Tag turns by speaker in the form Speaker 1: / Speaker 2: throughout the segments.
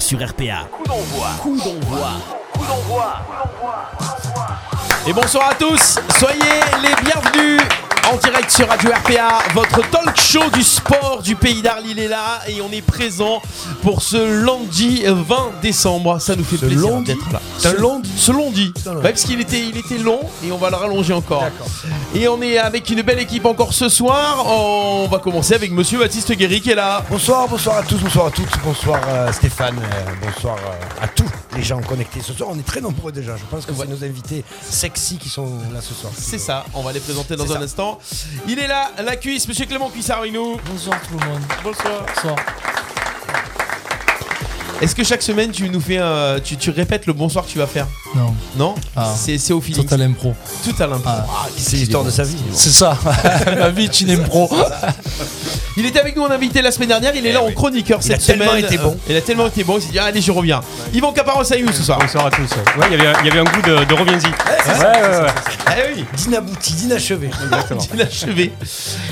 Speaker 1: sur RPA.
Speaker 2: Coup d'envoi.
Speaker 1: Coup d'envoi.
Speaker 2: Coup d'envoi.
Speaker 3: Et bonsoir à tous, soyez les bienvenus en direct sur Radio RPA, votre talk show du sport du pays d'Arlil est là et on est présent pour ce lundi 20 décembre. Ça nous fait
Speaker 4: Ce
Speaker 3: plaisir
Speaker 4: lundi
Speaker 3: d'être là.
Speaker 4: Ce
Speaker 3: Ce-
Speaker 4: lundi
Speaker 3: Ce lundi.
Speaker 4: Ce lundi.
Speaker 3: Ouais, parce qu'il était, il était long et on va le rallonger encore. Et on est avec une belle équipe encore ce soir. On va commencer avec monsieur Baptiste Guéry qui est là.
Speaker 4: Bonsoir, bonsoir à tous, bonsoir à toutes, bonsoir euh, Stéphane, euh, bonsoir euh, à tous les gens connectés ce soir. On est très nombreux déjà, je pense que
Speaker 3: Ouais.
Speaker 4: c'est nos invités sexy qui sont là ce soir.
Speaker 3: C'est ça, on va les présenter dans
Speaker 4: C'est
Speaker 3: un
Speaker 4: ça.
Speaker 3: instant. Il est là, la cuisse, monsieur Clément Cuissard avec nous.
Speaker 5: Bonsoir tout le monde.
Speaker 3: Bonsoir.
Speaker 5: Bonsoir.
Speaker 3: Est-ce que chaque semaine tu nous fais un- tu, tu répètes le bonsoir que tu vas faire
Speaker 5: Non,
Speaker 3: Non
Speaker 5: Ah.
Speaker 3: C'est c'est au feeling.
Speaker 5: total impro.
Speaker 3: Tout à l'impro.
Speaker 5: Ah.
Speaker 3: Ah, qu'est-ce
Speaker 4: C'est
Speaker 3: qu'il est
Speaker 4: l'histoire
Speaker 3: bon.
Speaker 4: de sa vie.
Speaker 5: C'est ça. Ma vie est une impro.
Speaker 3: Il était avec nous en invité la semaine dernière, il est là en chroniqueur
Speaker 4: Eh Il a
Speaker 3: cette
Speaker 4: tellement
Speaker 3: semaine.
Speaker 4: été bon.
Speaker 3: Il a tellement été bon, il s'est dit allez je reviens. Yvan Caparos à nous ce soir.
Speaker 6: Bonsoir à tous. Ouais, il y avait un- il y avait un goût de, de reviens-y. Ouais, ouais, ouais.
Speaker 3: Eh oui, Euh,
Speaker 4: D'inabouti, d'inachevé.
Speaker 6: Exactement.
Speaker 3: il a achevé.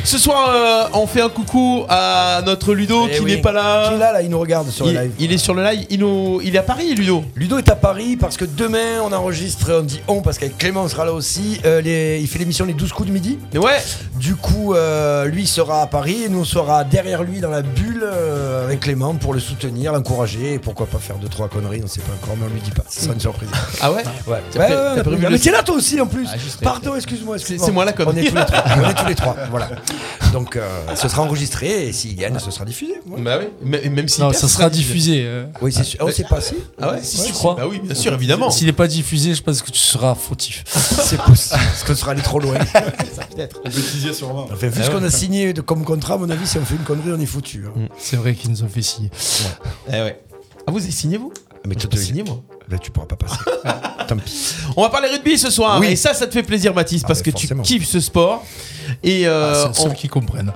Speaker 3: Ce soir euh, on fait un coucou à notre Ludo
Speaker 4: Eh
Speaker 3: qui
Speaker 4: oui.
Speaker 3: n'est pas là.
Speaker 4: Qui est là, là, il nous regarde sur le
Speaker 3: Il,
Speaker 4: live.
Speaker 3: il est sur le live, il, nous- il est à Paris Ludo.
Speaker 4: Ludo est à Paris parce que demain on enregistre, on dit on parce qu'avec Clément on sera là aussi. Euh, les- il fait l'émission Les 12 coups de midi.
Speaker 3: Mais ouais,
Speaker 4: Du coup, euh, lui sera à Paris et nous on sera derrière lui dans la bulle euh, avec Clément pour le soutenir, l'encourager et pourquoi pas faire deux trois conneries, on sait pas encore, mais on lui dit pas, ce sera une surprise.
Speaker 3: ah ouais
Speaker 4: Ouais,
Speaker 3: T'as
Speaker 4: ouais,
Speaker 3: pré-
Speaker 4: ouais,
Speaker 3: t'as
Speaker 4: on a
Speaker 3: prévu
Speaker 4: prévu.
Speaker 3: le-
Speaker 4: mais t'es là toi aussi en plus.
Speaker 3: Ah, je serai-
Speaker 4: Pardon, excuse-moi. excuse
Speaker 3: c'est moi la conne.
Speaker 4: On est tous les trois. On est tous les trois. Voilà. Donc euh, ce sera enregistré et s'il gagne, ce sera diffusé. voilà.
Speaker 3: Bah oui, mais- même si
Speaker 5: Non, ça sera diffusé. euh.
Speaker 4: Oui, c'est sûr. Ah, On sait pas si.
Speaker 3: Ah ouais, si,
Speaker 5: Ouais,
Speaker 3: si, si.
Speaker 5: tu crois
Speaker 3: Bah oui, bien sûr, évidemment.
Speaker 5: S'il n'est pas diffusé, je pense que tu seras fautif.
Speaker 4: C'est possible. Parce qu'on sera allé trop loin.
Speaker 6: sur
Speaker 4: Enfin,
Speaker 3: Ah
Speaker 4: vu ce qu'on a signé de- comme contrat, à mon avis, si on fait une connerie, on est foutu.
Speaker 3: Mm.
Speaker 4: hein.
Speaker 5: C'est vrai qu'ils nous ont fait signer.
Speaker 3: Eh ouais. Ah vous avez signé vous
Speaker 4: Mais
Speaker 3: J'ai
Speaker 4: tu
Speaker 3: pas
Speaker 4: te
Speaker 3: signé moi.
Speaker 4: Là, Ben, tu pourras pas passer. Tant pis.
Speaker 3: On va parler rugby ce soir.
Speaker 4: Oui.
Speaker 3: Et ça, ça te fait plaisir, Baptiste,
Speaker 4: Ah,
Speaker 3: parce que
Speaker 4: mais
Speaker 3: tu
Speaker 4: forcément.
Speaker 3: kiffes ce sport. Et euh,
Speaker 5: Ah, c'est
Speaker 3: on-
Speaker 5: ceux qui comprennent.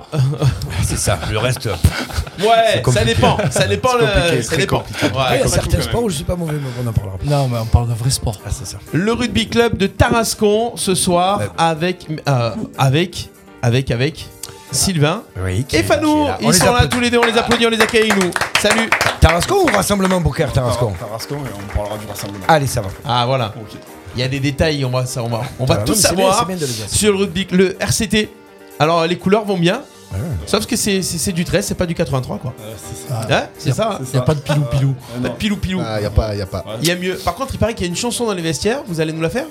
Speaker 4: C'est ça. Le reste.
Speaker 3: ouais, ça
Speaker 4: compliqué.
Speaker 3: dépend, ça dépend, le-
Speaker 6: compliqué,
Speaker 3: ça
Speaker 6: très
Speaker 3: dépend.
Speaker 4: Il y
Speaker 3: Ouais.
Speaker 4: a
Speaker 6: pas tout,
Speaker 4: certains
Speaker 6: quand
Speaker 4: sports où je suis pas mauvais, mais on en parlera plus.
Speaker 5: Non, mais on parle de vrai sport.
Speaker 4: Ah, c'est ça.
Speaker 3: Le rugby club de Tarascon ce soir
Speaker 4: Ouais.
Speaker 3: avec euh, avec avec avec Sylvain
Speaker 4: Oui. qui-
Speaker 3: et Fanou.
Speaker 4: qui est là. On
Speaker 3: Ils
Speaker 4: les
Speaker 3: sont là
Speaker 4: applaudit.
Speaker 3: tous les deux. On les applaudit, on les accueille nous. Salut.
Speaker 4: Tarascon ou Rassemblement Poker Tarascon
Speaker 6: Tarascon, et on parlera du rassemblement.
Speaker 4: Allez, ça va.
Speaker 3: Ah voilà.
Speaker 6: Ok.
Speaker 3: Il y a des détails. On va ça, on va on va
Speaker 4: Ah,
Speaker 3: tout
Speaker 4: non, mais c'est bien,
Speaker 3: savoir
Speaker 4: c'est bien de le dire.
Speaker 3: sur le rugby, le RCT. Alors les couleurs vont bien.
Speaker 4: Ouais.
Speaker 3: Sauf que c'est c'est- c'est du 13, c'est pas du 83 quoi.
Speaker 6: Euh, c'est ça.
Speaker 5: Ah,
Speaker 3: Hein c'est ça. hein
Speaker 5: Il n'y a pas de pilou-pilou.
Speaker 6: Ah,
Speaker 3: Pas de
Speaker 6: non.
Speaker 3: pilou pilou.
Speaker 7: Ah, y a pas, y a pas.
Speaker 3: Il y a mieux. Par contre, il paraît qu'il y a une chanson dans les vestiaires. Vous allez nous la faire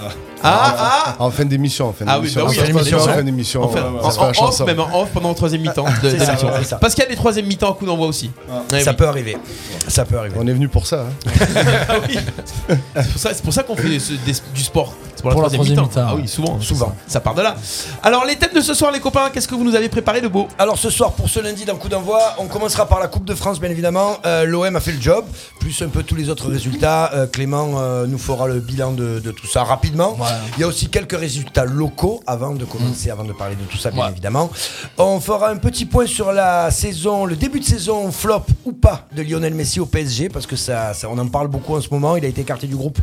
Speaker 6: Ah.
Speaker 3: Ah ah
Speaker 7: En fin d'émission, en fin
Speaker 3: Ah oui,
Speaker 7: d'émission.
Speaker 3: bah oui,
Speaker 7: en fin
Speaker 3: en fin
Speaker 7: d'émission, en
Speaker 3: d'émission.
Speaker 7: fin d'émission.
Speaker 3: En, fait,
Speaker 7: Oh, ouais,
Speaker 3: en-
Speaker 7: ça se fait
Speaker 3: en
Speaker 7: la
Speaker 3: off,
Speaker 7: chanson.
Speaker 3: même en off pendant le troisième mi-temps de, de
Speaker 4: ça,
Speaker 3: l'émission.
Speaker 4: ouais, c'est ça.
Speaker 3: Parce qu'il y a des troisième mi-temps à coup d'envoi aussi. Ouais,
Speaker 4: Ça
Speaker 3: Eh oui.
Speaker 4: peut arriver. Ça peut arriver.
Speaker 7: On est venu pour ça. hein.
Speaker 3: Ah oui. C'est pour ça, c'est pour ça qu'on fait ce- des- du sport. C'est pour la
Speaker 5: Pour la
Speaker 3: troisième
Speaker 5: troisième
Speaker 3: mi-temps.
Speaker 5: mi-temps.
Speaker 3: ah oui, souvent.
Speaker 4: Souvent.
Speaker 3: Ça part de là. Alors, les thèmes de ce soir, les copains, qu'est-ce que vous nous avez préparé de beau
Speaker 4: Alors ce soir pour ce lundi dans coup d'envoi, on commencera par la Coupe de France bien évidemment. Euh, L'OM a fait le job, plus un peu tous les autres résultats. Euh, Clément euh, nous fera le bilan de, de tout ça rapidement.
Speaker 5: Ouais.
Speaker 4: Il y a aussi quelques résultats locaux avant de commencer, avant de parler de tout ça bien
Speaker 5: Ouais.
Speaker 4: évidemment. On fera un petit point sur la saison, le début de saison flop ou pas de Lionel Messi au PSG parce que ça, ça- on en parle beaucoup en ce moment. Il a été écarté du groupe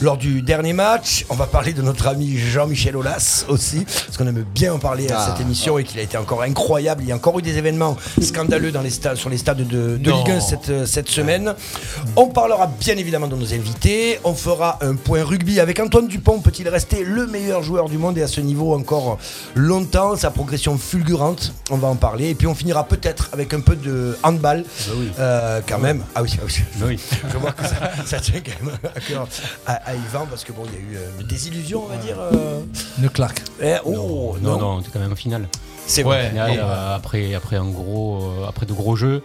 Speaker 4: lors du dernier match. On va parler de notre ami Jean-Michel Aulas aussi parce qu'on aime bien en parler à
Speaker 7: Ah.
Speaker 4: cette émission et qu'il a été encore incroyable. Il y a encore eu des événements scandaleux dans les stades, sur les stades de, de
Speaker 3: Non.
Speaker 4: Ligue 1 cette, cette semaine. On parlera bien évidemment de nos invités. On fera un point rugby avec Antoine Dupont. Peut-il rester le meilleur joueur du monde et à ce niveau encore longtemps Sa progression fulgurante, on va en parler. Et puis on finira peut-être avec un peu de handball euh, quand même. Ah oui, ah oui.
Speaker 6: Bah oui.
Speaker 4: je vois que ça, ça tient quand même à cœur à, à Yvan parce que bon, il y a eu euh, des illusions, on va dire. euh.
Speaker 5: Ne claque.
Speaker 4: Eh, oh, non,
Speaker 8: Non, non, on était quand même en finale.
Speaker 4: c'est
Speaker 3: Ouais.
Speaker 4: vrai.
Speaker 8: Finale, euh, après, après, un gros, euh, après de gros jeux.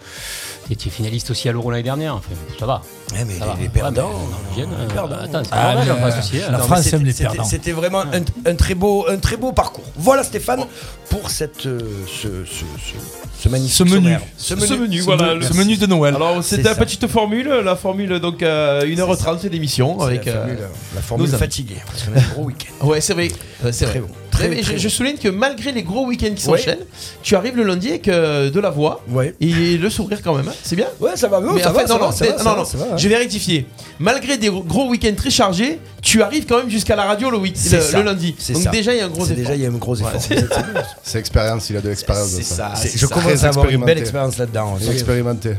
Speaker 8: Tu étais finaliste aussi à l'Euro l'année dernière. Enfin, ça va.
Speaker 4: Eh, mais
Speaker 8: Ça va.
Speaker 4: les, les perdants.
Speaker 8: Ouais, mais, euh,
Speaker 4: non,
Speaker 8: Vienne,
Speaker 4: les
Speaker 8: euh,
Speaker 4: perdants.
Speaker 8: attends, c'est
Speaker 5: Ah,
Speaker 8: normal,
Speaker 5: mais,
Speaker 8: on va
Speaker 5: euh,
Speaker 8: associer,
Speaker 5: la
Speaker 8: hein.
Speaker 4: Non,
Speaker 5: France
Speaker 4: mais c'était-
Speaker 5: aime les
Speaker 4: c'était-
Speaker 5: perdants.
Speaker 4: C'était vraiment un, un très beau, un très beau parcours. Voilà Stéphane pour cette, euh, ce, ce, ce, ce magnifique
Speaker 5: Ce menu.
Speaker 4: sommaire. Ce menu.
Speaker 5: Ce
Speaker 3: voilà.
Speaker 5: menu-
Speaker 3: le-
Speaker 5: Ce menu de Noël.
Speaker 3: Alors,
Speaker 4: C'est
Speaker 3: c'était la
Speaker 4: ça.
Speaker 3: petite formule, la formule donc euh, 1h30 d'émission
Speaker 4: C'est
Speaker 3: avec.
Speaker 4: la
Speaker 3: euh,
Speaker 4: formule, la formule
Speaker 3: nous avons-
Speaker 4: fatiguée. Parce qu'on a un gros week-end.
Speaker 3: Ouais, c'est vrai. Ouais, c'est
Speaker 4: Très
Speaker 3: vrai.
Speaker 4: bon. Très,
Speaker 3: Mais
Speaker 4: très
Speaker 3: je, je
Speaker 4: bon.
Speaker 3: souligne que malgré les gros week-ends qui
Speaker 4: Ouais.
Speaker 3: s'enchaînent, tu arrives le lundi avec euh, de la voix
Speaker 4: Ouais.
Speaker 3: et le sourire quand même. hein. C'est bien.
Speaker 4: Ouais, ça va. non,
Speaker 3: Mais
Speaker 4: ça
Speaker 3: en
Speaker 4: va,
Speaker 3: fait,
Speaker 4: ça
Speaker 3: non,
Speaker 4: va,
Speaker 3: non,
Speaker 4: ça va,
Speaker 3: non,
Speaker 4: ça va,
Speaker 3: non,
Speaker 4: ça va, hein.
Speaker 3: je vais rectifier. malgré des gros week-ends très chargés, tu arrives quand même jusqu'à la radio le, week-
Speaker 4: C'est
Speaker 3: le-
Speaker 4: ça.
Speaker 3: le lundi.
Speaker 4: C'est
Speaker 3: Donc
Speaker 4: ça.
Speaker 3: déjà, il y a un gros
Speaker 4: C'est
Speaker 3: effort.
Speaker 4: déjà, il y a un gros effort.
Speaker 3: Ouais, c'est-
Speaker 7: C'est expérience, il a de l'expérience. dans
Speaker 3: C'est ça.
Speaker 4: C'est-
Speaker 3: c'est
Speaker 4: je
Speaker 3: ça.
Speaker 4: commence à avoir une belle
Speaker 7: expérimenté.
Speaker 4: expérience là-dedans.
Speaker 7: Il est Expérimenté.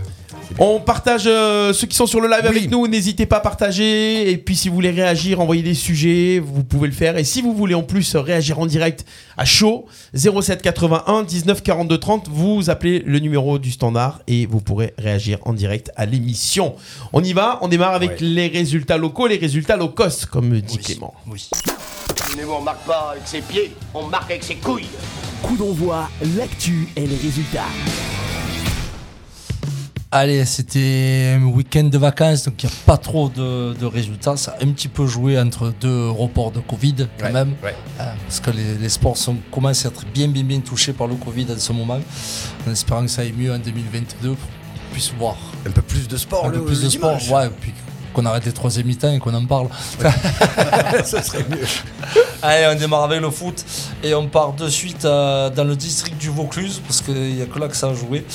Speaker 3: On partage euh, ceux qui sont sur le live
Speaker 4: Oui.
Speaker 3: avec nous, n'hésitez pas à partager. Et puis si vous voulez réagir, envoyer des sujets, vous pouvez le faire. Et si vous voulez en plus réagir en direct à chaud, 07 81 19 42 30, vous appelez le numéro du standard et vous pourrez réagir en direct à l'émission. On y va, on démarre avec
Speaker 4: Ouais.
Speaker 3: les résultats locaux, les résultats low cost, comme dit Clément.
Speaker 1: Mais on marque pas avec ses pieds, on marque avec ses couilles.
Speaker 2: Coup d'envoi, l'actu et les résultats.
Speaker 5: Allez, c'était un week-end de vacances, donc il n'y a pas trop de, de résultats. Ça a un petit peu joué entre deux reports de Covid, quand
Speaker 4: Ouais,
Speaker 5: même.
Speaker 4: ouais.
Speaker 5: Ah, Parce que les, les sports sont, commencent à être bien, bien, bien touchés par le Covid en ce moment. En espérant que ça aille mieux en 2022 pour qu'on puisse voir
Speaker 4: Un peu plus de sport,
Speaker 5: un
Speaker 4: le,
Speaker 5: peu plus
Speaker 4: le
Speaker 5: de sport.
Speaker 4: dimanche.
Speaker 5: Ouais, puis qu'on arrête les troisième mi-temps et qu'on en parle.
Speaker 4: ça serait mieux.
Speaker 5: Allez, on démarre avec le foot et on part de suite euh, dans le district du Vaucluse parce qu'il n'y a que là que ça a joué.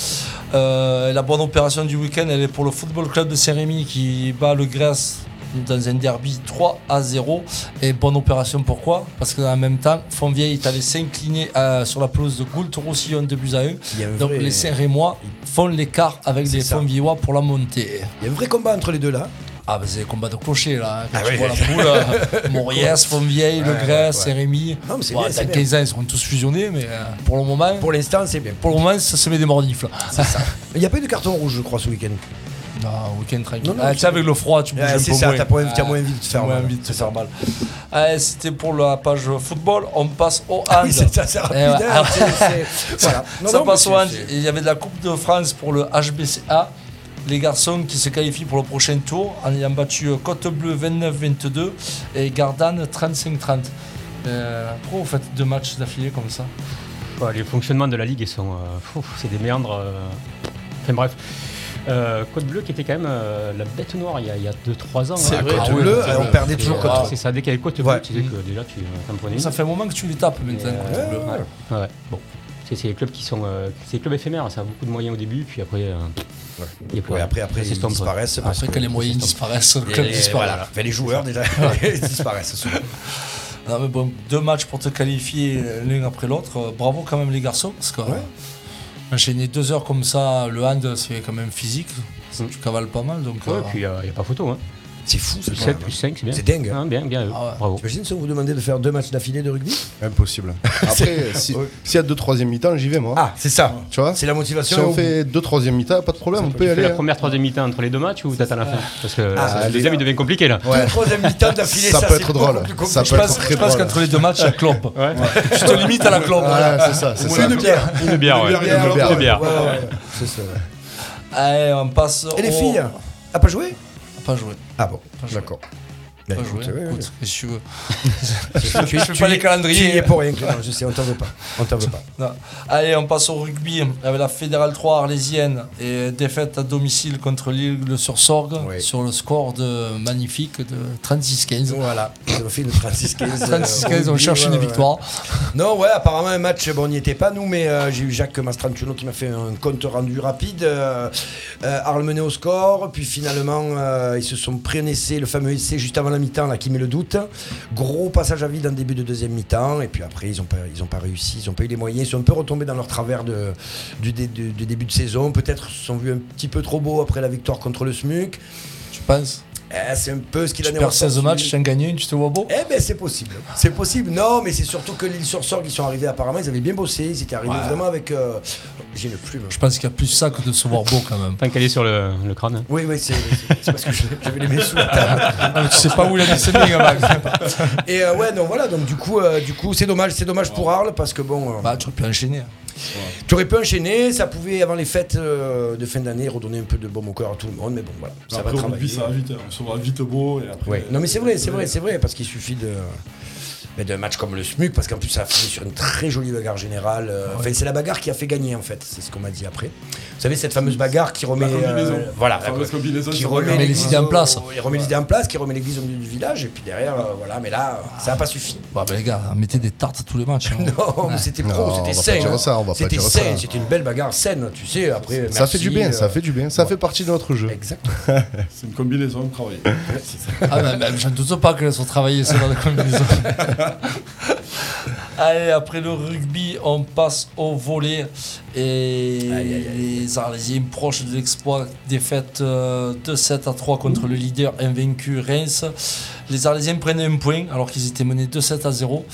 Speaker 5: Euh, la bonne opération du week-end, elle est pour le Football Club de Saint-Rémy qui bat le Grasse dans un derby 3 à 0. Et bonne opération pourquoi Parce qu'en même temps, Fontvieille est allé s'incliner euh, sur la pelouse de Goult-Roussillon de buts à 1.
Speaker 4: Il y a un
Speaker 5: Donc
Speaker 4: vrai-
Speaker 5: les Saint-Rémois font l'écart avec
Speaker 4: C'est
Speaker 5: les
Speaker 4: ça.
Speaker 5: Fontvieillois pour la montée.
Speaker 4: Il y a un vrai combat entre les deux là.
Speaker 5: Ah bah c'est le combat de clocher là, hein. quand
Speaker 4: Ah
Speaker 5: tu
Speaker 4: oui.
Speaker 5: vois la poule, euh, Moriès, Fontvieille, Le
Speaker 4: Ouais,
Speaker 5: Gres,
Speaker 4: ouais.
Speaker 5: Saint-Rémy.
Speaker 4: Non, mais c'est
Speaker 5: Bon,
Speaker 4: bien, c'est
Speaker 5: Dans
Speaker 4: bien.
Speaker 5: 15 ans ils seront tous fusionnés mais euh, pour le moment, pour,
Speaker 4: Pour l'instant, c'est bien.
Speaker 5: le moment ça se met des mordifles.
Speaker 4: Il n'y a pas eu de carton rouge, je crois, ce week-end.
Speaker 5: non, week-end tranquille.
Speaker 4: Non, non,
Speaker 5: Ah, tu sais avec le froid tu bouges
Speaker 4: Ouais,
Speaker 5: un
Speaker 4: c'est
Speaker 5: peu
Speaker 4: ça,
Speaker 5: moins.
Speaker 4: t'as pas envie- t'as
Speaker 5: Ah,
Speaker 4: moins envie de te
Speaker 5: t'as
Speaker 4: faire
Speaker 5: moins
Speaker 4: mal.
Speaker 5: envie de te
Speaker 4: C'est ça.
Speaker 5: faire mal. Ah, C'était pour la page football, on passe au hand.
Speaker 4: Ah Oui, c'est ça, c'est rapide.
Speaker 5: Eh ouais.
Speaker 4: hein, c'est- c'est- voilà. Non,
Speaker 5: ça
Speaker 4: non,
Speaker 5: passe
Speaker 4: mais
Speaker 5: au hand.
Speaker 4: c'est- c'est-
Speaker 5: Il y avait de la Coupe de France pour le HBCA. Les garçons qui se qualifient pour le prochain tour en ayant battu euh, Côte Bleue 29-22 et Gardanne 35-30. Euh, pourquoi vous faites deux matchs d'affilée comme ça
Speaker 6: Ouais, les fonctionnements de la ligue, ils sont. euh, pfff, c'est des méandres. euh, Enfin bref. Euh, Côte Bleue qui était quand même euh, la bête noire il y a- il y a 2-3 ans.
Speaker 3: C'est
Speaker 6: hein.
Speaker 3: vrai,
Speaker 6: Ah
Speaker 4: Côte
Speaker 6: ouais,
Speaker 4: Bleue,
Speaker 6: Côte
Speaker 4: on
Speaker 6: Bleue,
Speaker 4: perdait
Speaker 6: c'est-
Speaker 4: toujours
Speaker 6: ah,
Speaker 4: Côte Bleue.
Speaker 6: C'est ça, dès qu'il y avait Côte
Speaker 4: Ouais.
Speaker 6: Bleue, tu disais que déjà tu euh, t'en prenais une.
Speaker 5: Ça fait un moment que tu les tapes
Speaker 6: Mais,
Speaker 5: maintenant.
Speaker 6: euh,
Speaker 5: Côte Bleue.
Speaker 6: ouais, ouais. Bon. C'est c'est les clubs qui sont. euh, c'est les clubs éphémères, ça a beaucoup de moyens au début, puis après. euh, il y a plus
Speaker 4: Ouais,
Speaker 6: rien.
Speaker 4: après, après, ils
Speaker 6: Ça s'estompe.
Speaker 4: disparaissent. parce
Speaker 5: Après que les moyens disparaissent, le
Speaker 4: Et
Speaker 5: club
Speaker 4: les-
Speaker 5: disparaît.
Speaker 4: voilà. Enfin, les joueurs déjà ils disparaissent souvent.
Speaker 5: Non, mais bon, deux matchs pour te qualifier euh, l'un après l'autre. Euh, Bravo quand même les garçons, parce que euh, enchaîner deux heures comme ça, le hand c'est quand même physique.
Speaker 6: Mm.
Speaker 5: Tu cavales pas mal, donc.
Speaker 6: Ouais,
Speaker 5: euh,
Speaker 6: puis il n'y a pas photo. Hein.
Speaker 4: C'est fou ce
Speaker 6: Plus
Speaker 4: sport.
Speaker 6: 7, plus 5, c'est bien.
Speaker 4: C'est dingue.
Speaker 6: Hein, bien, bien, eux.
Speaker 5: Ah ouais.
Speaker 6: bravo.
Speaker 4: T'imagines si on vous demandait de faire deux matchs d'affilée de rugby
Speaker 7: Impossible. Après, si- s'il y a 2 3 mi-temps, j'y vais moi.
Speaker 4: Ah, c'est ça.
Speaker 7: Tu vois
Speaker 4: C'est la motivation.
Speaker 7: Si on fait 2 3 mi-temps, pas de problème, on peut y
Speaker 6: Tu fais
Speaker 7: aller.
Speaker 6: la
Speaker 7: hein.
Speaker 6: première troisième mi-temps entre les deux matchs ou t'attends la fin Parce que
Speaker 4: euh, Ah,
Speaker 6: le deuxième il devient compliqué là.
Speaker 7: Ouais.
Speaker 4: Troisième mi-temps d'affilée,
Speaker 7: Ça
Speaker 4: ça,
Speaker 7: peut
Speaker 4: c'est
Speaker 7: être
Speaker 4: beaucoup
Speaker 7: drôle.
Speaker 4: plus compliqué.
Speaker 7: Ça
Speaker 5: Je
Speaker 7: peut
Speaker 5: pense,
Speaker 7: être
Speaker 5: je
Speaker 7: très
Speaker 5: pense
Speaker 7: drôle.
Speaker 5: qu'entre les deux matchs, il y a clope.
Speaker 6: Ouais.
Speaker 5: Tu te limites à la clope.
Speaker 7: Voilà, c'est ça, c'est
Speaker 4: Ou
Speaker 7: ça.
Speaker 4: une bière.
Speaker 6: Une bière, ouais.
Speaker 7: bière,
Speaker 6: Une
Speaker 7: une
Speaker 6: bière.
Speaker 7: bière.
Speaker 4: Ouais, ouais, ouais. C'est ça.
Speaker 5: Allez, on passe.
Speaker 4: Et les
Speaker 5: au-
Speaker 4: filles Ah, pas joué
Speaker 5: Pas joué.
Speaker 4: Ah bon.
Speaker 7: D'accord.
Speaker 4: Bah,
Speaker 5: Pas joué.
Speaker 4: écoute, ouais, ouais.
Speaker 5: Écoute, qu'est-ce que tu veux
Speaker 4: Tu-
Speaker 5: je fais pas les calendriers.
Speaker 4: Tu y es pour rien, Clément, je sais, on t'en veut pas. On t'en veut pas.
Speaker 5: Non. Allez, on passe au rugby avec la Fédérale 3 arlésienne et défaite à domicile contre l'île sur Sorgue
Speaker 4: Oui.
Speaker 5: sur le score de magnifique de 36-15.
Speaker 4: Donc voilà, ils ont fait une 36-15. euh,
Speaker 5: 36-15, on
Speaker 4: rugby,
Speaker 5: cherche
Speaker 4: ouais,
Speaker 5: une
Speaker 4: ouais.
Speaker 5: victoire.
Speaker 4: Non, ouais, apparemment un match, bon, on n'y était pas nous, mais euh, j'ai eu Jacques Mastrantuno qui m'a fait un compte rendu rapide. Euh, euh, Arles menait au score, puis finalement, euh, ils se sont pris un essai, le fameux essai juste avant la mi-temps, là, qui met le doute. Gros passage à vide en début de deuxième mi-temps, et puis après, ils n'ont pas, ils ont pas réussi, ils n'ont pas eu les moyens, ils sont un peu retombés dans leur travers de, du, dé- du- du début de saison. Peut-être se sont vus un petit peu trop beaux après la victoire contre le SMUC.
Speaker 5: Tu penses
Speaker 4: Eh, c'est un peu ce qu'il en
Speaker 5: Tu
Speaker 4: est
Speaker 5: perds 16
Speaker 4: ressorti.
Speaker 5: matchs, tu en gagnes une, tu te vois beau
Speaker 4: Eh ben c'est possible, c'est possible. Non, mais c'est surtout que l'île sur Sorgue, ils sont arrivés apparemment, ils avaient bien bossé, ils étaient arrivés vraiment avec. euh, J'ai le plume.
Speaker 5: Je pense qu'il y a plus ça que de se voir beau quand même.
Speaker 6: Tant qu'elle est sur le, le crâne. hein.
Speaker 4: Oui, oui, c'est c'est- c'est parce que je- j'avais les mains sous la table.
Speaker 5: Ah, mais tu sais pas où il a mis ses dingues, Max.
Speaker 4: Et euh, ouais, donc voilà, donc du coup, euh, du coup, c'est dommage, c'est dommage pour Arles parce que bon, euh,
Speaker 5: Bah, tu aurais pu enchaîner.
Speaker 4: tu aurais pu enchaîner, ça pouvait avant les fêtes euh, de fin d'année redonner un peu de baume au cœur à tout le monde, mais bon voilà, ça va
Speaker 9: après, au
Speaker 4: travailler.
Speaker 9: rugby, ça va hein. vite, on se voit vite le beau et après.
Speaker 4: Ouais. Non mais c'est vrai, c'est vrai, c'est vrai, parce qu'il suffit de. ben, d'un match comme le SMUC, parce qu'en plus, ça a fini sur une très jolie bagarre générale. euh, enfin, c'est la bagarre qui a fait gagner, en fait. C'est ce qu'on m'a dit après. Vous savez, cette fameuse bagarre qui remet. euh,
Speaker 9: combinaison.
Speaker 4: voilà,
Speaker 9: La fameuse combinaison
Speaker 4: qui
Speaker 9: sur
Speaker 4: remet
Speaker 9: bagarre.
Speaker 5: les idées en place.
Speaker 4: Il remet les idées en place, qui remet l'église au milieu du village, et puis derrière, euh, voilà, mais là, ça n'a pas suffi.
Speaker 5: Bah, bah, les gars, mettez des tartes à tous les matchs. hein.
Speaker 4: Non, mais c'était
Speaker 7: Non,
Speaker 4: pro,
Speaker 7: on va
Speaker 4: c'était
Speaker 7: pas
Speaker 4: sain.
Speaker 7: dire
Speaker 4: hein.
Speaker 7: ça, on va pas
Speaker 4: C'était
Speaker 7: dire ça.
Speaker 4: sain, c'était une belle bagarre saine, tu sais. Après,
Speaker 7: Ça fait du bien,
Speaker 4: merci, euh,
Speaker 7: ça fait du bien. Ça
Speaker 4: ouais.
Speaker 7: fait partie de notre jeu.
Speaker 4: euh, Exactement.
Speaker 9: C'est une combinaison travaillée.
Speaker 5: Ah, mais, mais je ne doute pas qu'elles sont travaillées, celles-là, de combinaison. Allez, après le rugby, on passe au volet. Et les Arlésiens proches de l'exploit, défaite euh, de 7 à 3 contre le leader invaincu Reims. Les Arlésiens prennent un point alors qu'ils étaient menés 2-7 à 0,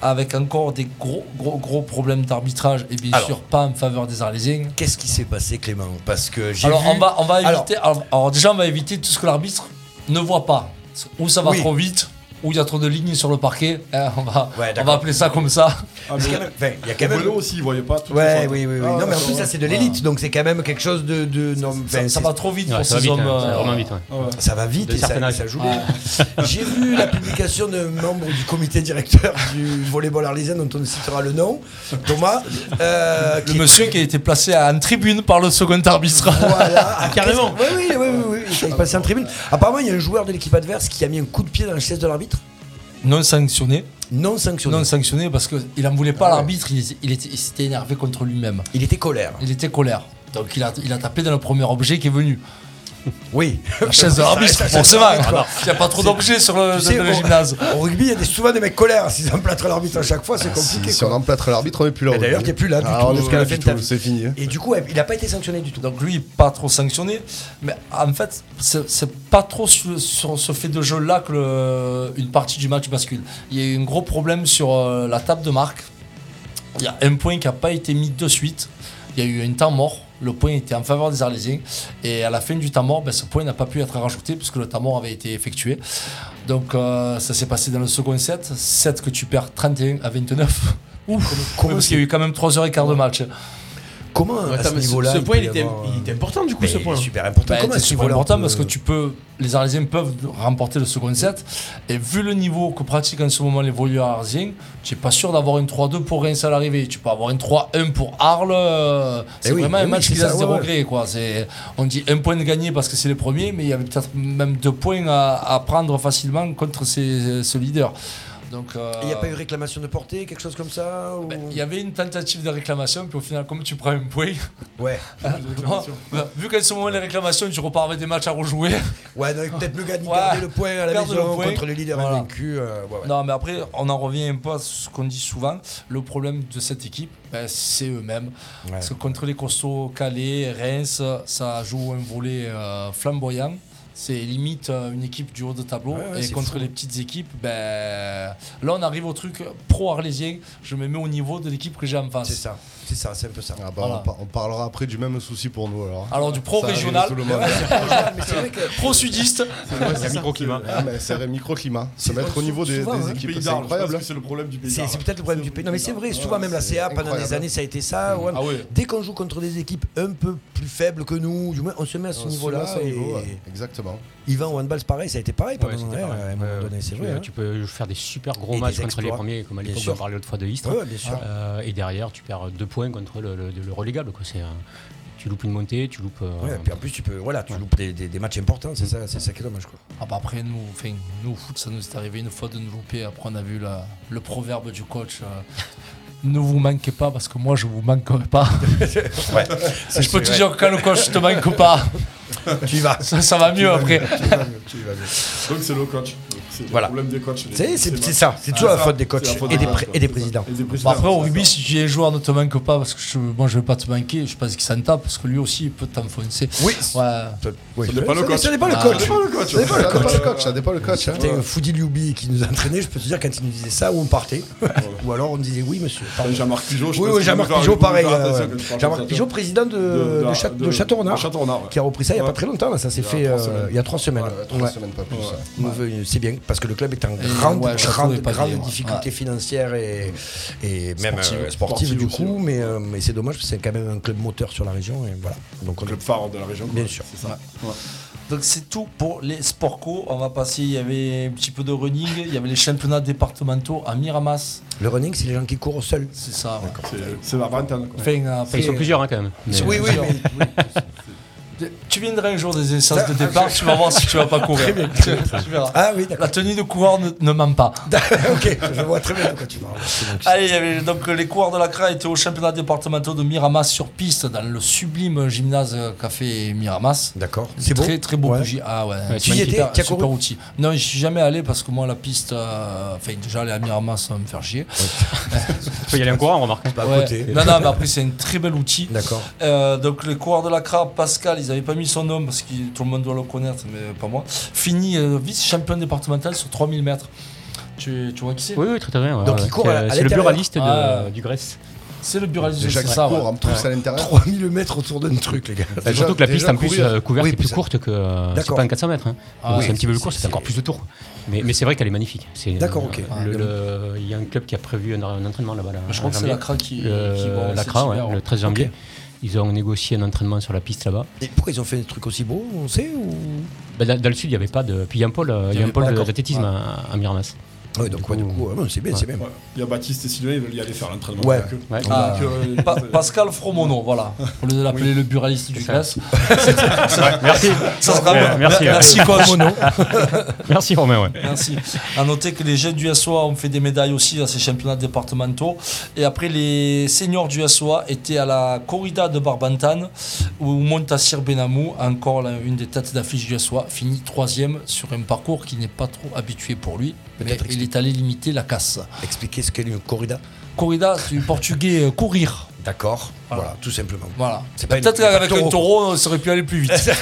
Speaker 5: avec encore des gros, gros, gros problèmes d'arbitrage et bien
Speaker 4: Alors.
Speaker 5: sûr pas en faveur des Arlésiens.
Speaker 4: Qu'est-ce qui s'est passé, Clément Parce que j'ai
Speaker 5: Alors
Speaker 4: vu-
Speaker 5: on va, on va
Speaker 4: Alors-
Speaker 5: éviter. Alors, alors, déjà on va éviter tout ce que l'arbitre ne voit pas. Ou ça va
Speaker 4: Oui.
Speaker 5: trop vite, ou il y a trop de lignes sur le parquet. Hein, on, va,
Speaker 4: Ouais,
Speaker 5: on
Speaker 4: d'accord.
Speaker 5: va appeler ça comme ça.
Speaker 9: Ah,
Speaker 4: Parce qu'il y a
Speaker 9: mais-
Speaker 4: même- enfin, il y a quand
Speaker 9: Au
Speaker 4: même.
Speaker 9: vélo aussi, ils voyaient pas tout Ah,
Speaker 4: Ouais, oui, oui,
Speaker 5: Ah,
Speaker 4: oui. non, mais en plus, ça, c'est de l'élite, donc c'est quand même quelque chose de. de- non,
Speaker 5: Ça,
Speaker 4: enfin,
Speaker 5: ça
Speaker 4: c'est-
Speaker 5: va trop vite
Speaker 6: Ouais,
Speaker 5: pour
Speaker 6: ça va
Speaker 5: ces
Speaker 6: vite,
Speaker 5: hommes.
Speaker 6: hein, ça va
Speaker 5: euh,
Speaker 6: vraiment vite. ouais.
Speaker 4: Ça va vite
Speaker 6: De
Speaker 4: et
Speaker 6: certain
Speaker 4: ça,
Speaker 6: âge.
Speaker 4: ça joue bien.
Speaker 5: Ah.
Speaker 4: J'ai vu la publication d'un membre du comité directeur du volleyball arlésien dont on ne citera le nom, Thomas, euh,
Speaker 5: Le
Speaker 4: qui
Speaker 5: monsieur qui a été placé en tribune par le second arbitre.
Speaker 4: Voilà.
Speaker 5: Ah, carrément.
Speaker 4: Oui, oui, oui, oui, oui. Il est passé en tribune. Apparemment, il y a un joueur de l'équipe adverse qui a mis un coup de pied dans la chaise de l'arbitre,
Speaker 5: Non sanctionné.
Speaker 4: non sanctionné.
Speaker 5: Non sanctionné parce qu'il n'en voulait pas
Speaker 4: Ah ouais.
Speaker 5: l'arbitre, il, il était- il s'était énervé contre lui-même.
Speaker 4: Il était colère.
Speaker 5: Il était colère. Donc il a, il a tapé dans le premier objet qui est venu.
Speaker 4: Oui.
Speaker 5: La chaise de l'arbitre, forcément. Alors, Il n'y a pas trop d'objets sur le,
Speaker 4: Tu sais,
Speaker 5: dans le
Speaker 4: au-
Speaker 5: gymnase.
Speaker 4: Au rugby, il y a des- souvent des mecs colères. S'ils emplâtrent l'arbitre à chaque fois,
Speaker 5: Ah,
Speaker 4: c'est compliqué.
Speaker 7: Si, si
Speaker 4: quoi.
Speaker 7: on emplâtre l'arbitre, on n'est plus là.
Speaker 4: Et d'ailleurs, t'es plus là du
Speaker 7: Ah,
Speaker 4: tout,
Speaker 7: on est
Speaker 4: parce
Speaker 7: plus
Speaker 4: qu'à
Speaker 7: là
Speaker 4: la
Speaker 7: du
Speaker 4: fin, t'as-
Speaker 7: tout, c'est fini. hein.
Speaker 4: Et du coup, il n'a pas été sanctionné du tout.
Speaker 5: Donc lui, pas trop sanctionné. Mais en fait, c'est c'est pas trop sur, sur ce fait de jeu-là que le- une partie du match bascule. Il y a eu un gros problème sur euh, la table de marque. Il y a un point qui n'a pas été mis de suite. Il y a eu un temps mort. Le point était en faveur des Arlésiens. Et à la fin du temps mort, ben, ce point n'a pas pu être rajouté puisque le temps mort avait été effectué. Donc euh, ça s'est passé dans le second set. Set que tu perds 31 à 29. Ouf,
Speaker 4: comment
Speaker 5: parce qu'il y a eu quand même 3h15 de match.
Speaker 4: Comment à
Speaker 3: Attends,
Speaker 4: ce
Speaker 3: mais
Speaker 4: niveau-là
Speaker 3: ce point,
Speaker 4: peut
Speaker 3: il
Speaker 4: y
Speaker 3: était,
Speaker 4: avoir, euh,
Speaker 3: il était important du coup,
Speaker 4: mais
Speaker 3: ce
Speaker 4: il est
Speaker 3: point.
Speaker 4: super important.
Speaker 5: Bah,
Speaker 4: Comment à
Speaker 5: c'est
Speaker 4: ce
Speaker 5: super
Speaker 4: niveau-là on
Speaker 5: important
Speaker 4: peut-
Speaker 5: parce que tu peux, les Arlésiens peuvent remporter le second set. Et vu le niveau que pratiquent en ce moment les volleyeurs arlésiens, tu n'es pas sûr d'avoir une 3-2 pour Reims à l'arrivée. Tu peux avoir une 3-1 pour Arles. euh, C'est
Speaker 4: Eh oui,
Speaker 5: vraiment
Speaker 4: eh
Speaker 5: un
Speaker 4: oui,
Speaker 5: match
Speaker 4: c'est
Speaker 5: qui
Speaker 4: ça,
Speaker 5: laisse des
Speaker 4: ouais, ouais.
Speaker 5: regrets. Quoi. C'est- On dit un point de gagné parce que c'est les premiers, mais il y avait peut-être même deux points à, à prendre facilement contre ces- ce leader. Donc, euh,
Speaker 4: Il n'y a pas eu réclamation de portée, quelque chose comme ça ou-
Speaker 5: ben, il y avait une tentative de réclamation, puis au final, comme tu prends un point,
Speaker 4: Ouais.
Speaker 5: vu qu'en ce moment les réclamations, tu repars avec des matchs à rejouer.
Speaker 4: Ouais, donc peut-être mieux gagner
Speaker 5: Ouais.
Speaker 4: garder le point à la
Speaker 5: Garde le
Speaker 4: maison
Speaker 5: point.
Speaker 4: contre le leader
Speaker 5: Voilà.
Speaker 4: invaincu. euh, ouais, ouais.
Speaker 5: Non, mais après, on en revient un peu à ce qu'on dit souvent. Le problème de cette équipe, ben, c'est eux-mêmes. Parce que contre les costauds Calais, Reims, ça joue un volet euh, flamboyant. C'est limite euh, une équipe du haut de tableau.
Speaker 4: Ouais, ouais,
Speaker 5: et
Speaker 4: c'est
Speaker 5: contre
Speaker 4: fou.
Speaker 5: les petites équipes, ben, là, on arrive au truc pro-arlésien. Je me mets au niveau de l'équipe que j'ai en face.
Speaker 4: C'est ça, c'est ça, c'est un peu ça.
Speaker 7: Ah bah,
Speaker 5: Voilà.
Speaker 7: on, par- on parlera après du même souci pour nous alors. hein.
Speaker 5: Alors, du
Speaker 7: Ça arrive
Speaker 5: pro-régional,
Speaker 7: tout le monde.
Speaker 4: Mais c'est vrai que
Speaker 5: pro-sudiste,
Speaker 6: Il y a un microclimat.
Speaker 7: Ah, mais c'est un microclimat. Ça va être au niveau des,
Speaker 4: souvent,
Speaker 7: des
Speaker 4: hein.
Speaker 7: équipes,
Speaker 9: Pays d'Arles,
Speaker 7: c'est
Speaker 9: je pense
Speaker 7: incroyable.
Speaker 9: que c'est le problème du pays
Speaker 4: c'est
Speaker 9: d'Arles.
Speaker 4: c'est peut-être le problème du pays. Non, mais c'est vrai, souvent même la
Speaker 7: c'est
Speaker 4: CA pendant des
Speaker 7: incroyable.
Speaker 4: années, ça a été ça. ouais.
Speaker 5: Ah ouais.
Speaker 4: Dès qu'on joue contre des équipes un peu plus faibles que nous, du moins, on se met à ce
Speaker 7: On se met
Speaker 4: niveau-là.
Speaker 7: à ce
Speaker 4: et
Speaker 7: niveau, ouais. Exactement.
Speaker 4: Yvan au handball, c'est pareil, ça a été pareil pendant
Speaker 6: Ouais, c'était
Speaker 4: ouais,
Speaker 6: pareil.
Speaker 4: à un moment
Speaker 6: Ouais,
Speaker 4: donné, c'est
Speaker 6: tu,
Speaker 4: vrai.
Speaker 6: peux-
Speaker 4: hein.
Speaker 6: tu peux faire des super gros
Speaker 4: Et
Speaker 6: matchs
Speaker 4: des
Speaker 6: contre les
Speaker 4: exploits.
Speaker 6: premiers, comme à
Speaker 4: Bien
Speaker 6: l'époque
Speaker 4: sûr.
Speaker 6: on parlait l'autre fois de Istres.
Speaker 4: Ouais, ouais, bien sûr.
Speaker 6: Euh, et derrière, tu perds deux points contre le, le- le relégable. quoi. C'est, euh, tu loupes une montée, tu loupes. euh,
Speaker 4: Ouais, puis en plus, tu peux, voilà, tu loupes des, des- des matchs importants, c'est ça, c'est ça qui est dommage. Quoi.
Speaker 9: Euh,
Speaker 5: Ah bah après, nous, enfin, nous, au foot, ça nous est arrivé une fois de nous louper. Après, on a vu la- le proverbe du coach. euh, ne vous manquez pas parce que moi, je vous manquerai pas. je peux te dire que quand le coach te manque pas,
Speaker 4: tu y vas.
Speaker 5: ça, ça va mieux après.
Speaker 9: Donc c'est le coach. Donc, C'est
Speaker 4: Voilà.
Speaker 9: le problème des coachs. les-
Speaker 4: C'est-
Speaker 9: les
Speaker 4: C'est c'est
Speaker 9: matchs.
Speaker 4: ça, c'est toujours
Speaker 9: Ah,
Speaker 4: la
Speaker 9: ça,
Speaker 4: faute des
Speaker 9: c'est la
Speaker 4: coachs
Speaker 9: faute
Speaker 4: et des,
Speaker 9: coachs,
Speaker 4: pré-
Speaker 9: ouais,
Speaker 4: et des
Speaker 9: c'est ça.
Speaker 4: présidents.
Speaker 9: Et des
Speaker 5: Bah
Speaker 9: présidents.
Speaker 5: après, au
Speaker 9: c'est
Speaker 5: rugby,
Speaker 9: ça.
Speaker 5: si tu es joueur, ne te manque pas parce que je, moi, je vais pas te manquer. Je pense qu'il s'en tape parce que lui aussi, il peut t'enfoncer.
Speaker 4: Oui.
Speaker 5: Ouais.
Speaker 4: Oui.
Speaker 9: Ça dépend le coach.
Speaker 4: Ça dépend le
Speaker 5: Ah,
Speaker 4: coach.
Speaker 9: Ça dépend le coach.
Speaker 7: Ça dépend pas le coach, ça dépend le coach. hein.
Speaker 4: C'était Foudi Lioubi qui nous entraînait, je peux te dire, quand il nous disait ça, où on partait. Ou alors on me disait oui, monsieur. pardon.
Speaker 9: Jean-Marc Pigeot, je
Speaker 4: Oui,
Speaker 9: pense
Speaker 4: oui,
Speaker 9: qu'il
Speaker 4: Jean-Marc
Speaker 9: nous a
Speaker 4: Pigeot,
Speaker 9: raconté
Speaker 4: pareil.
Speaker 9: ça,
Speaker 4: euh,
Speaker 9: c'est que je parle
Speaker 4: Jean-Marc
Speaker 9: de-
Speaker 4: Pigeot, président de, de,
Speaker 9: de-
Speaker 4: Cha-
Speaker 9: de-
Speaker 4: de Château-Renard,
Speaker 9: de Château-Renard, ouais.
Speaker 4: qui a repris ça il n'y a
Speaker 9: Ouais.
Speaker 4: pas très longtemps, là, ça s'est
Speaker 9: Il y a
Speaker 4: fait
Speaker 9: trois
Speaker 4: euh,
Speaker 9: semaines.
Speaker 4: il y a trois semaines.
Speaker 7: Voilà, trois
Speaker 4: Ouais.
Speaker 7: semaines, pas plus. hein.
Speaker 9: Ouais.
Speaker 4: Mauvais- C'est bien parce que le club est en
Speaker 5: Et
Speaker 4: grande,
Speaker 5: ouais, Château
Speaker 4: grande,
Speaker 5: est pas
Speaker 4: grande
Speaker 5: bien, ouais.
Speaker 4: difficulté financière et, et même euh, sportive,
Speaker 9: Sportive
Speaker 4: du
Speaker 9: aussi,
Speaker 4: coup,
Speaker 9: ouais.
Speaker 4: mais, euh, mais c'est dommage parce que c'est quand même un club moteur sur la région et voilà. Donc on
Speaker 9: Club phare de la région. quoi.
Speaker 4: Bien sûr.
Speaker 9: C'est ça. Ouais.
Speaker 5: Donc c'est tout pour les sports co. On va passer, il y avait un petit peu de running, il y avait les championnats départementaux à Miramas.
Speaker 4: Le running, c'est les gens qui courent seuls.
Speaker 5: C'est ça. ouais.
Speaker 9: C'est- C'est la vingtaine. quoi.
Speaker 5: Enfin, après-
Speaker 6: Ils sont plusieurs hein, quand même. Mais-
Speaker 4: Oui, oui, mais- oui.
Speaker 5: Tu viendras un jour des essences de départ, tu vas voir si tu vas pas courir. Tu- tu verras.
Speaker 4: Ah oui,
Speaker 5: La
Speaker 4: d'accord.
Speaker 5: tenue de coureur ne, ne ment pas.
Speaker 4: ok, je vois très bien de quoi tu parles.
Speaker 5: Allez, il y avait donc euh, les coureurs de la CRA étaient au championnat départemental de Miramas sur piste dans le sublime gymnase euh, qu'a fait Miramas.
Speaker 4: D'accord.
Speaker 5: C'est très très beau
Speaker 4: Ouais.
Speaker 5: bougie. Ah ouais, super-
Speaker 6: Ouais,
Speaker 4: tu y étais,
Speaker 5: super,
Speaker 4: tu as
Speaker 5: super
Speaker 4: couru
Speaker 5: outil. Non, je suis jamais allé parce que moi la piste, euh, enfin déjà aller à Miramas ça va me faire chier.
Speaker 6: Il faut y aller en courant, on remarque.
Speaker 4: Pas à
Speaker 5: Ouais.
Speaker 4: côté.
Speaker 5: Non non, mais après c'est un très bel outil.
Speaker 4: Bah, D'accord.
Speaker 5: Euh, donc les coureurs de la CRA, Pascal, ils n'avaient pas mis son nom parce que tout le monde doit le connaître, mais pas moi. Fini euh, vice-champion départemental sur 3000 mètres. Tu, tu vois qui c'est
Speaker 6: Oui, oui, très très bien. ouais,
Speaker 4: Donc,
Speaker 6: ouais.
Speaker 4: il court à- à
Speaker 6: C'est c'est le
Speaker 4: l'intérieur.
Speaker 6: buraliste de-
Speaker 5: Ah.
Speaker 6: du Grèce.
Speaker 5: C'est le buraliste,
Speaker 7: Déjà
Speaker 5: c'est
Speaker 7: qui
Speaker 5: ça. ouais.
Speaker 7: court en plus à l'intérieur.
Speaker 4: 3000 mètres autour d'un truc, les gars.
Speaker 7: Déjà-
Speaker 6: Surtout que la piste
Speaker 7: déjà
Speaker 6: en plus
Speaker 7: courir.
Speaker 6: euh, couverte
Speaker 4: Oui,
Speaker 6: est plus
Speaker 4: ça-
Speaker 6: courte que. euh, C'est
Speaker 4: D'accord.
Speaker 6: pas un 400 mètres. hein.
Speaker 5: Ah
Speaker 6: Donc,
Speaker 5: ouais,
Speaker 6: c'est un petit peu plus
Speaker 4: c'est-
Speaker 6: court, c'est
Speaker 4: c'est-
Speaker 6: encore plus de tours. Mais, mais c'est vrai qu'elle est magnifique. C'est,
Speaker 4: D'accord,
Speaker 6: euh,
Speaker 4: ok.
Speaker 6: le- le- Il y a un club qui a prévu un, un entraînement là-bas. là,
Speaker 5: Je
Speaker 6: en
Speaker 5: crois que c'est
Speaker 6: janvier.
Speaker 5: la CRA qui,
Speaker 6: Le-
Speaker 5: qui va-
Speaker 6: la
Speaker 5: c'est
Speaker 6: CRA, Euh, ouais,
Speaker 5: hiver,
Speaker 6: le 13 janvier. Ils ont négocié un entraînement sur la piste là-bas.
Speaker 4: Et pourquoi ils ont fait des trucs aussi beaux, on sait ou...
Speaker 6: Bah, dans, dans le sud, il n'y avait pas de. Puis il y a un pôle, euh, il y a un
Speaker 5: avait
Speaker 6: pôle
Speaker 5: pas,
Speaker 6: de-
Speaker 5: d'accord.
Speaker 6: d'athlétisme à, à Miramas.
Speaker 4: Ouais, donc, ouais, du coup, ouais, c'est bien, c'est bien.
Speaker 9: Ouais. Il y a Baptiste et Sylvain, ils veulent y aller faire l'entraînement.
Speaker 4: Ouais.
Speaker 9: avec eux.
Speaker 6: Ouais.
Speaker 9: Donc,
Speaker 5: Ah.
Speaker 9: euh,
Speaker 5: Pa-
Speaker 9: c'est-
Speaker 5: Pascal Fromono, voilà. Au lieu de l'appeler le buraliste du
Speaker 6: ça.
Speaker 5: classe.
Speaker 6: Merci.
Speaker 5: Ça sera
Speaker 6: Ouais,
Speaker 5: bon.
Speaker 6: merci, ouais.
Speaker 5: Merci, coach.
Speaker 6: Merci Romain. Ouais.
Speaker 5: Merci. À noter que les jeunes du SOA ont fait des médailles aussi à ces championnats départementaux. Et après, les seniors du SOA étaient à la corrida de Barbantane, où Montassir Benamou, encore là, une des têtes d'affiche du SOA, finit troisième sur un parcours qui n'est pas trop habitué pour lui. Mais
Speaker 4: Peut-être
Speaker 5: il est allé limiter la casse.
Speaker 4: Expliquer ce qu'est une corrida.
Speaker 5: Corrida, c'est du portugais euh, courir.
Speaker 4: D'accord. Voilà. tout simplement.
Speaker 5: Voilà.
Speaker 4: C'est pas une-
Speaker 5: Peut-être
Speaker 4: il y a pas de
Speaker 5: qu'avec un
Speaker 4: taureau.
Speaker 5: taureau, on aurait pu aller plus vite.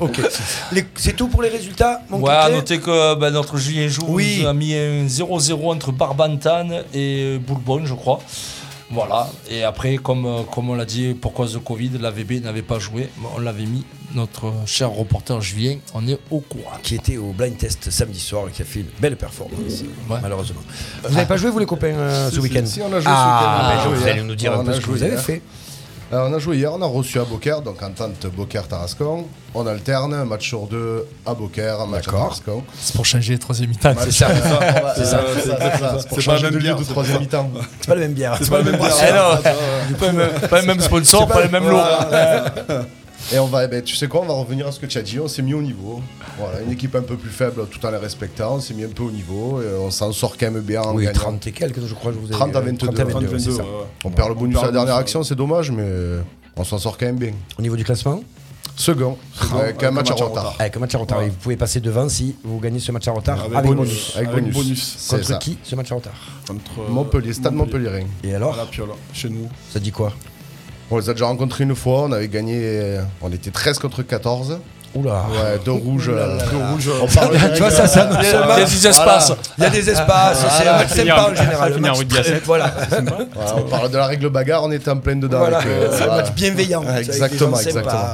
Speaker 4: Ok. Les- c'est tout pour les résultats, mon
Speaker 5: Ouais, à
Speaker 4: Kéké
Speaker 5: noter que ben, notre Julien Joux
Speaker 4: Oui.
Speaker 5: nous a mis un 0-0 entre Barbantane et euh, Bourbonne, je crois. Voilà. Et après, comme, euh, comme on l'a dit, pour cause de Covid, l'AVB n'avait pas joué. Bon, On l'avait mis, notre cher reporter Julien, on est au courant.
Speaker 4: Qui était au blind test samedi soir et qui a fait une belle performance, malheureusement. Vous n'avez pas joué, vous, les copains, euh,
Speaker 7: Si,
Speaker 4: ce
Speaker 7: si,
Speaker 4: week-end
Speaker 7: si, on a joué ce
Speaker 4: Ah,
Speaker 7: week-end, on a joué
Speaker 4: vous
Speaker 7: hier.
Speaker 4: allez nous dire
Speaker 7: Ouais,
Speaker 4: un
Speaker 7: on
Speaker 4: peu
Speaker 7: a
Speaker 4: ce que
Speaker 7: joué
Speaker 4: vous avez
Speaker 7: hier.
Speaker 4: fait.
Speaker 7: Alors, on a joué hier, on a reçu à Beaucaire, donc en tente Beaucaire-Tarascon. On alterne un match sur deux à Beaucaire, un match à
Speaker 4: D'accord.
Speaker 7: Tarascon.
Speaker 5: C'est pour changer les troisième mi-temps.
Speaker 7: C'est ça, c'est ça, c'est ça, c'est ça. C'est pour
Speaker 9: C'est pas
Speaker 7: changer
Speaker 9: la même
Speaker 7: de lieu
Speaker 9: bière,
Speaker 7: de
Speaker 9: c'est
Speaker 7: troisième mi-temps.
Speaker 4: C'est pas le même bière.
Speaker 9: C'est pas le même
Speaker 4: Ah
Speaker 5: Eh
Speaker 9: bière.
Speaker 5: non, pas, le même- pas le même sponsor, pas, le même lot.
Speaker 7: Et on va, eh ben, tu sais quoi, on va revenir à ce que tu as dit, on s'est mis au niveau. Voilà, une équipe un peu plus faible tout en la respectant, on s'est mis un peu au niveau, et on s'en sort quand même bien en
Speaker 4: Oui,
Speaker 7: gagnant.
Speaker 4: 30 et quelques, je crois. Je vous ai
Speaker 7: 30 à 22,
Speaker 4: 30 à 22,
Speaker 9: 32,
Speaker 4: c'est ça.
Speaker 9: ouais, ouais.
Speaker 7: On perd le bonus
Speaker 9: Euh, perd
Speaker 7: à la
Speaker 9: le
Speaker 7: dernière
Speaker 9: bonus,
Speaker 7: action, c'est dommage, mais euh, on s'en sort quand même bien.
Speaker 4: Au niveau du classement
Speaker 7: Second, avec un match en retard.
Speaker 4: Avec un match à retard. Et vous pouvez passer devant si vous gagnez ce match à retard Ah. avec,
Speaker 9: Avec
Speaker 4: bonus.
Speaker 9: bonus.
Speaker 7: Avec
Speaker 9: Avec
Speaker 7: bonus.
Speaker 9: bonus.
Speaker 7: C'est
Speaker 4: Contre
Speaker 7: ça.
Speaker 4: qui ce match à retard
Speaker 9: Contre euh,
Speaker 7: Montpellier, stade Montpellier.
Speaker 4: Et
Speaker 9: À
Speaker 4: alors
Speaker 9: la Piola, chez nous.
Speaker 4: Ça dit quoi
Speaker 7: On les a déjà rencontrés une fois, on avait gagné, euh, on était 13 contre 14.
Speaker 4: Oula
Speaker 7: Ouais, deux rouges. euh, deux rouges. On parle
Speaker 4: Tu vois, ça, ça, ce
Speaker 5: Il y a
Speaker 4: match,
Speaker 5: des espaces.
Speaker 4: il y a des espaces, c'est un match
Speaker 6: Finir-
Speaker 4: sympa en général.
Speaker 6: finir
Speaker 4: le match
Speaker 6: en rugby à
Speaker 4: très-
Speaker 6: sept.
Speaker 4: Voilà,
Speaker 7: Voilà, on parle de la règle bagarre, on était en pleine dedans.
Speaker 4: Voilà,
Speaker 7: avec, euh,
Speaker 4: c'est un
Speaker 7: voilà.
Speaker 4: match bienveillant. avec des gens
Speaker 7: Exactement,
Speaker 4: sympas.
Speaker 7: exactement.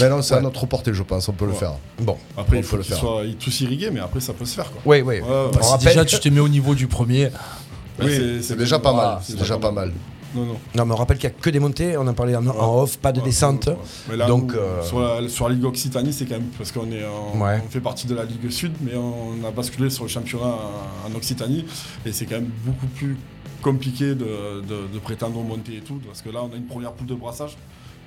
Speaker 7: Mais non, c'est à notre portée, je pense, on peut le faire.
Speaker 4: Bon,
Speaker 9: Après,
Speaker 7: On
Speaker 9: il
Speaker 7: peut
Speaker 9: faut
Speaker 7: le
Speaker 9: qu'ils
Speaker 7: faire.
Speaker 9: soient tous irrigués, mais après, ça peut se faire. quoi.
Speaker 4: oui, oui.
Speaker 9: Ouais,
Speaker 4: On
Speaker 9: ouais,
Speaker 5: Bah, Si
Speaker 4: rappelle
Speaker 5: déjà,
Speaker 4: que-
Speaker 5: tu te mets au niveau du premier.
Speaker 9: Ouais,
Speaker 7: Ben, C'est déjà pas
Speaker 5: voilà,
Speaker 7: mal. C'est déjà pas
Speaker 4: Euh,
Speaker 7: mal.
Speaker 9: Non, non.
Speaker 4: Non, mais on rappelle qu'il n'y a que des montées, on en parlait en, en off, pas de
Speaker 9: Ouais,
Speaker 4: descente.
Speaker 9: ouais. Mais là,
Speaker 4: Donc,
Speaker 9: nous,
Speaker 4: euh,
Speaker 9: sur, la, sur la Ligue Occitanie, c'est quand même parce qu'on est en-
Speaker 4: Ouais.
Speaker 9: on fait partie de la Ligue Sud, mais on a basculé sur le championnat en Occitanie et c'est quand même beaucoup plus compliqué de, de- de prétendre monter et tout parce que là, on a une première poule de brassage.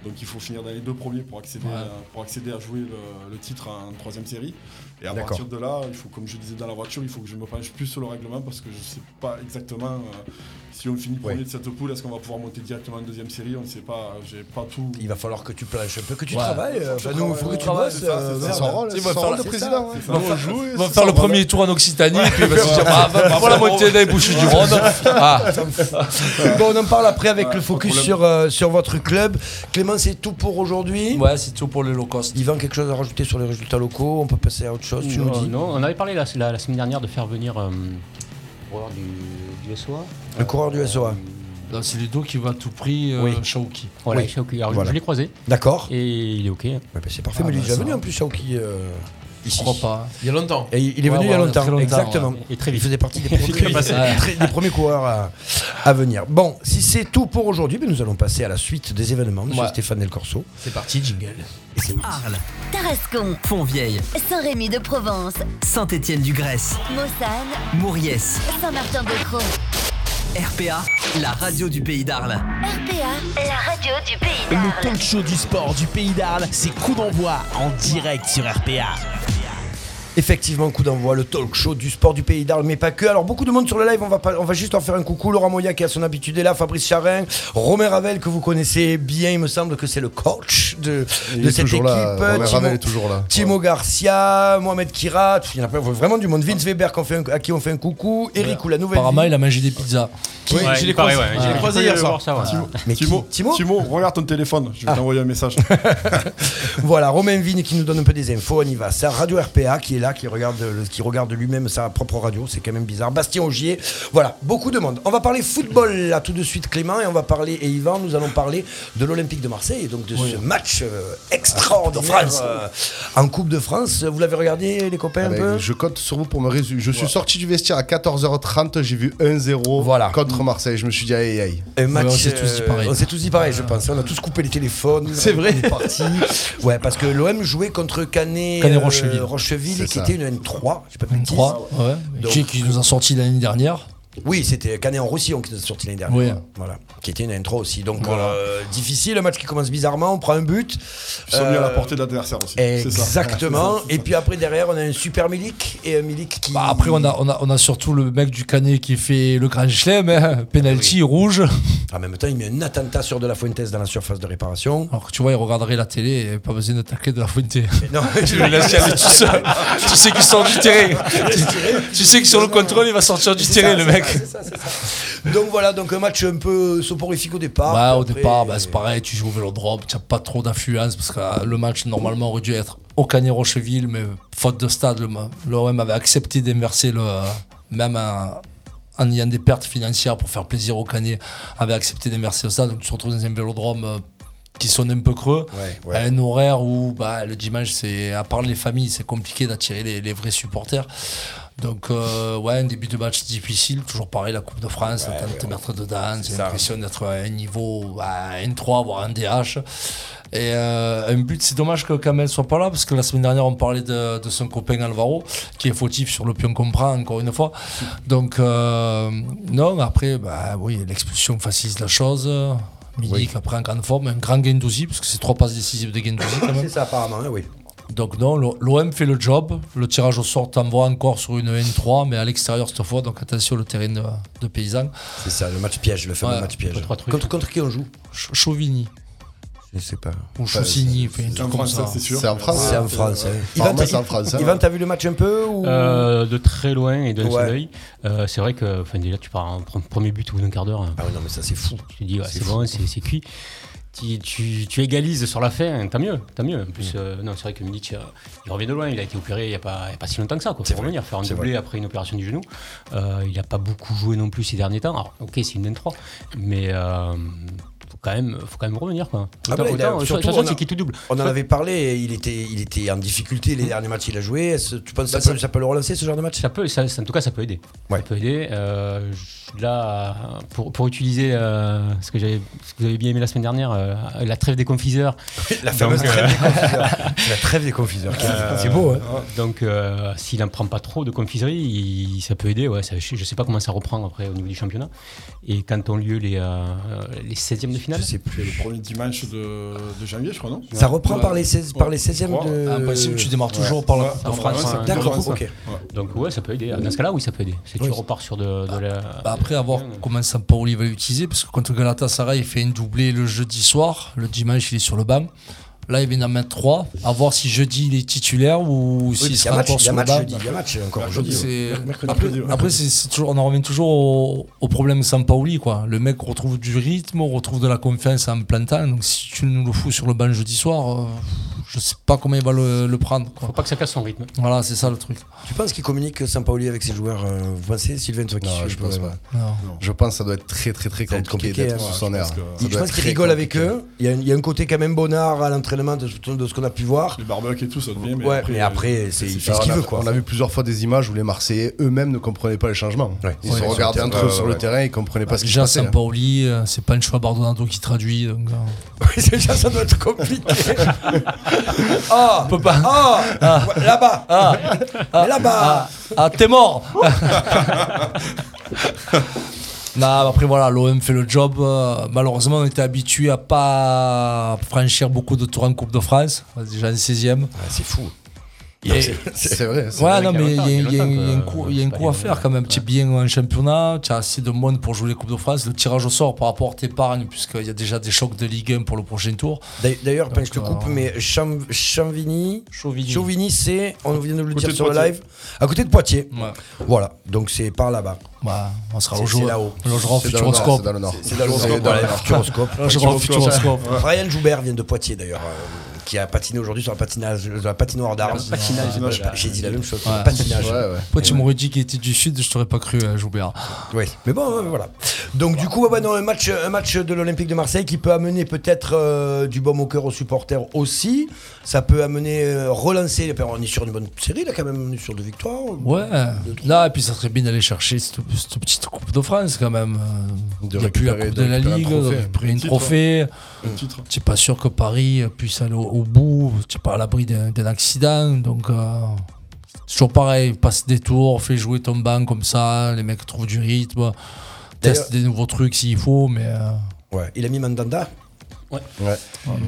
Speaker 9: Donc il faut finir dans les deux premiers pour accéder,
Speaker 5: Ouais.
Speaker 9: à, pour accéder à jouer le, le titre en troisième série. Et à
Speaker 4: D'accord.
Speaker 9: partir de là, il faut, comme je disais dans la voiture, il faut que je me penche plus sur le règlement parce que je ne sais pas exactement euh, si on finit premier de cette poule, est-ce qu'on va pouvoir monter directement en deuxième série On ne sait pas, j'ai pas tout.
Speaker 4: Il va falloir que tu planches un peu, que tu
Speaker 5: Ouais.
Speaker 4: travailles. euh, enfin, nous, il faut que tu
Speaker 9: travailles,
Speaker 4: bosses.
Speaker 9: c'est ça,
Speaker 4: euh,
Speaker 9: c'est
Speaker 7: C'est
Speaker 4: merde.
Speaker 9: ça.
Speaker 7: son rôle,
Speaker 5: Tu
Speaker 7: c'est
Speaker 5: vas
Speaker 7: son
Speaker 5: faire
Speaker 7: rôle
Speaker 5: la-
Speaker 7: de président. hein.
Speaker 9: ça. On va faire-
Speaker 7: jouer,
Speaker 5: On va
Speaker 7: c'est
Speaker 5: faire
Speaker 7: son
Speaker 5: le
Speaker 7: rôle.
Speaker 5: premier tour en Occitanie, puis il va se dire ah, va- va- voilà la moitié des bouches du Rhône. Ah,
Speaker 4: Bon, on en parle après avec
Speaker 9: Ouais,
Speaker 4: le
Speaker 9: pas de
Speaker 4: focus
Speaker 9: problème.
Speaker 4: sur, euh, sur votre club. Clément, c'est tout pour aujourd'hui.
Speaker 5: Ah. ouais, c'est tout pour les low cost.
Speaker 4: Yvan, quelque chose à rajouter sur les résultats locaux On peut passer à autre chose, tu nous
Speaker 6: Non,
Speaker 4: dis
Speaker 6: Oh, non, on avait parlé la, la- la semaine dernière de faire venir euh, coureur du, du SOA.
Speaker 4: Le coureur du SOA.
Speaker 5: Là, c'est Ludo qui va à tout prix euh,
Speaker 4: Oui.
Speaker 5: Shaoki.
Speaker 6: Voilà,
Speaker 4: Oui.
Speaker 6: Shaoki. Alors,
Speaker 4: Voilà.
Speaker 6: je l'ai croisé
Speaker 4: D'accord. ben,
Speaker 6: et il est ok. hein.
Speaker 4: Ouais, bah, c'est parfait, mais il est déjà venu en plus, Shaoki. euh,
Speaker 5: Je crois pas.
Speaker 3: Il y a longtemps.
Speaker 4: Et il est
Speaker 5: Ouais,
Speaker 4: venu il y
Speaker 5: ouais,
Speaker 4: a
Speaker 5: ouais,
Speaker 4: longtemps,
Speaker 5: très longtemps,
Speaker 4: exactement.
Speaker 5: ouais.
Speaker 6: Et très
Speaker 4: Il
Speaker 6: vite.
Speaker 4: faisait partie des premiers,
Speaker 5: passer.
Speaker 4: euh, très- des premiers coureurs à, à venir. Bon, si c'est tout pour aujourd'hui, ben, nous allons passer à la suite des événements, monsieur
Speaker 5: Ouais.
Speaker 4: Stéphane Del Corso.
Speaker 3: C'est parti, jingle.
Speaker 4: Et c'est parti.
Speaker 10: Arles,
Speaker 11: Tarascon,
Speaker 10: Fontvieille,
Speaker 11: Saint-Rémy de Provence,
Speaker 10: Saint-Étienne-du-Grèce,
Speaker 11: Mossane,
Speaker 10: Mauriès,
Speaker 11: Saint-Martin-de-Croix.
Speaker 10: RPA, la radio du pays d'Arles.
Speaker 11: RPA, la radio du pays
Speaker 3: Le
Speaker 11: d'Arles.
Speaker 3: talk show du sport du pays d'Arles, c'est coup d'envoi en direct sur RPA.
Speaker 4: Effectivement, coup d'envoi, le talk show du sport du pays d'Arles, mais pas que. Alors, beaucoup de monde sur le live, on va, pas, on va juste leur faire un coucou. Laurent Moya qui a son habitude est là, Fabrice Charin, Romain Ravel que vous connaissez bien, il me semble que c'est le coach de,
Speaker 7: Il
Speaker 4: de
Speaker 7: est
Speaker 4: cette équipe.
Speaker 7: toujours là, Romain
Speaker 4: Timo-
Speaker 7: Ravel est toujours là.
Speaker 4: Timo Garcia, Mohamed Kirat, il y en a plein, vraiment du monde. Vince Weber qu'on fait un- à qui on fait un coucou, Eric ou la nouvelle.
Speaker 5: Apparemment,
Speaker 4: vie.
Speaker 5: il a mangé des pizzas.
Speaker 6: Ouais,
Speaker 3: J'ai
Speaker 6: il
Speaker 3: les
Speaker 6: paraît,
Speaker 3: croisés-
Speaker 6: ouais,
Speaker 3: j'ai
Speaker 6: j'ai-
Speaker 3: les croisés
Speaker 6: j'ai
Speaker 3: hier
Speaker 6: cru
Speaker 3: soir.
Speaker 6: voir ça, ouais.
Speaker 4: Mais qui-
Speaker 9: Timo,
Speaker 4: Ah. Timo Ah.
Speaker 9: Timo, regarde ton téléphone, je vais t'envoyer un message.
Speaker 4: Voilà, Romain Vigne qui nous donne un peu des infos, on y va. Ça, Radio RPA qui est là, qui regarde, le- qui regarde lui-même sa propre radio, c'est quand même bizarre. Bastien Augier, voilà, beaucoup de monde. On va parler football là tout de suite, Clément, et on va parler, et Yvan, nous allons parler de l'Olympique de Marseille, et donc de ce match euh, extraordinaire euh, en Coupe de France. Vous l'avez regardé, les copains,
Speaker 7: Ah
Speaker 4: un
Speaker 7: ben,
Speaker 4: peu
Speaker 7: je compte sur vous pour me résumer. Je suis sorti du vestiaire à 14h30, j'ai vu 1-0
Speaker 4: Voilà.
Speaker 7: contre Marseille. Je me suis dit, aïe aïe.
Speaker 4: Un match, euh,
Speaker 5: Ouais, on s'est tous dit pareil.
Speaker 4: on s'est tous dit pareil, je pense. On a tous coupé les téléphones.
Speaker 3: C'est vrai.
Speaker 4: On est parti. Ouais, parce que l'OM jouait contre Canet,
Speaker 5: Canet
Speaker 4: euh,
Speaker 5: Rocheville.
Speaker 4: Rocheville,
Speaker 7: C'est
Speaker 4: qui
Speaker 7: ça.
Speaker 4: était une N3, je sais pas de bêtises.
Speaker 5: 3, ouais.
Speaker 4: Donc-
Speaker 5: Qui, qui nous a sorti l'année dernière.
Speaker 4: Oui, c'était Canet en Roussillon qui nous a sorti l'année dernière.
Speaker 5: Oui.
Speaker 4: Voilà. Qui était une intro aussi. Donc,
Speaker 5: Voilà.
Speaker 4: euh, difficile, le match qui commence bizarrement, on prend un but.
Speaker 9: Ils sont mis à la
Speaker 4: Euh,
Speaker 9: portée de l'adversaire aussi. c'est ça.
Speaker 4: Exactement.
Speaker 9: C'est ça, c'est
Speaker 4: Et
Speaker 9: ça.
Speaker 4: puis après, derrière, on a un super Milik et un Milik qui.
Speaker 5: Bah, après, on a, on, a, on a surtout le mec du canet qui fait le grand chelem, hein, penalty rouge.
Speaker 4: En même temps, il met un attentat sur De La Fuentes dans la surface de réparation.
Speaker 5: Alors que tu vois, il regarderait la télé et pas besoin de tacler de la fuente.
Speaker 4: Non,
Speaker 5: Tu le laisses y aller tout seul. Tu sais qu'il sort du terrain. Tu sais que sur le contrôle, il va sortir du
Speaker 4: C'est
Speaker 5: terrain,
Speaker 4: ça,
Speaker 5: le
Speaker 4: c'est
Speaker 5: mec.
Speaker 4: ça, c'est ça, c'est ça. Donc voilà, donc un match un peu soporifique au départ.
Speaker 5: Ouais, au
Speaker 4: Après,
Speaker 5: départ, bah, c'est pareil, tu joues au vélodrome, tu n'as pas trop d'affluence parce que euh, le match normalement aurait dû être au Canet Rocheville, mais faute de stade, le ma- l'OM avait accepté d'inverser le. euh, Même en, en ayant des pertes financières pour faire plaisir au Canet, avait accepté d'inverser le stade, donc tu te retrouves dans un vélodrome euh, qui sonne un peu creux.
Speaker 4: Ouais, ouais.
Speaker 5: À un horaire où bah, le dimanche, c'est à part les familles, c'est compliqué d'attirer les, les vrais supporters. Donc, euh, ouais, un début de match difficile. Toujours pareil, la Coupe de France, t'as de te mettre dedans. J'ai l'impression d'être à un niveau, bah, N3, voire un DH. Et euh, un but, c'est dommage que Kamel soit pas là, parce que la semaine dernière, on parlait de, de son copain Alvaro, qui est fautif sur le pion qu'on prend, encore une fois. Donc, euh, non, mais après, bah, oui, l'expulsion facilite la chose. Milik, après, en grande forme, un grand Gendouzi, parce que c'est trois passes décisives de Gendouzi quand même.
Speaker 4: C'est ça, apparemment, hein, oui.
Speaker 5: Donc non, l'OM fait le job. Le tirage au sort t'envoie encore sur une N3, mais à l'extérieur cette fois. Donc attention le terrain de, de paysan.
Speaker 4: C'est ça, le match piège, le fameux
Speaker 5: Ouais,
Speaker 4: match piège.
Speaker 6: trois trucs.
Speaker 4: Contre, contre qui on joue
Speaker 5: Ch- Chauvigny
Speaker 4: Je sais pas.
Speaker 5: ou Chaussini, enfin, un
Speaker 9: C'est en
Speaker 5: truc comme
Speaker 9: France,
Speaker 5: ça.
Speaker 9: ça, c'est sûr.
Speaker 7: C'est en France.
Speaker 4: C'est en France. hein. Yvan,
Speaker 7: Apparemment,
Speaker 4: t'as-
Speaker 7: c'est en France. hein.
Speaker 4: Yvan, t'as vu le match un peu ou...
Speaker 6: Euh, de très loin et d'un
Speaker 4: Ouais.
Speaker 6: seul œil. Euh, c'est vrai que enfin, déjà, tu pars en pre- premier but au bout d'un quart d'heure. hein.
Speaker 4: Ah ouais, non, mais ça c'est fou.
Speaker 6: Tu te dis, ouais,
Speaker 4: C'est
Speaker 6: c'est
Speaker 4: fou.
Speaker 6: bon, c'est c'est cuit. Tu, tu- tu égalises sur la fin, tant mieux, tant mieux. En
Speaker 4: Mm.
Speaker 6: plus, euh, non, c'est vrai que Milic, euh, il revient de loin, il a été opéré il n'y a, pas il y a pas si longtemps que ça. Quoi. Faut revenir, faire un doublé après une opération du genou. Euh, il n'a pas beaucoup joué non plus ces derniers temps. Alors, ok, c'est une N3, mais euh, faut, quand même, faut quand même revenir. Quoi.
Speaker 4: Ah bah, il a-
Speaker 6: euh,
Speaker 4: surtout,
Speaker 6: sur- sur-
Speaker 4: on a-
Speaker 6: c'est qui tout double.
Speaker 4: On en avait parlé, et il était, il était en difficulté les derniers matchs qu'il a joué. Est-ce- Tu penses que ça,
Speaker 6: Bah, ça-
Speaker 4: peut, ça peut le relancer ce genre de match
Speaker 6: Ça peut, ça- ça- en tout cas, ça peut aider.
Speaker 4: Ouais.
Speaker 6: Ça peut aider. Euh, je- là, euh, pour, pour utiliser euh, ce, que j'avais- ce que vous avez bien aimé la semaine dernière, euh, la trêve des confiseurs.
Speaker 4: La fameuse
Speaker 6: Donc, euh,
Speaker 4: trêve des confiseurs. La trêve des confiseurs. C'est beau, hein
Speaker 6: Donc, euh, s'il n'en prend pas trop de confiserie, il- ça peut aider. Ouais, ça- je ne sais pas comment ça reprend après au niveau du championnat. Et quand ont lieu les, euh, les 16e de finale
Speaker 4: Je sais
Speaker 9: C'est
Speaker 4: plus.
Speaker 9: le premier dimanche de, de janvier, je crois, non
Speaker 4: Ça reprend
Speaker 9: Ouais.
Speaker 4: par les 16 par les
Speaker 9: Ouais.
Speaker 4: 16e de.
Speaker 5: Ah, impossible, tu démarres toujours par la.
Speaker 6: en France,
Speaker 9: ouais,
Speaker 6: hein.
Speaker 4: D'accord,
Speaker 9: Ouais,
Speaker 4: ok.
Speaker 6: Donc, ouais, ça peut aider. Dans ce cas-là, oui, ça peut aider. C'est que
Speaker 4: Oui.
Speaker 6: tu repars sur de, de la.
Speaker 5: Bah, après avoir comment Sampaoli va l'utiliser, parce que contre Galatasaray, il fait une doublée le jeudi soir. Le dimanche, il est sur le banc. Là, il vient d'en mettre 3. À voir si jeudi, il est titulaire ou
Speaker 4: Oui,
Speaker 5: s'il
Speaker 4: parce qu'il y a
Speaker 5: sera
Speaker 4: match, il
Speaker 5: encore
Speaker 4: y a
Speaker 5: sur le
Speaker 4: match
Speaker 5: banc.
Speaker 4: jeudi, il y a match encore
Speaker 9: Mercredi,
Speaker 4: aujourd'hui.
Speaker 5: C'est-
Speaker 9: Mercredi,
Speaker 5: Après,
Speaker 9: ouais.
Speaker 5: après, c'est c'est toujours, on en revient toujours au, au problème Sampaoli. Quoi. Le mec retrouve du rythme, on retrouve de la confiance en plein temps. Donc si tu nous le fous sur le banc jeudi soir, euh, Je sais pas comment il va le, le prendre. Quoi.
Speaker 6: Faut pas que ça casse son rythme.
Speaker 5: Voilà, c'est ça le truc.
Speaker 4: Tu penses qu'il communique Sampaoli avec ses joueurs euh, Vous pensez, Sylvain, toi qui
Speaker 7: Non,
Speaker 4: suis
Speaker 7: je pense pas.
Speaker 5: Non.
Speaker 7: Je pense que ça doit être très très très
Speaker 4: Ça doit être
Speaker 7: compliqué
Speaker 4: compliqué,
Speaker 7: d'être
Speaker 4: hein,
Speaker 7: sous
Speaker 4: ouais,
Speaker 7: son
Speaker 4: je
Speaker 7: air.
Speaker 4: pense
Speaker 7: Ça
Speaker 4: Il-
Speaker 7: doit
Speaker 4: Je pense
Speaker 7: être
Speaker 4: qu'il
Speaker 7: très
Speaker 4: rigole avec
Speaker 7: compliqué.
Speaker 4: eux. Il y, a, il y a un côté quand même bonnard à l'entraînement de, de ce qu'on a pu voir.
Speaker 9: Les barbecues et tout, ça devient. euh,
Speaker 4: Ouais, mais après, euh, c'est- il fait ce
Speaker 7: Alors,
Speaker 4: qu'il
Speaker 7: on a-
Speaker 4: veut, quoi.
Speaker 7: On a vu plusieurs fois des images où les Marseillais eux-mêmes ne comprenaient pas les changements.
Speaker 4: Ouais.
Speaker 7: Ils
Speaker 5: Ouais,
Speaker 7: se
Speaker 5: sur le
Speaker 7: regardaient
Speaker 5: terrain,
Speaker 7: entre eux ouais, sur le ouais. terrain, ils comprenaient pas ce qui se
Speaker 5: Déjà,
Speaker 7: passait. hein.
Speaker 5: Sampaoli, euh, c'est pas une choix Bardonado qui traduit. Donc, euh,
Speaker 4: Déjà, ça doit être compliqué. Ah,
Speaker 5: on peut pas.
Speaker 4: ah, ouais, là-bas,
Speaker 5: Ah, ah,
Speaker 4: là-bas.
Speaker 5: ah, ah, t'es mort Non, mais après voilà, l'OM fait le job. Euh, Malheureusement, on était habitué à pas franchir beaucoup de tours en Coupe de France. On est Déjà en 16e.
Speaker 4: c'est fou.
Speaker 5: Et-
Speaker 7: C'est vrai. c'est
Speaker 5: Ouais,
Speaker 7: vrai
Speaker 5: non,
Speaker 6: qu'il y a
Speaker 5: mais il y,
Speaker 6: longtemps,
Speaker 5: a- il y a-
Speaker 6: il y a
Speaker 5: il y a un
Speaker 6: longtemps
Speaker 5: coup,
Speaker 6: que-
Speaker 5: il y a un
Speaker 6: c'est
Speaker 5: coup
Speaker 6: pas
Speaker 5: à
Speaker 6: les
Speaker 5: faire quand même. Tu es bien en championnat, tu as assez de monde pour jouer les Coupes de France. Le tirage au sort par rapport à t'épargne, puisqu'il y a déjà des chocs de Ligue 1 pour le prochain tour.
Speaker 4: D'ailleurs- D'ailleurs,
Speaker 5: Donc,
Speaker 4: je te
Speaker 5: euh,
Speaker 4: coupe, mais Cham- Chamvigny,
Speaker 5: Chauvigny.
Speaker 4: Chauvigny, c'est, on vient de le
Speaker 9: Côté
Speaker 4: dire
Speaker 9: de
Speaker 4: sur le
Speaker 9: Poitiers.
Speaker 4: live, à côté de Poitiers.
Speaker 5: Ouais.
Speaker 4: Voilà, donc c'est par là-bas.
Speaker 5: Bah, on sera
Speaker 4: C'est-
Speaker 5: au
Speaker 4: c'est
Speaker 5: jour.
Speaker 4: là-haut.
Speaker 5: On logera au
Speaker 7: C'est dans le nord,
Speaker 5: Futuroscope.
Speaker 7: C'est dans le nord.
Speaker 4: C'est dans le
Speaker 7: C'est dans le nord.
Speaker 4: Futuroscope.
Speaker 5: On logera au Futuroscope.
Speaker 4: Brian Joubert vient de Poitiers d'ailleurs, euh, qui a patiné aujourd'hui sur la, patinage, sur la patinoire d'Arles.
Speaker 9: Patinage.
Speaker 4: J'ai dit la même chose,
Speaker 5: Ouais.
Speaker 4: patinage.
Speaker 7: Ouais, ouais.
Speaker 5: Pourquoi tu m'aurais dit qu'il était du Sud, je t'aurais pas cru, euh, Joubert.
Speaker 4: Oui, mais bon, euh, voilà. Donc du coup, ouais, ouais, non, un match, un match de l'Olympique de Marseille qui peut amener peut-être euh, du baume au cœur aux supporters aussi. Ça peut amener euh, relancer. On est sur une bonne série là quand même, on est sur deux victoires.
Speaker 5: Ouais. Là, et puis ça serait bien d'aller chercher cette, cette petite Coupe de France quand même. Euh,
Speaker 7: De
Speaker 5: Il n'y a plus la
Speaker 7: récupérer-
Speaker 5: Coupe
Speaker 7: de
Speaker 5: de, la
Speaker 7: récupérer un
Speaker 5: Ligue,
Speaker 7: trophée.
Speaker 5: pris un
Speaker 9: titre.
Speaker 5: trophée.
Speaker 4: euh,
Speaker 9: Le titre.
Speaker 5: Tu n'es pas sûr que Paris puisse aller au, au bout, tu n'es pas à l'abri d'un d'un accident. Donc, euh, c'est toujours pareil, passe des tours, fais jouer ton banc comme ça, les mecs trouvent du rythme, teste des nouveaux trucs s'il faut, mais. euh,
Speaker 4: Ouais. Il a mis Mandanda.
Speaker 7: Ouais. Il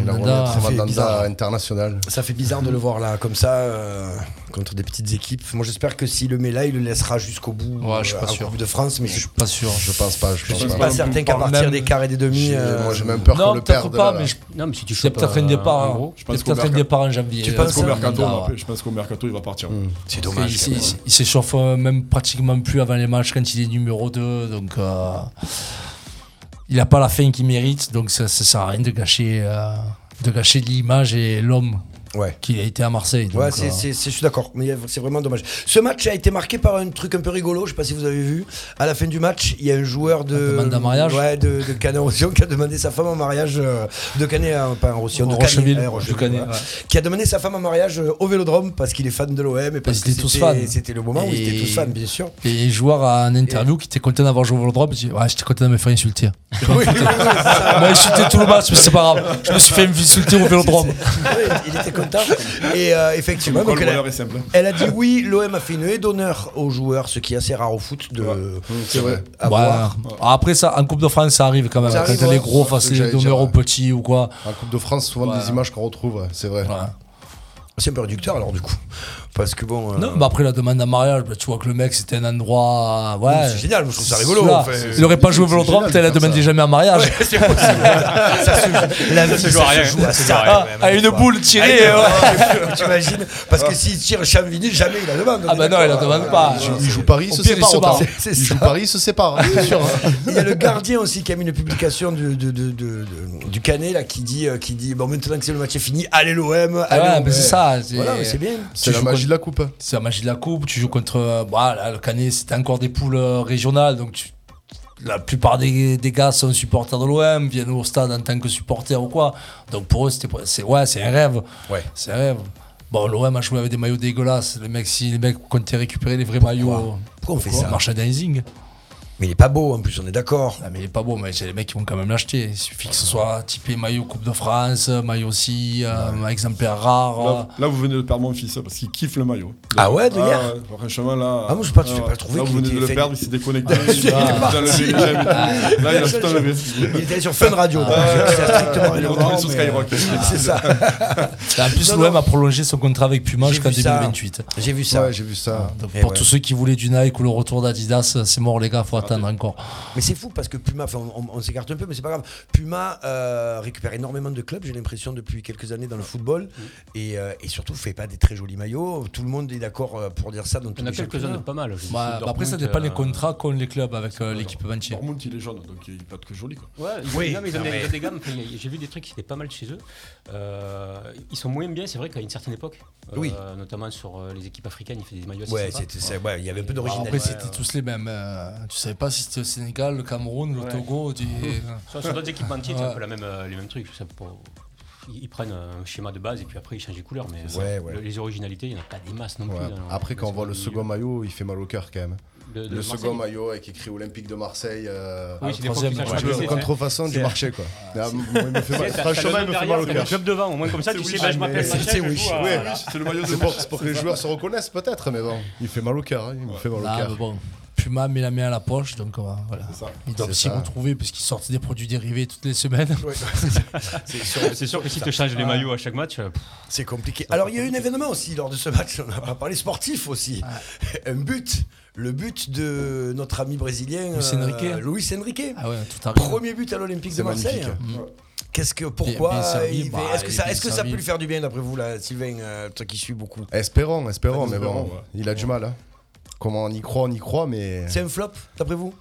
Speaker 7: a
Speaker 5: Mandanda,
Speaker 7: remis
Speaker 5: ça fait
Speaker 7: un Mandanda
Speaker 4: bizarre.
Speaker 7: international.
Speaker 4: Ça fait bizarre de le voir là comme ça euh, contre des petites équipes. Moi, j'espère que s'il le met là, il le laissera jusqu'au bout.
Speaker 5: Ouais, je suis pas
Speaker 4: en
Speaker 5: sûr.
Speaker 4: Coupe de France, mais je suis
Speaker 5: pas sûr.
Speaker 7: Je pense pas, je pense
Speaker 9: sais
Speaker 7: pas.
Speaker 4: pas certain qu'à partir
Speaker 5: Même-
Speaker 4: des quarts et des demi.
Speaker 7: J'ai-
Speaker 4: euh,
Speaker 7: Moi j'ai même peur qu'on
Speaker 5: non,
Speaker 7: le
Speaker 5: peut-être
Speaker 7: perde.
Speaker 5: pas,
Speaker 7: là, là.
Speaker 5: mais je-
Speaker 6: Non, mais si tu
Speaker 5: il y a
Speaker 6: chopes euh,
Speaker 5: peut-être un départ. hein.
Speaker 6: gros,
Speaker 5: Il
Speaker 9: Je
Speaker 5: y a
Speaker 9: pense qu'au
Speaker 5: peut-être un
Speaker 9: mercato-
Speaker 5: départ en janvier. Euh,
Speaker 4: Tu penses
Speaker 9: Parce qu'au
Speaker 4: Ça, Hmm.
Speaker 9: mercato,
Speaker 5: Mandanda, ouais.
Speaker 9: je pense qu'au mercato, il va partir.
Speaker 4: c'est
Speaker 5: Parce
Speaker 4: dommage.
Speaker 5: qu'il-
Speaker 4: quand
Speaker 5: il,
Speaker 4: même.
Speaker 5: il- il s'échauffe euh, même pratiquement plus avant les matchs quand il est numéro 2. Donc, euh, il n'a pas la fin qu'il mérite. Donc, ça ne sert à rien de gâcher, euh, de gâcher l'image et l'homme
Speaker 4: Ouais.
Speaker 5: qu'il a été à Marseille. Donc,
Speaker 4: Ouais, c'est,
Speaker 5: euh,
Speaker 4: c'est- c'est- je suis d'accord, mais c'est vraiment dommage. Ce match a été marqué par un truc un peu rigolo, je sais pas si vous avez vu. À la fin du match, il y a un joueur de.
Speaker 5: demande en mariage
Speaker 4: Ouais, de, de Canet en Roussillon qui a demandé sa femme en mariage. euh, De Canet, hein, pas en Roussillon, de Canet,
Speaker 5: Rocheville,
Speaker 4: ouais,
Speaker 5: de Canet,
Speaker 4: ouais,
Speaker 5: ouais.
Speaker 4: Qui a demandé sa femme en mariage euh, au vélodrome parce qu'il est fan de l'OM et parce
Speaker 5: Ils
Speaker 4: que c'était,
Speaker 5: étaient tous fans.
Speaker 4: c'était le moment où ils étaient
Speaker 5: Et-
Speaker 4: tous fans, bien sûr.
Speaker 5: Et les joueurs à un interview qui étaient contents d'avoir joué au Vélodrome, ils disaient, Ouais, j'étais content de me faire insulter.
Speaker 4: Oui, oui, oui,
Speaker 5: Moi, insulté tout le match, mais c'est pas grave. Je me suis fait insulter au Vélodrome.
Speaker 4: oui, il était content. Et euh, effectivement,
Speaker 9: Le
Speaker 4: donc
Speaker 9: col
Speaker 4: elle a,
Speaker 9: rouleur est simple. hein
Speaker 4: elle a dit oui, l'OM a fait une haie d'honneur aux joueurs, ce qui est assez rare au foot de.
Speaker 7: C'est vrai.
Speaker 4: à
Speaker 5: Ouais.
Speaker 4: voir.
Speaker 5: Après, ça, en Coupe de France, ça arrive quand même.
Speaker 4: Ça
Speaker 5: quand
Speaker 4: arrive,
Speaker 5: t'as les
Speaker 4: ouais.
Speaker 5: gros
Speaker 7: C'est
Speaker 5: face
Speaker 7: ce que
Speaker 5: les
Speaker 7: j'allais
Speaker 5: donneurs
Speaker 7: dire,
Speaker 5: aux
Speaker 7: ouais.
Speaker 5: petits ou quoi.
Speaker 7: En Coupe de France, souvent
Speaker 5: Ouais.
Speaker 7: des images qu'on retrouve, ouais, c'est vrai.
Speaker 5: Ouais.
Speaker 4: C'est un peu réducteur alors du coup. Parce que bon. euh,
Speaker 5: Non, mais après la demande en mariage, bah, tu vois que le mec c'était un endroit. euh, Ouais.
Speaker 4: C'est génial, je trouve ça rigolo.
Speaker 5: Là,
Speaker 4: enfin.
Speaker 5: il aurait pas joué au
Speaker 7: c'est
Speaker 5: Vélodrome,
Speaker 7: génial
Speaker 5: t'as
Speaker 7: de
Speaker 5: la
Speaker 7: faire
Speaker 5: demandé
Speaker 7: ça.
Speaker 5: jamais en mariage.
Speaker 4: La vie, ça se joue à ça.
Speaker 5: Ah, à une boule tirée. ouais.
Speaker 4: Tu imagines Parce que s'il tire Chamvini, jamais il la demande.
Speaker 5: Ah bah non, il la demande pas.
Speaker 7: Il joue Paris,
Speaker 5: Au
Speaker 7: se
Speaker 5: pire, il se
Speaker 7: sépare autant.
Speaker 5: barre.
Speaker 4: C'est
Speaker 7: Il
Speaker 4: ça.
Speaker 7: joue Paris, se sépare, hein, c'est sûr. hein.
Speaker 4: Il y a le gardien aussi qui a mis une publication du, de- de- de- de- du Canet là, qui dit, euh, qui dit bon, maintenant que c'est le match est fini, allez l'OM.
Speaker 5: Ah
Speaker 4: allez
Speaker 5: ouais,
Speaker 4: l'OM.
Speaker 5: mais c'est ça.
Speaker 4: Voilà, mais c'est bien.
Speaker 7: C'est la
Speaker 5: joues
Speaker 7: magie
Speaker 5: contre-
Speaker 7: de la Coupe. hein.
Speaker 5: C'est la magie de la coupe. Tu joues contre. euh, bah, là, le Canet, c'était encore des poules euh, régionales. Donc tu- la plupart des, des gars sont supporters de l'OM, viennent au stade en tant que supporters ou quoi. Donc pour eux, c'était pas- c'est ouais, c'est un rêve.
Speaker 4: Ouais.
Speaker 5: C'est un rêve. Bon, l'OM a joué avec des maillots dégueulasses. Les mecs, si les mecs comptaient récupérer les vrais maillots. euh,
Speaker 4: Pourquoi on fait
Speaker 5: pourquoi
Speaker 4: ça
Speaker 5: Merchandising.
Speaker 4: Mais il est pas beau en plus, on est d'accord.
Speaker 5: Ah, mais il est pas beau, mais c'est les mecs qui vont quand même l'acheter. Il suffit que ce soit typé maillot Coupe de France, maillot aussi, euh, exemplaire rare. euh.
Speaker 9: Là, là, vous venez de perdre mon fils hein, parce qu'il kiffe le maillot.
Speaker 4: Ah ouais, de hier
Speaker 9: ouais, Franchement, là.
Speaker 4: Ah, moi, je sais pas, tu fais pas trouver
Speaker 9: Là, vous
Speaker 4: qu'il
Speaker 9: venez
Speaker 4: était
Speaker 9: de le
Speaker 4: fait- Ah,
Speaker 9: perdre, il s'est déconnecté. il
Speaker 5: il est
Speaker 9: a bien levé les jambes. Là, il a tout enlevé.
Speaker 4: Il était sur Fun Radio. donc c'est strictement
Speaker 9: Il est retourné
Speaker 4: irrelevant,
Speaker 9: sur
Speaker 4: mais-
Speaker 9: Skyrock.
Speaker 4: C'est ça.
Speaker 5: Bah, En plus,
Speaker 4: Non,
Speaker 5: l'OM
Speaker 4: non.
Speaker 5: a prolongé son contrat avec Puma
Speaker 4: J'ai
Speaker 5: jusqu'en
Speaker 4: vu ça.
Speaker 5: 2028.
Speaker 4: J'ai vu ça.
Speaker 7: Ouais, j'ai vu ça.
Speaker 5: Donc,
Speaker 4: Et
Speaker 5: pour
Speaker 4: ouais.
Speaker 6: Ah,
Speaker 5: tous ceux qui voulaient du Nike ou le retour d'Adidas, c'est mort, les gars, faut attendre encore.
Speaker 4: Mais c'est fou parce que Puma, enfin, on, on s'écarte un peu, mais c'est pas grave. Puma euh, récupère énormément de clubs, j'ai l'impression, depuis quelques années dans le football. Et, euh, et surtout, fait pas des très jolis maillots. Tout le monde est d'accord euh, pour dire ça. Dans
Speaker 6: Il y en a quelques-uns hein. de pas mal. Je sais,
Speaker 5: Bah,
Speaker 6: Dortmund,
Speaker 5: bah après, ça dépend
Speaker 6: euh,
Speaker 5: les contrats qu'ont les clubs avec euh, l'équipe entière.
Speaker 9: Dortmund, il est jaune, donc il n'est pas que joli. Quoi.
Speaker 6: Ouais, ils,
Speaker 4: Oui,
Speaker 6: non, mais ils ont
Speaker 4: non,
Speaker 6: des,
Speaker 4: mais-
Speaker 6: des gammes. Enfin, il y a- J'ai vu des trucs qui étaient pas mal chez eux. Euh, ils sont moins bien, c'est vrai qu'à une certaine époque. Euh,
Speaker 4: Oui.
Speaker 6: Notamment sur euh, les équipes africaines, ils faisaient des maillots assez
Speaker 4: Ouais,
Speaker 6: sympas.
Speaker 4: c'était ça, ouais, il y avait un peu
Speaker 5: Bah,
Speaker 4: d'originalité.
Speaker 5: après, c'était tous les mêmes. euh, tu savais pas si c'était au Sénégal, le Cameroun, le
Speaker 6: Ouais.
Speaker 5: Togo. tu-
Speaker 6: Sur, sur d'autres équipes entières, c'est un
Speaker 5: Ouais.
Speaker 6: peu la même, euh, les mêmes trucs. Ça, pour- Ils ils prennent un schéma de base et puis après ils changent les couleurs. Mais
Speaker 4: Ouais, ouais.
Speaker 6: le- les originalités, il n'y en a pas des masses non
Speaker 7: Ouais.
Speaker 6: plus. hein. dans-
Speaker 7: Après, quand on
Speaker 6: dans ce
Speaker 7: voit le
Speaker 6: milieu.
Speaker 7: second maillot, il fait mal au cœur quand même.
Speaker 6: De- de
Speaker 7: le
Speaker 6: Marseille.
Speaker 7: second maillot avec écrit Olympique de Marseille. euh,
Speaker 6: Oui, c'est des fois
Speaker 5: troisième,
Speaker 6: qu'ils
Speaker 5: ouais.
Speaker 6: changent
Speaker 7: tu
Speaker 6: les
Speaker 7: veux,
Speaker 6: couleurs.
Speaker 7: contrefaçon du marché quoi. Ah, moi, il me fait mal. Franchement, il me
Speaker 6: T'as- t'as le nom
Speaker 7: fait
Speaker 6: derrière,
Speaker 7: mal au
Speaker 6: c'est
Speaker 7: cœur.
Speaker 6: le club devant, au moins comme ça, tu sais, bah, je m'appelle
Speaker 7: mais-
Speaker 6: Sacha,
Speaker 4: c'est
Speaker 6: je
Speaker 4: Wish.
Speaker 6: joue à-
Speaker 7: Ouais.
Speaker 9: Oui, c'est le maillot de
Speaker 7: C'est pour, c'est pour que les joueurs se reconnaissent peut-être, mais bon, il fait mal au cœur. hein, Il me fait mal au
Speaker 5: Ah, mais
Speaker 7: cœur.
Speaker 5: bon. Puma met la main à la poche, donc euh, voilà. Ils doivent
Speaker 7: C'est
Speaker 5: s'y
Speaker 7: ça.
Speaker 5: retrouver parce qu'ils sortent des produits dérivés toutes les semaines.
Speaker 6: C'est sûr que si tu changes les maillots à chaque match, euh, pff,
Speaker 4: C'est compliqué. Alors, il y a eu un événement aussi lors de ce match, on n'a pas parlé sportif aussi. Un but, le but de notre ami brésilien euh,
Speaker 5: Luis Enrique.
Speaker 4: Luis Enrique.
Speaker 5: Ah ouais, tout arrive.
Speaker 4: Premier but à l'Olympique de
Speaker 7: C'est
Speaker 4: Marseille.
Speaker 7: magnifique.
Speaker 4: Qu'est-ce que pourquoi
Speaker 5: Bien servi,
Speaker 4: il fait-
Speaker 5: bah,
Speaker 4: est-ce que
Speaker 5: il est
Speaker 4: ça
Speaker 5: bien
Speaker 4: est-ce que ça
Speaker 5: servi.
Speaker 4: peut lui faire du bien d'après vous là Sylvain euh, toi qui suis beaucoup
Speaker 7: Espérons, espérons, mais bon,
Speaker 9: Espérons, ouais.
Speaker 7: il a du mal. hein. Comment on y croit, on y croit, mais.
Speaker 4: C'est un flop d'après vous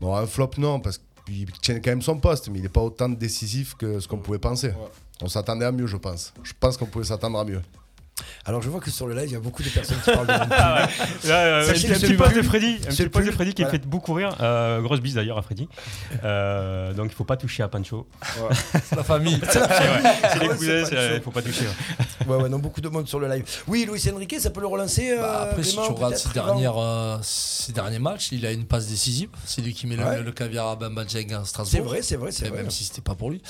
Speaker 7: Bon, un flop, non, parce qu'il tient quand même son poste, mais il n'est pas autant décisif que ce qu'on pouvait penser. On s'attendait à mieux, je pense. Je pense qu'on pouvait s'attendre à mieux.
Speaker 4: Alors je vois que sur le live il y a beaucoup de personnes qui parlent de mon
Speaker 6: Là, euh, un
Speaker 4: Sachez
Speaker 6: petit,
Speaker 4: que
Speaker 6: un
Speaker 4: ce
Speaker 6: petit poste
Speaker 4: pull-
Speaker 6: de Freddy, un
Speaker 4: ce
Speaker 6: petit poste de
Speaker 4: pull-
Speaker 6: Freddy qui
Speaker 4: voilà.
Speaker 6: me fait beaucoup rire. Euh, grosse bise d'ailleurs à Freddy. Euh, donc il faut pas toucher à Pancho.
Speaker 5: C'est la famille.
Speaker 6: C'est les cousins, c'est- il faut pas toucher. ouais.
Speaker 4: petit. ouais ouais non beaucoup de monde sur le live. Oui Luis Enrique ça peut le relancer euh,
Speaker 5: Bah, après, si tu
Speaker 4: Clément,
Speaker 5: regardes
Speaker 4: peut-être,
Speaker 5: ses,
Speaker 4: Yvan
Speaker 5: dernières, euh, ses derniers matchs, il a une passe décisive. C'est lui qui met le-
Speaker 4: Ouais.
Speaker 5: le, caviar à Bamba Dieng à Strasbourg.
Speaker 4: C'est vrai c'est vrai c'est
Speaker 5: Et
Speaker 4: vrai.
Speaker 5: même si c'était pas pour lui.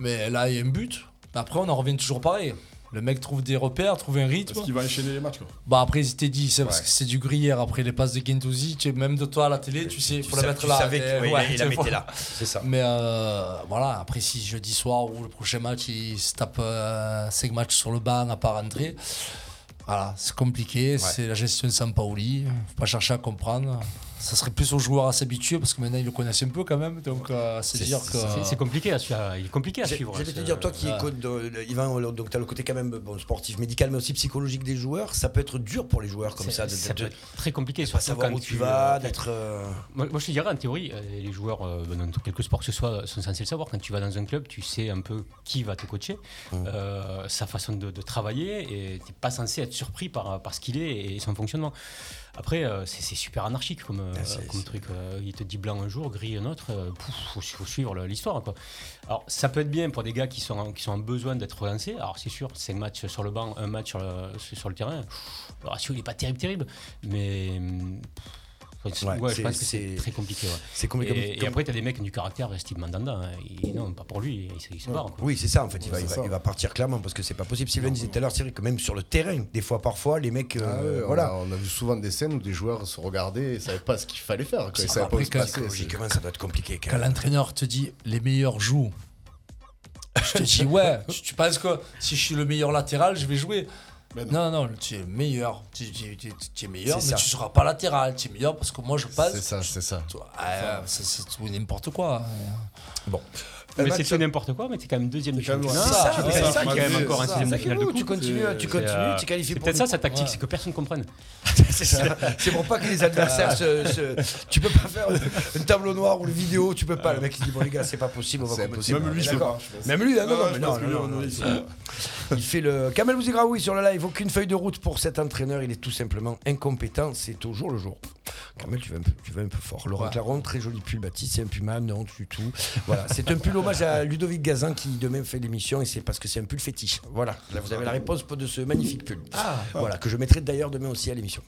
Speaker 5: Mais là, il y a un but. Après, on en revient toujours pareil. Le mec trouve des repères, trouve un rythme.
Speaker 9: Parce qu'il va enchaîner les matchs. Quoi.
Speaker 5: Bah après, ils étaient dit, c'est parce que c'est du gruyère. Après les passes de Gendouzi, tu- même de toi à la télé, tu sais, faut la
Speaker 4: sa-
Speaker 5: mettre
Speaker 4: tu
Speaker 5: là.
Speaker 4: savais que-
Speaker 5: Eh,
Speaker 4: oui, il la- il la
Speaker 5: tu
Speaker 4: mettait
Speaker 5: vois.
Speaker 4: là. C'est ça.
Speaker 5: Mais euh, voilà, après, si jeudi soir ou le prochain match, il se tape 5 matchs sur le banc à pas rentrer. Voilà, c'est compliqué, c'est la gestion de Sampaoli, faut pas chercher à comprendre. Ça serait plus aux joueurs à s'habituer parce que maintenant ils le connaissent un peu quand même, donc euh, c'est dire que.
Speaker 6: C'est- C'est compliqué à suivre. Il est compliqué à
Speaker 4: J'ai-
Speaker 6: suivre.
Speaker 4: J'allais te
Speaker 6: ce-
Speaker 4: dire, toi qui
Speaker 5: Ah.
Speaker 4: écoutes, de- Yvan, alors, donc tu as le côté quand même bon, sportif, médical, mais aussi psychologique des joueurs, ça peut être dur pour les joueurs comme
Speaker 6: c'est-
Speaker 4: ça, de
Speaker 6: ça
Speaker 4: ne
Speaker 6: peut être très compliqué,
Speaker 4: pas
Speaker 6: surtout
Speaker 4: savoir
Speaker 6: quand
Speaker 4: où tu
Speaker 6: tu
Speaker 4: vas,
Speaker 6: euh,
Speaker 4: d'être. euh,
Speaker 6: Moi, moi, je te dirais, en théorie, euh, les joueurs euh, dans quelque sport que ce soit sont censés le savoir. Quand tu vas dans un club, tu sais un peu qui va te coacher,
Speaker 4: Mmh.
Speaker 6: euh, sa façon de, de travailler, et tu pas censé être surpris par, par ce qu'il est et son fonctionnement. Après, euh, c'est c'est super anarchique comme, euh,
Speaker 4: Ah, c'est-
Speaker 6: comme
Speaker 4: c'est-
Speaker 6: truc. euh, il te dit blanc un jour, gris un autre, il faut, faut suivre le- l'histoire. quoi. Alors, ça peut être bien pour des gars qui sont, en- qui sont en besoin d'être relancés. Alors, c'est sûr, c'est un match sur le banc, un match sur le, sur le terrain. Pff, Le ratio, il n'est pas terrible, terrible. Mais. hum, pff,
Speaker 4: Ouais,
Speaker 6: ouais, je
Speaker 4: c'est-
Speaker 6: pense que c'est
Speaker 4: c'est-
Speaker 6: très compliqué. ouais.
Speaker 4: C'est
Speaker 6: Et,
Speaker 4: compliqué.
Speaker 6: et après, t'as des mecs du caractère, Steve Mandanda. hein. Il- non, pas pour lui, il, se- il se barre. quoi.
Speaker 4: Oui, c'est ça en fait, il va,
Speaker 7: c'est
Speaker 4: il va-
Speaker 7: ça.
Speaker 4: il va partir clairement parce que c'est pas possible. Sylvain disait tout à l'heure, c'est vrai que même sur le terrain, des fois, parfois, les mecs. euh,
Speaker 7: Ah ouais, on
Speaker 4: voilà.
Speaker 7: a- On a, vu souvent des scènes où des joueurs se regardaient et savaient pas ce qu'il fallait faire. quoi. Ils savaient pas où
Speaker 5: après,
Speaker 7: se passer. c'est-
Speaker 4: Psychologiquement, ça doit être compliqué quand
Speaker 5: Quand
Speaker 4: même.
Speaker 5: l'entraîneur te dit les meilleurs jouent, je te dis ouais, tu, tu penses que si je suis le meilleur latéral, je vais jouer.
Speaker 9: Mais
Speaker 5: non. non, tu es meilleur. Tu, tu- tu- tu es meilleur,
Speaker 4: C'est
Speaker 5: mais
Speaker 4: ça.
Speaker 5: tu seras pas latéral. Tu es meilleur parce que moi je passe.
Speaker 7: C'est ça, c'est ça.
Speaker 5: Ah, c'est c'est tout et n'importe quoi. hein.
Speaker 4: Bon.
Speaker 6: Mais
Speaker 4: Un
Speaker 6: c'est
Speaker 4: match-
Speaker 6: tout n'importe quoi, mais t'es quand même deuxième du
Speaker 9: quand même-
Speaker 6: championnat.
Speaker 9: Ah, c'est
Speaker 4: ça,
Speaker 6: Tu
Speaker 4: c'est
Speaker 6: gagnes
Speaker 4: ça
Speaker 6: quand
Speaker 9: qui
Speaker 6: même
Speaker 9: est-
Speaker 6: encore un
Speaker 9: c'est
Speaker 6: sixième
Speaker 9: ça
Speaker 6: de
Speaker 9: qui
Speaker 6: finale de coupe.
Speaker 4: tu continues, tu
Speaker 6: C'est, euh,
Speaker 4: continues, tu qualifies
Speaker 6: C'est
Speaker 4: pour.
Speaker 6: peut-être ça sa tactique,
Speaker 5: Ouais.
Speaker 6: c'est que personne ne comprenne.
Speaker 4: C'est ça. C'est pour pas que les adversaires se, se- Tu peux pas faire un tableau noir ou une vidéo, tu peux pas. Le mec il dit bon les gars, c'est pas possible, on va
Speaker 7: C'est
Speaker 4: combattre.
Speaker 7: impossible.
Speaker 9: Même lui, je sais
Speaker 4: D'accord.
Speaker 9: pas, je pense.
Speaker 4: Même lui, là, non,
Speaker 9: Ah,
Speaker 4: non,
Speaker 9: je
Speaker 4: mais
Speaker 9: pense
Speaker 4: non,
Speaker 9: que
Speaker 4: non,
Speaker 9: lui,
Speaker 4: non,
Speaker 9: on-
Speaker 4: non,
Speaker 9: il
Speaker 4: il
Speaker 9: faut-
Speaker 4: fait- Il fait le Kamel Bouzigraoui sur le live, aucune feuille de route pour cet entraîneur, il est tout simplement incompétent, c'est au jour le jour. Kamel, tu vas un peu, tu vas un peu fort. Laurent Claron, très joli pull Baptiste, c'est un puma, non du tout. Voilà, c'est un pull hommage à Ludovic Gazan qui demain fait l'émission et c'est parce que c'est un pull fétiche. Voilà, là vous avez la réponse de ce magnifique pull.
Speaker 5: Ah.
Speaker 4: voilà, que je mettrai d'ailleurs demain aussi à l'émission.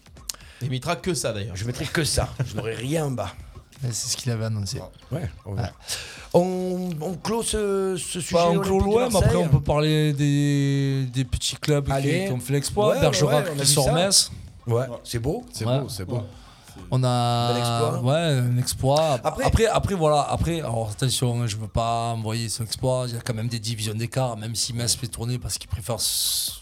Speaker 12: Il mettra que ça d'ailleurs.
Speaker 4: Je mettrai que ça, je n'aurai rien en bas.
Speaker 5: C'est ce qu'il avait annoncé.
Speaker 4: Ouais, on, verra. on, on clôt ce, ce sujet.
Speaker 5: Pas en
Speaker 4: Olympique
Speaker 5: clos
Speaker 4: de
Speaker 5: l'OM, après
Speaker 4: Marseille. hein.
Speaker 5: on peut parler des, des petits clubs
Speaker 4: Allez.
Speaker 5: qui, qui ont fait l'exploit.
Speaker 4: Ouais,
Speaker 5: Bergerac
Speaker 4: ouais, on a
Speaker 5: qui
Speaker 4: vu
Speaker 5: sort
Speaker 4: ça.
Speaker 5: Metz.
Speaker 4: Ouais, c'est beau.
Speaker 7: C'est
Speaker 5: Ouais.
Speaker 7: beau, c'est beau.
Speaker 5: On
Speaker 4: Bel
Speaker 5: a
Speaker 4: exploit.
Speaker 5: ouais, un exploit.
Speaker 4: Après-
Speaker 5: Après, après, voilà, après, alors attention, hein, je veux pas envoyer son exploit. Il y a quand même des divisions d'écart, même si Metz fait tourner parce qu'il préfère. s-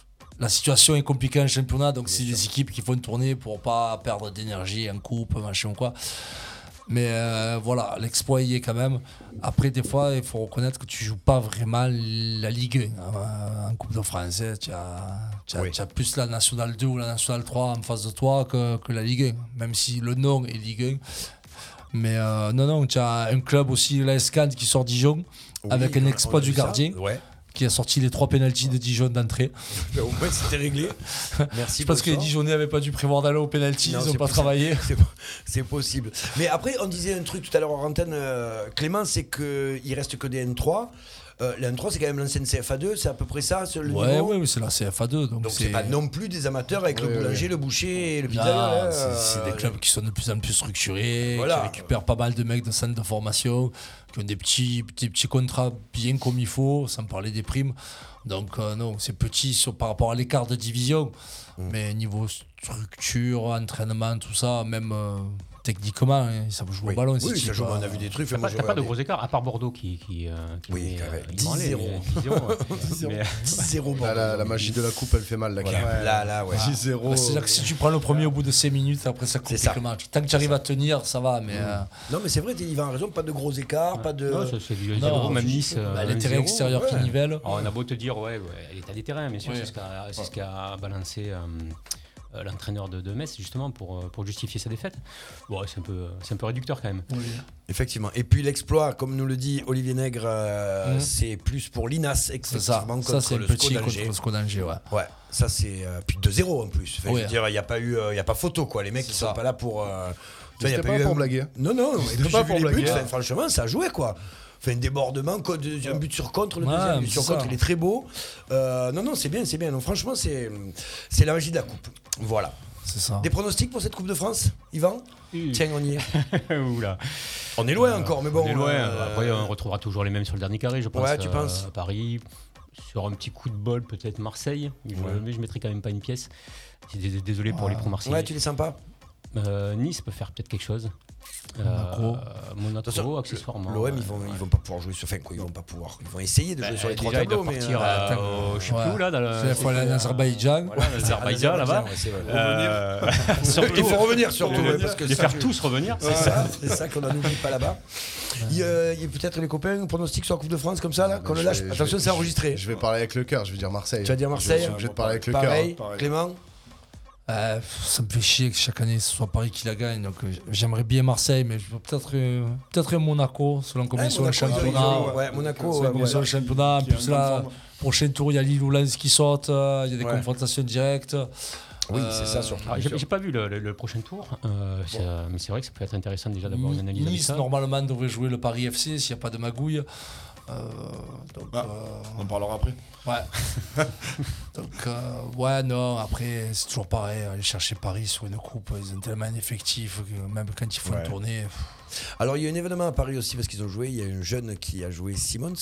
Speaker 5: La situation est compliquée en championnat, donc c'est des équipes qui font tourner pour pas perdre d'énergie en coupe, machin ou quoi. Mais euh, voilà, l'exploit y est quand même. Après, des fois, il faut reconnaître que tu joues pas vraiment la Ligue 1 hein, en Coupe de France. hein. Tu as, tu as- tu as plus la Nationale 2 ou la Nationale 3 en face de toi que, que la Ligue 1, même si le nom est Ligue 1. Mais euh, non, non, tu as un club aussi, la Escade, qui sort Dijon,
Speaker 4: Oui,
Speaker 5: avec
Speaker 4: on
Speaker 5: un
Speaker 4: a- on
Speaker 5: exploit
Speaker 4: a
Speaker 5: du
Speaker 4: vu ça,
Speaker 5: gardien.
Speaker 4: ouais.
Speaker 5: Qui a sorti les trois pénalties de Dijon d'entrée.
Speaker 4: au moins, c'était réglé. Merci.
Speaker 5: Je pense que les
Speaker 4: bonsoir.
Speaker 5: Dijonais n'avaient pas dû prévoir d'aller au pénalty, ils
Speaker 4: Non,
Speaker 5: n'ont
Speaker 4: c'est
Speaker 5: pas
Speaker 4: possible.
Speaker 5: travaillé.
Speaker 4: C'est po- C'est possible. Mais après, on disait un truc tout à l'heure en antenne, euh, Clément, c'est qu'il reste que des N3. Euh, les N3, c'est quand même l'ancienne CFA2, c'est à peu près ça, c'est le
Speaker 5: Ouais,
Speaker 4: niveau.
Speaker 5: ouais, mais c'est la CFA2. Donc,
Speaker 4: Donc c'est pas non plus des amateurs avec le
Speaker 5: Ouais, ouais.
Speaker 4: boulanger, le boucher, et le
Speaker 5: Non,
Speaker 4: pizzaïolo, hein,
Speaker 5: Ah, c'est- c'est des
Speaker 4: euh,
Speaker 5: clubs qui sont de plus en plus structurés,
Speaker 4: Voilà.
Speaker 5: qui récupèrent pas mal de mecs de centres de formation, qui ont des petits, petits, petits contrats bien comme il faut, sans parler des primes. Donc euh, non, c'est petit sur, par rapport à l'écart de division.
Speaker 4: Mm.
Speaker 5: Mais niveau structure, entraînement, tout ça, même euh, techniquement, hein, ça joue au ballon. si tu
Speaker 4: ça joue,
Speaker 5: vas-
Speaker 4: on a vu des trucs,
Speaker 6: T'as
Speaker 4: moi,
Speaker 6: pas,
Speaker 4: j'ai
Speaker 6: t'as pas de
Speaker 4: regardé.
Speaker 6: gros écart, à part Bordeaux qui. qui, euh, qui
Speaker 4: Oui,
Speaker 6: met,
Speaker 4: quand
Speaker 6: euh,
Speaker 4: même.
Speaker 6: il branle, mais,
Speaker 4: 10-0.
Speaker 6: euh, 10-0, ouais. Mais-
Speaker 4: 10-0
Speaker 7: Là, la, la magie de la coupe, elle fait mal, la
Speaker 4: Voilà.
Speaker 7: quand même.
Speaker 4: Là, là, ouais.
Speaker 7: 10-0.
Speaker 5: Bah, C'est-à-dire que si tu prends le premier au bout de 5 minutes, après ça complique
Speaker 4: euh, ça. Mm.
Speaker 5: le match. Tant que tu arrives à tenir, ça va, mais. euh,
Speaker 4: Non, mais c'est vrai, il va en raison, pas de gros écarts, pas de.
Speaker 6: Non, c'est- c'est du
Speaker 4: Euh, Non,
Speaker 6: 0, même
Speaker 4: c'est-
Speaker 6: Nice. euh,
Speaker 5: bah, les
Speaker 6: 1-0,
Speaker 5: terrains extérieurs qui
Speaker 6: ouais.
Speaker 5: nivellent.
Speaker 6: Alors, on a beau te dire, ouais, ouais, l'état des terrains, bien sûr,
Speaker 5: Ouais.
Speaker 6: c'est ce qu'a c'est ce qu'a balancé euh, euh, l'entraîneur de, de Metz, justement, pour, euh, pour justifier sa défaite. Bon, c'est un, peu- euh, c'est un peu réducteur quand même.
Speaker 4: Effectivement. Et puis l'exploit, comme nous le dit Olivier Nègre, euh,
Speaker 6: Mhm.
Speaker 4: c'est plus pour l'INAS,
Speaker 5: C'est ça,
Speaker 4: effectivement,
Speaker 5: ça
Speaker 4: contre
Speaker 5: c'est
Speaker 4: le
Speaker 5: petit
Speaker 4: Sco d'Alger.
Speaker 5: contre ce Danger, ouais.
Speaker 4: Ouais, ça c'est. euh, puis 2-0 en plus. Enfin,
Speaker 5: Ouais.
Speaker 4: Je veux dire, il n'y a pas eu. euh, Il y a pas photo, quoi. Les mecs, ils sont pas là pour. euh, tu vois, il y a
Speaker 7: C'était
Speaker 4: eu
Speaker 7: pas pour
Speaker 4: un-
Speaker 7: blaguer. hein.
Speaker 4: Non, non, et
Speaker 7: C'était
Speaker 4: puis
Speaker 7: pas
Speaker 4: j'ai vu
Speaker 7: pour
Speaker 4: les
Speaker 7: blaguer.
Speaker 4: buts, enfin, franchement, ça jouait, quoi. Fait un débordement, quoi, deux- un but sur contre, le
Speaker 5: Ouais,
Speaker 4: deuxième
Speaker 5: mais
Speaker 4: but sur
Speaker 5: c'est ça.
Speaker 4: contre, il est très beau. Euh, non, non, c'est bien, c'est bien. Non, franchement, c'est c'est la magie de la Coupe. Voilà.
Speaker 5: C'est ça.
Speaker 4: Des pronostics pour cette Coupe de France, Yvan Tiens, on y est.
Speaker 6: Oula.
Speaker 4: On est loin encore, mais bon.
Speaker 6: Hein, On est loin. hein.
Speaker 4: euh,
Speaker 6: Après, on retrouvera toujours les mêmes sur le dernier carré, je pense.
Speaker 4: Ouais, tu
Speaker 6: euh,
Speaker 4: penses
Speaker 6: Paris, sur un petit coup de bol, peut-être Marseille. Je-
Speaker 4: Ouais.
Speaker 6: Mais je mettrai quand même pas une pièce. Dés- Désolé pour les pros marseillais.
Speaker 4: Ouais, tu les sens pas
Speaker 6: Euh, nice peut faire peut-être quelque chose. Euh,
Speaker 5: Monaco.
Speaker 6: Monaco,
Speaker 4: Attention,
Speaker 6: accessoirement.
Speaker 4: L'OM, ils vont, ils vont pas pouvoir jouer sur. Enfin, quoi, ils vont pas pouvoir. Ils vont essayer de jouer
Speaker 6: Bah,
Speaker 4: sur les trois
Speaker 6: déjà, ils
Speaker 4: tableaux,
Speaker 6: doivent
Speaker 4: mais.
Speaker 6: partir
Speaker 4: euh,
Speaker 6: à- au- je sais plus où, là, dans le-
Speaker 5: C'est la fois là, en Azerbaïdjan.
Speaker 6: Voilà, l'Azerbaïdjan là-bas.
Speaker 4: ouais, c'est vrai.
Speaker 6: Euh, surtout-
Speaker 4: Il faut revenir surtout,
Speaker 6: Les-
Speaker 4: ouais, parce que
Speaker 6: les
Speaker 4: ça,
Speaker 6: faire
Speaker 4: tu-
Speaker 6: tous revenir.
Speaker 4: C'est ça, c'est ça qu'on n'en oublie pas là-bas. Il y a, il y a peut-être les copains, un pronostic sur la Coupe de France comme ça, là, qu'on le
Speaker 7: Je
Speaker 4: lâche.
Speaker 7: vais- je
Speaker 4: Attention,
Speaker 7: vais-
Speaker 4: c'est enregistré.
Speaker 7: Je vais parler avec le cœur, je vais dire Marseille.
Speaker 4: Tu vas dire
Speaker 7: Je
Speaker 4: Marseille
Speaker 7: suis obligé de parler avec le cœur.
Speaker 4: Pareil,
Speaker 7: hein.
Speaker 4: Clément
Speaker 5: Euh, pff, ça me fait chier que chaque année ce soit Paris qui la gagne. Donc euh, j'aimerais bien Marseille, mais je veux peut-être euh, peut-être un Monaco, selon comment
Speaker 4: Ouais,
Speaker 5: ils sont le
Speaker 4: Monaco, ils-
Speaker 5: championnat.
Speaker 4: ils- ouais, Monaco,
Speaker 5: Selon
Speaker 4: ouais,
Speaker 5: comment
Speaker 4: ouais.
Speaker 5: ils sont le championnat. En
Speaker 9: Qui- qui
Speaker 5: plus,
Speaker 9: est en grande
Speaker 5: là,
Speaker 9: forme.
Speaker 5: prochain tour, il y a Lille ou Lens qui sortent, euh, il y a des
Speaker 4: Ouais.
Speaker 5: confrontations directes. Euh,
Speaker 4: Oui, c'est ça, surtout.
Speaker 6: Alors, J'ai j'ai pas vu le, le- le prochain tour, euh, c'est- euh, mais c'est vrai que ça peut être intéressant déjà d'avoir une analyse avec
Speaker 5: Nice,
Speaker 6: ça.
Speaker 5: normalement, devrait jouer le Paris FC s'il n'y a pas de magouille. Euh, donc,
Speaker 9: Ah, On en parlera après.
Speaker 5: euh, ouais. Donc, euh, ouais, non, après, c'est toujours pareil. Aller chercher Paris sur une coupe, ils ont tellement d'effectifs que même quand ils font une tournée.
Speaker 4: Alors, il y a un événement à Paris aussi, parce qu'ils ont joué. Il y a un jeune qui a joué Simmons,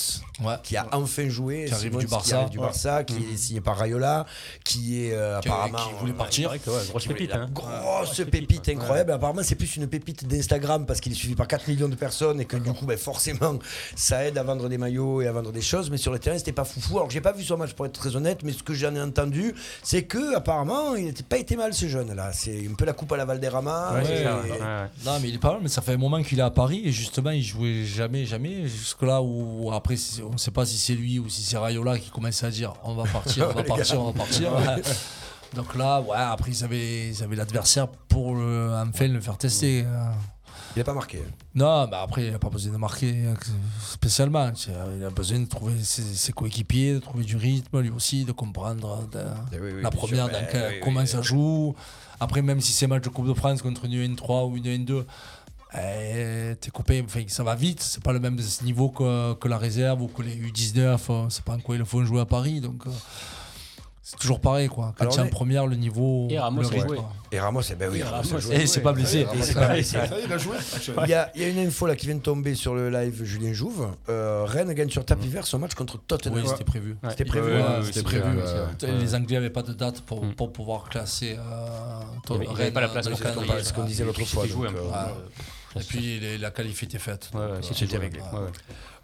Speaker 5: Ouais.
Speaker 4: qui a enfin joué.
Speaker 5: Qui arrive
Speaker 4: Simmons
Speaker 5: du
Speaker 4: Qui
Speaker 5: Barça.
Speaker 4: arrive du
Speaker 5: Ouais.
Speaker 4: Barça, qui est signé par Rayola, qui est euh,
Speaker 5: Qui-
Speaker 4: apparemment.
Speaker 5: qui voulait
Speaker 4: euh,
Speaker 5: partir.
Speaker 6: C'est vrai que, ouais, grosse
Speaker 4: Qui voulait
Speaker 6: pépite.
Speaker 4: la
Speaker 6: hein.
Speaker 4: Grosse pépite incroyable. Apparemment, c'est plus une pépite d'Instagram parce qu'il est suivi par 4 millions de personnes et que du coup, ben, forcément, ça aide à vendre des maillots et à vendre des choses. Mais sur le terrain, c'était pas foufou. Alors, j'ai pas vu son match pour être très honnête, mais ce que j'en ai entendu, c'est que apparemment, il n'était pas été mal ce jeune là. C'est un peu la coupe à la Valderrama.
Speaker 6: Ouais, c'est
Speaker 4: et-
Speaker 6: ça, ouais, ouais.
Speaker 5: Non, mais il est pas mal, mais ça fait un moment qu'il est à Paris et justement, il jouait jamais, jamais. Jusque-là où, après, c'est- on ne sait pas si c'est lui ou si c'est Rayola qui commence à dire on va partir, on va partir, on va partir. Ouais. Donc là, ouais, après, ils avaient, ils avaient l'adversaire pour le, enfin le faire tester. hein.
Speaker 4: Il a pas marqué.
Speaker 5: Non, bah après, il n'a pas besoin de marquer euh, spécialement. C'est- Il a besoin de trouver ses, ses coéquipiers, de trouver du rythme, lui aussi, de comprendre euh, de-
Speaker 4: Eh oui, oui, bien
Speaker 5: la première,
Speaker 4: sûr,
Speaker 5: dans
Speaker 4: eh
Speaker 5: quel-
Speaker 4: oui, oui,
Speaker 5: comment
Speaker 4: oui.
Speaker 5: ça joue. Après, même si c'est match de Coupe de France contre une N3 ou une N2, eh, tes copains, enfin, ça va vite. C'est pas le même niveau que, que la réserve ou que les U19. euh, C'est pas en quoi ils le font jouer à Paris. Donc, euh, c'est toujours pareil. Quoi. Quand
Speaker 4: Alors,
Speaker 5: tu es en
Speaker 4: mais-
Speaker 5: première, le niveau.
Speaker 6: Et Ramos
Speaker 5: le
Speaker 6: a
Speaker 5: rythme,
Speaker 6: joué.
Speaker 5: quoi.
Speaker 4: Et Ramos, eh ben oui, Ramos a joué.
Speaker 5: Et c'est pas blessé.
Speaker 7: Ramos a
Speaker 5: Et-
Speaker 4: joué.
Speaker 9: Ça y est, il a joué.
Speaker 4: Il y, a, il y a une info là qui vient de tomber sur le live Julien Jouve. Euh, Rennes gagne sur tapis vert son match contre Tottenham.
Speaker 5: Mm. Oui, c'était prévu.
Speaker 4: C'était prévu.
Speaker 6: Ouais,
Speaker 5: Ouais,
Speaker 6: ouais,
Speaker 5: c'était prévu.
Speaker 6: ouais,
Speaker 5: Euh,
Speaker 6: c'est vrai.
Speaker 5: Les Anglais n'avaient pas de date pour, pour pouvoir classer. Euh,
Speaker 6: Il y avait- il y avait
Speaker 5: Rennes
Speaker 6: pas la place
Speaker 5: dans le
Speaker 6: pour
Speaker 5: calendrier.
Speaker 4: C'est ce qu'on disait l'autre fois.
Speaker 6: C'était joué un
Speaker 4: donc,
Speaker 5: hein.
Speaker 6: peu.
Speaker 4: euh,
Speaker 5: Ah, Et puis les- la qualif était faite.
Speaker 6: Ouais,
Speaker 5: donc,
Speaker 6: ouais,
Speaker 5: euh,
Speaker 6: c'était joué.
Speaker 5: ouais.
Speaker 6: Ouais, ouais.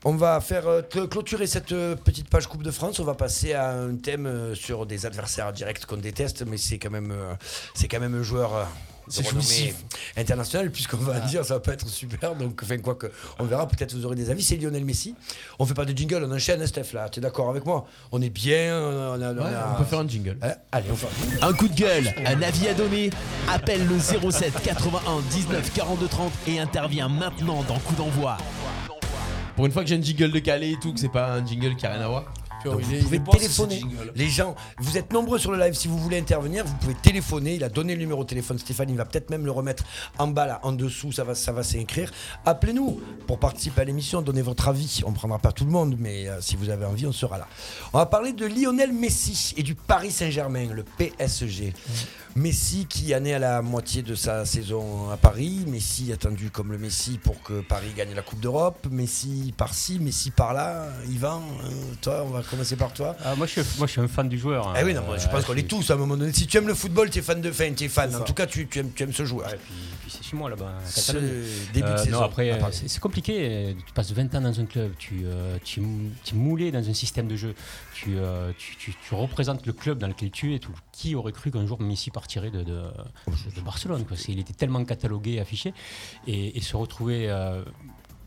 Speaker 4: On va faire euh, cl- clôturer cette euh, petite page Coupe de France. On va passer à un thème euh, sur des adversaires directs qu'on déteste, mais c'est quand même euh, c'est quand même un joueur euh, c'est
Speaker 10: renommée.
Speaker 4: jouissif international puisqu'on va
Speaker 10: Ah.
Speaker 4: dire ça va pas être super donc enfin quoi que on verra peut-être vous aurez des avis c'est Lionel Messi on fait pas de jingle on enchaîne hein, Steph là t'es d'accord avec moi on est bien euh, on, a- on a-
Speaker 10: Ouais,
Speaker 5: Ah,
Speaker 4: a-
Speaker 10: on peut faire un jingle.
Speaker 4: Hein, allez on fait
Speaker 10: Un coup de gueule, un avis à donner, appelle le 07 81 19 42 30 et intervient maintenant dans Coup d'envoi. Pour une fois que j'ai un jingle de Calais et tout, que c'est pas un jingle qui a rien à voir.
Speaker 4: Donc vous pouvez téléphoner. Les gens, vous êtes nombreux sur le live. Si vous voulez intervenir, vous pouvez téléphoner. Il a donné le numéro de téléphone. Stéphane, il va peut-être même le remettre en bas là, en dessous. Ça va, ça va s'écrire. Appelez-nous pour participer à l'émission. Donnez votre avis. On prendra pas tout le monde, mais euh, si vous avez envie, on sera là. On va parler de Lionel Messi et du Paris Saint-Germain, le PSG. Messi qui en est à la moitié de sa saison à Paris, Messi attendu comme le Messi pour que Paris gagne la Coupe d'Europe, Messi par-ci, Messi par-là, Yvan, euh, toi on va commencer par toi.
Speaker 6: Ah, moi, je suis, moi, je suis un fan du joueur. hein.
Speaker 4: Ah oui, non, moi, je pense qu'on est tous à un moment donné. Si tu aimes le football, tu es fan de fin, tu es fan.
Speaker 6: C'est
Speaker 4: En
Speaker 6: ça.
Speaker 4: tout cas, tu, tu aimes, tu aimes ce joueur.
Speaker 6: puis c'est chez moi là-bas. en
Speaker 4: Ce
Speaker 6: Catalogne.
Speaker 4: début de
Speaker 5: Euh,
Speaker 6: Euh, non,
Speaker 4: saison, Ah,
Speaker 6: après,
Speaker 4: à Paris.
Speaker 6: c'est c'est compliqué. euh, Tu passes 20 ans dans un club, tu, euh, tu, es mou- tu es moulé dans un système de jeu, tu, euh, tu, tu- tu représentes le club dans lequel tu es. et tout. Qui aurait cru qu'un jour Messi partirait de, de, de Barcelone quoi. C'est- Il était tellement catalogué, affiché, et, et se retrouver. euh,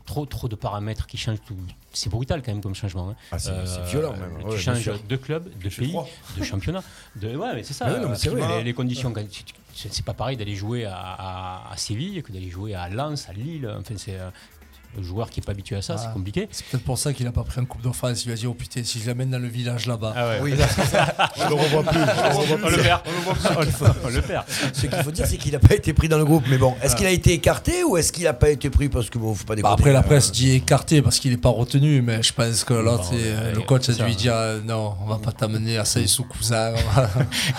Speaker 6: Trop, trop de paramètres qui changent tout. C'est brutal quand même comme changement. hein.
Speaker 4: Ah, c'est- c'est violent, même. Ouais,
Speaker 6: Tu
Speaker 4: bien
Speaker 6: changes
Speaker 4: sûr.
Speaker 6: de club, de
Speaker 4: Il fait
Speaker 6: pays,
Speaker 4: froid.
Speaker 6: de championnat. De... Ouais, mais c'est ça.
Speaker 4: Mais oui, non, mais c'est
Speaker 6: absolument.
Speaker 4: vrai.
Speaker 6: Les, les conditions, quand tu- tu- c'est c'est pas pareil d'aller jouer à, à- à Séville que d'aller jouer à Lens, à Lille. Enfin, c'est euh, le joueur qui est pas habitué à ça, c'est
Speaker 5: Ah.
Speaker 6: compliqué.
Speaker 5: C'est peut-être pour ça qu'il a pas pris un Coupe de France. Il lui a dit Oh putain, si je l'amène dans le village là-bas.
Speaker 6: Ah ouais.
Speaker 5: Oui,
Speaker 6: Je le revois plus, je le revois plus. On le perd. On le- on le perd.
Speaker 4: Ce qu'il faut dire, c'est qu'il n'a pas été pris dans le groupe. Mais bon, est-ce qu'il a été écarté ou est-ce qu'il n'a pas été pris parce que bon, faut pas déconner.
Speaker 5: Bah, après, la presse dit écarté parce qu'il n'est pas retenu, mais je pense que là, c'est, euh, le coach a dû lui dire euh, non, on va pas t'amener à Saïsou-Cousin.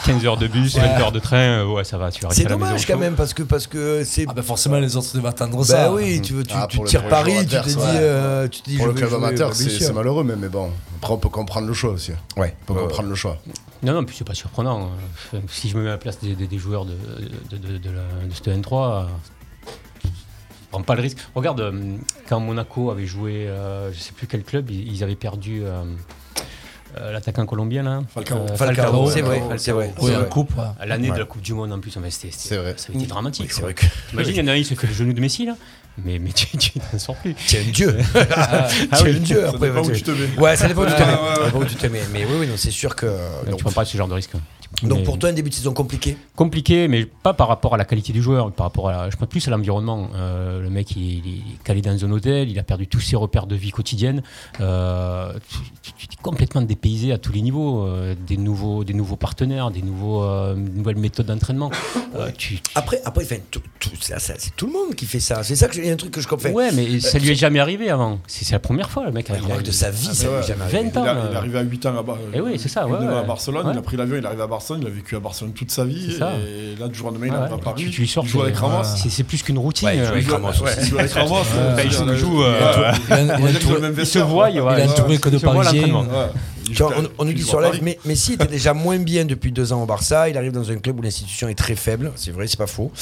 Speaker 6: 15 heures de bus,
Speaker 5: Ouais.
Speaker 6: 20 heures de train, euh, ouais, ça va, tu arrives
Speaker 4: C'est
Speaker 6: à la
Speaker 4: dommage
Speaker 6: maison
Speaker 4: quand
Speaker 6: chaud.
Speaker 4: même parce que parce que c'est.
Speaker 5: Ah ben forcément les autres devaient attendre
Speaker 4: bah
Speaker 5: ça.
Speaker 4: oui, tu veux tu,
Speaker 7: Ah,
Speaker 4: tu
Speaker 7: pour le
Speaker 4: tires
Speaker 7: premier
Speaker 4: Paris,
Speaker 7: jour
Speaker 4: tu te dis
Speaker 7: adverse, ouais.
Speaker 4: euh, tu te dis
Speaker 7: Pour
Speaker 4: je
Speaker 7: le
Speaker 4: vais
Speaker 7: club
Speaker 4: jouer,
Speaker 7: amateur,
Speaker 4: bah,
Speaker 7: c'est
Speaker 4: bien sûr.
Speaker 7: c'est malheureux, mais, mais bon, après on peut comprendre le choix aussi.
Speaker 4: Ouais.
Speaker 7: On peut comprendre le choix.
Speaker 6: Non, non, puis c'est pas surprenant. hein. Enfin, Si je me mets à la place des, des- des joueurs de, de, de, de la- de cette N3, euh, je prends pas le risque. Regarde, euh, quand Monaco avait joué, euh, je sais plus quel club, ils, ils avaient perdu euh, euh, l'attaquant colombien, là. Euh,
Speaker 4: Falcao. Falcao, c'est vrai, c'est vrai. Oui, en coupe, ouais.
Speaker 6: À L'année
Speaker 4: Ouais.
Speaker 6: de la Coupe du Monde, en plus, enfin, c'était- c'était-
Speaker 4: C'est vrai.
Speaker 6: ça a été dramatique.
Speaker 4: Oui, c'est
Speaker 6: quoi.
Speaker 4: vrai que-
Speaker 6: Imagine, il y en a un, il se fait le genou de Messi, là. Mais, mais tu, tu t'en sors plus.
Speaker 4: Tu es un dieu.
Speaker 6: Ah,
Speaker 4: Tu es
Speaker 6: ah oui.
Speaker 4: un dieu après. ouais, Ouais, ça dépend où tu te mets. Ça dépend où tu te mets. Mais oui, oui, non, c'est sûr que.
Speaker 6: Tu prends pas ce genre de risque. hein.
Speaker 4: Donc
Speaker 6: Mais-
Speaker 4: pour toi, un début de saison compliqué
Speaker 6: compliqué, mais pas par rapport à la qualité du joueur, par rapport à, la- je pense plus à l'environnement. Euh, le mec, il, il est calé dans un hôtel, il a perdu tous ses repères de vie quotidienne. Euh, tu, tu- tu es complètement dépaysé à tous les niveaux, euh, des nouveaux, des nouveaux partenaires, des nouveaux, euh, nouvelles méthodes d'entraînement. Euh, tu-
Speaker 4: Après, après, enfin, tout, tout- ça, ça, c'est tout le monde qui fait ça. C'est ça que je- il y a un truc que je comprends.
Speaker 6: Ouais, mais ça lui est
Speaker 4: Euh,
Speaker 6: jamais arrivé avant. C'est c'est la première fois, le mec. il a-
Speaker 4: remarque, de sa vie,
Speaker 6: il
Speaker 4: ça lui est
Speaker 6: a
Speaker 4: jamais
Speaker 6: 20 ans.
Speaker 9: Il, a- il est
Speaker 6: euh.
Speaker 9: arrivé à 8 ans là-bas.
Speaker 6: Eh oui, c'est ça,
Speaker 9: Il
Speaker 6: ouais,
Speaker 9: venait à
Speaker 6: ouais.
Speaker 9: Barcelone,
Speaker 6: Ouais.
Speaker 9: il a pris l'avion, il est arrivé à Barcelone, il a vécu à Barcelone toute sa vie.
Speaker 6: C'est ça. Ah
Speaker 9: Et là, du jour au lendemain, il
Speaker 6: Ouais,
Speaker 9: arrive à
Speaker 6: euh, ouais.
Speaker 9: Paris.
Speaker 6: Tu, tu lui sors,
Speaker 9: il joue
Speaker 6: tu-
Speaker 9: avec Ramos.
Speaker 6: C'est c'est plus qu'une routine.
Speaker 9: Ouais, il joue avec Ramos aussi. Il joue avec Ramos,
Speaker 6: Bah, il
Speaker 9: ouais.
Speaker 6: joue-
Speaker 9: Il
Speaker 6: joue,
Speaker 9: a-
Speaker 6: euh,
Speaker 9: il a- il a- il a- le
Speaker 6: se-
Speaker 9: même
Speaker 6: Il se
Speaker 9: vestiaire, ouais.
Speaker 6: voit, ouais,
Speaker 9: Il a
Speaker 6: ouais,
Speaker 9: entouré
Speaker 6: ouais,
Speaker 9: que
Speaker 6: il
Speaker 9: de
Speaker 6: se voit à
Speaker 9: Parisiens.
Speaker 6: l'entraînement.
Speaker 9: Ouais.
Speaker 4: Tu vois, on, on nous
Speaker 9: Il
Speaker 4: dit
Speaker 9: joue
Speaker 4: sur
Speaker 9: à
Speaker 4: live,
Speaker 9: Paris.
Speaker 4: mais Messi était déjà moins bien depuis deux ans au Barça. Il arrive dans un club où l'institution est très faible. C'est vrai, c'est pas faux.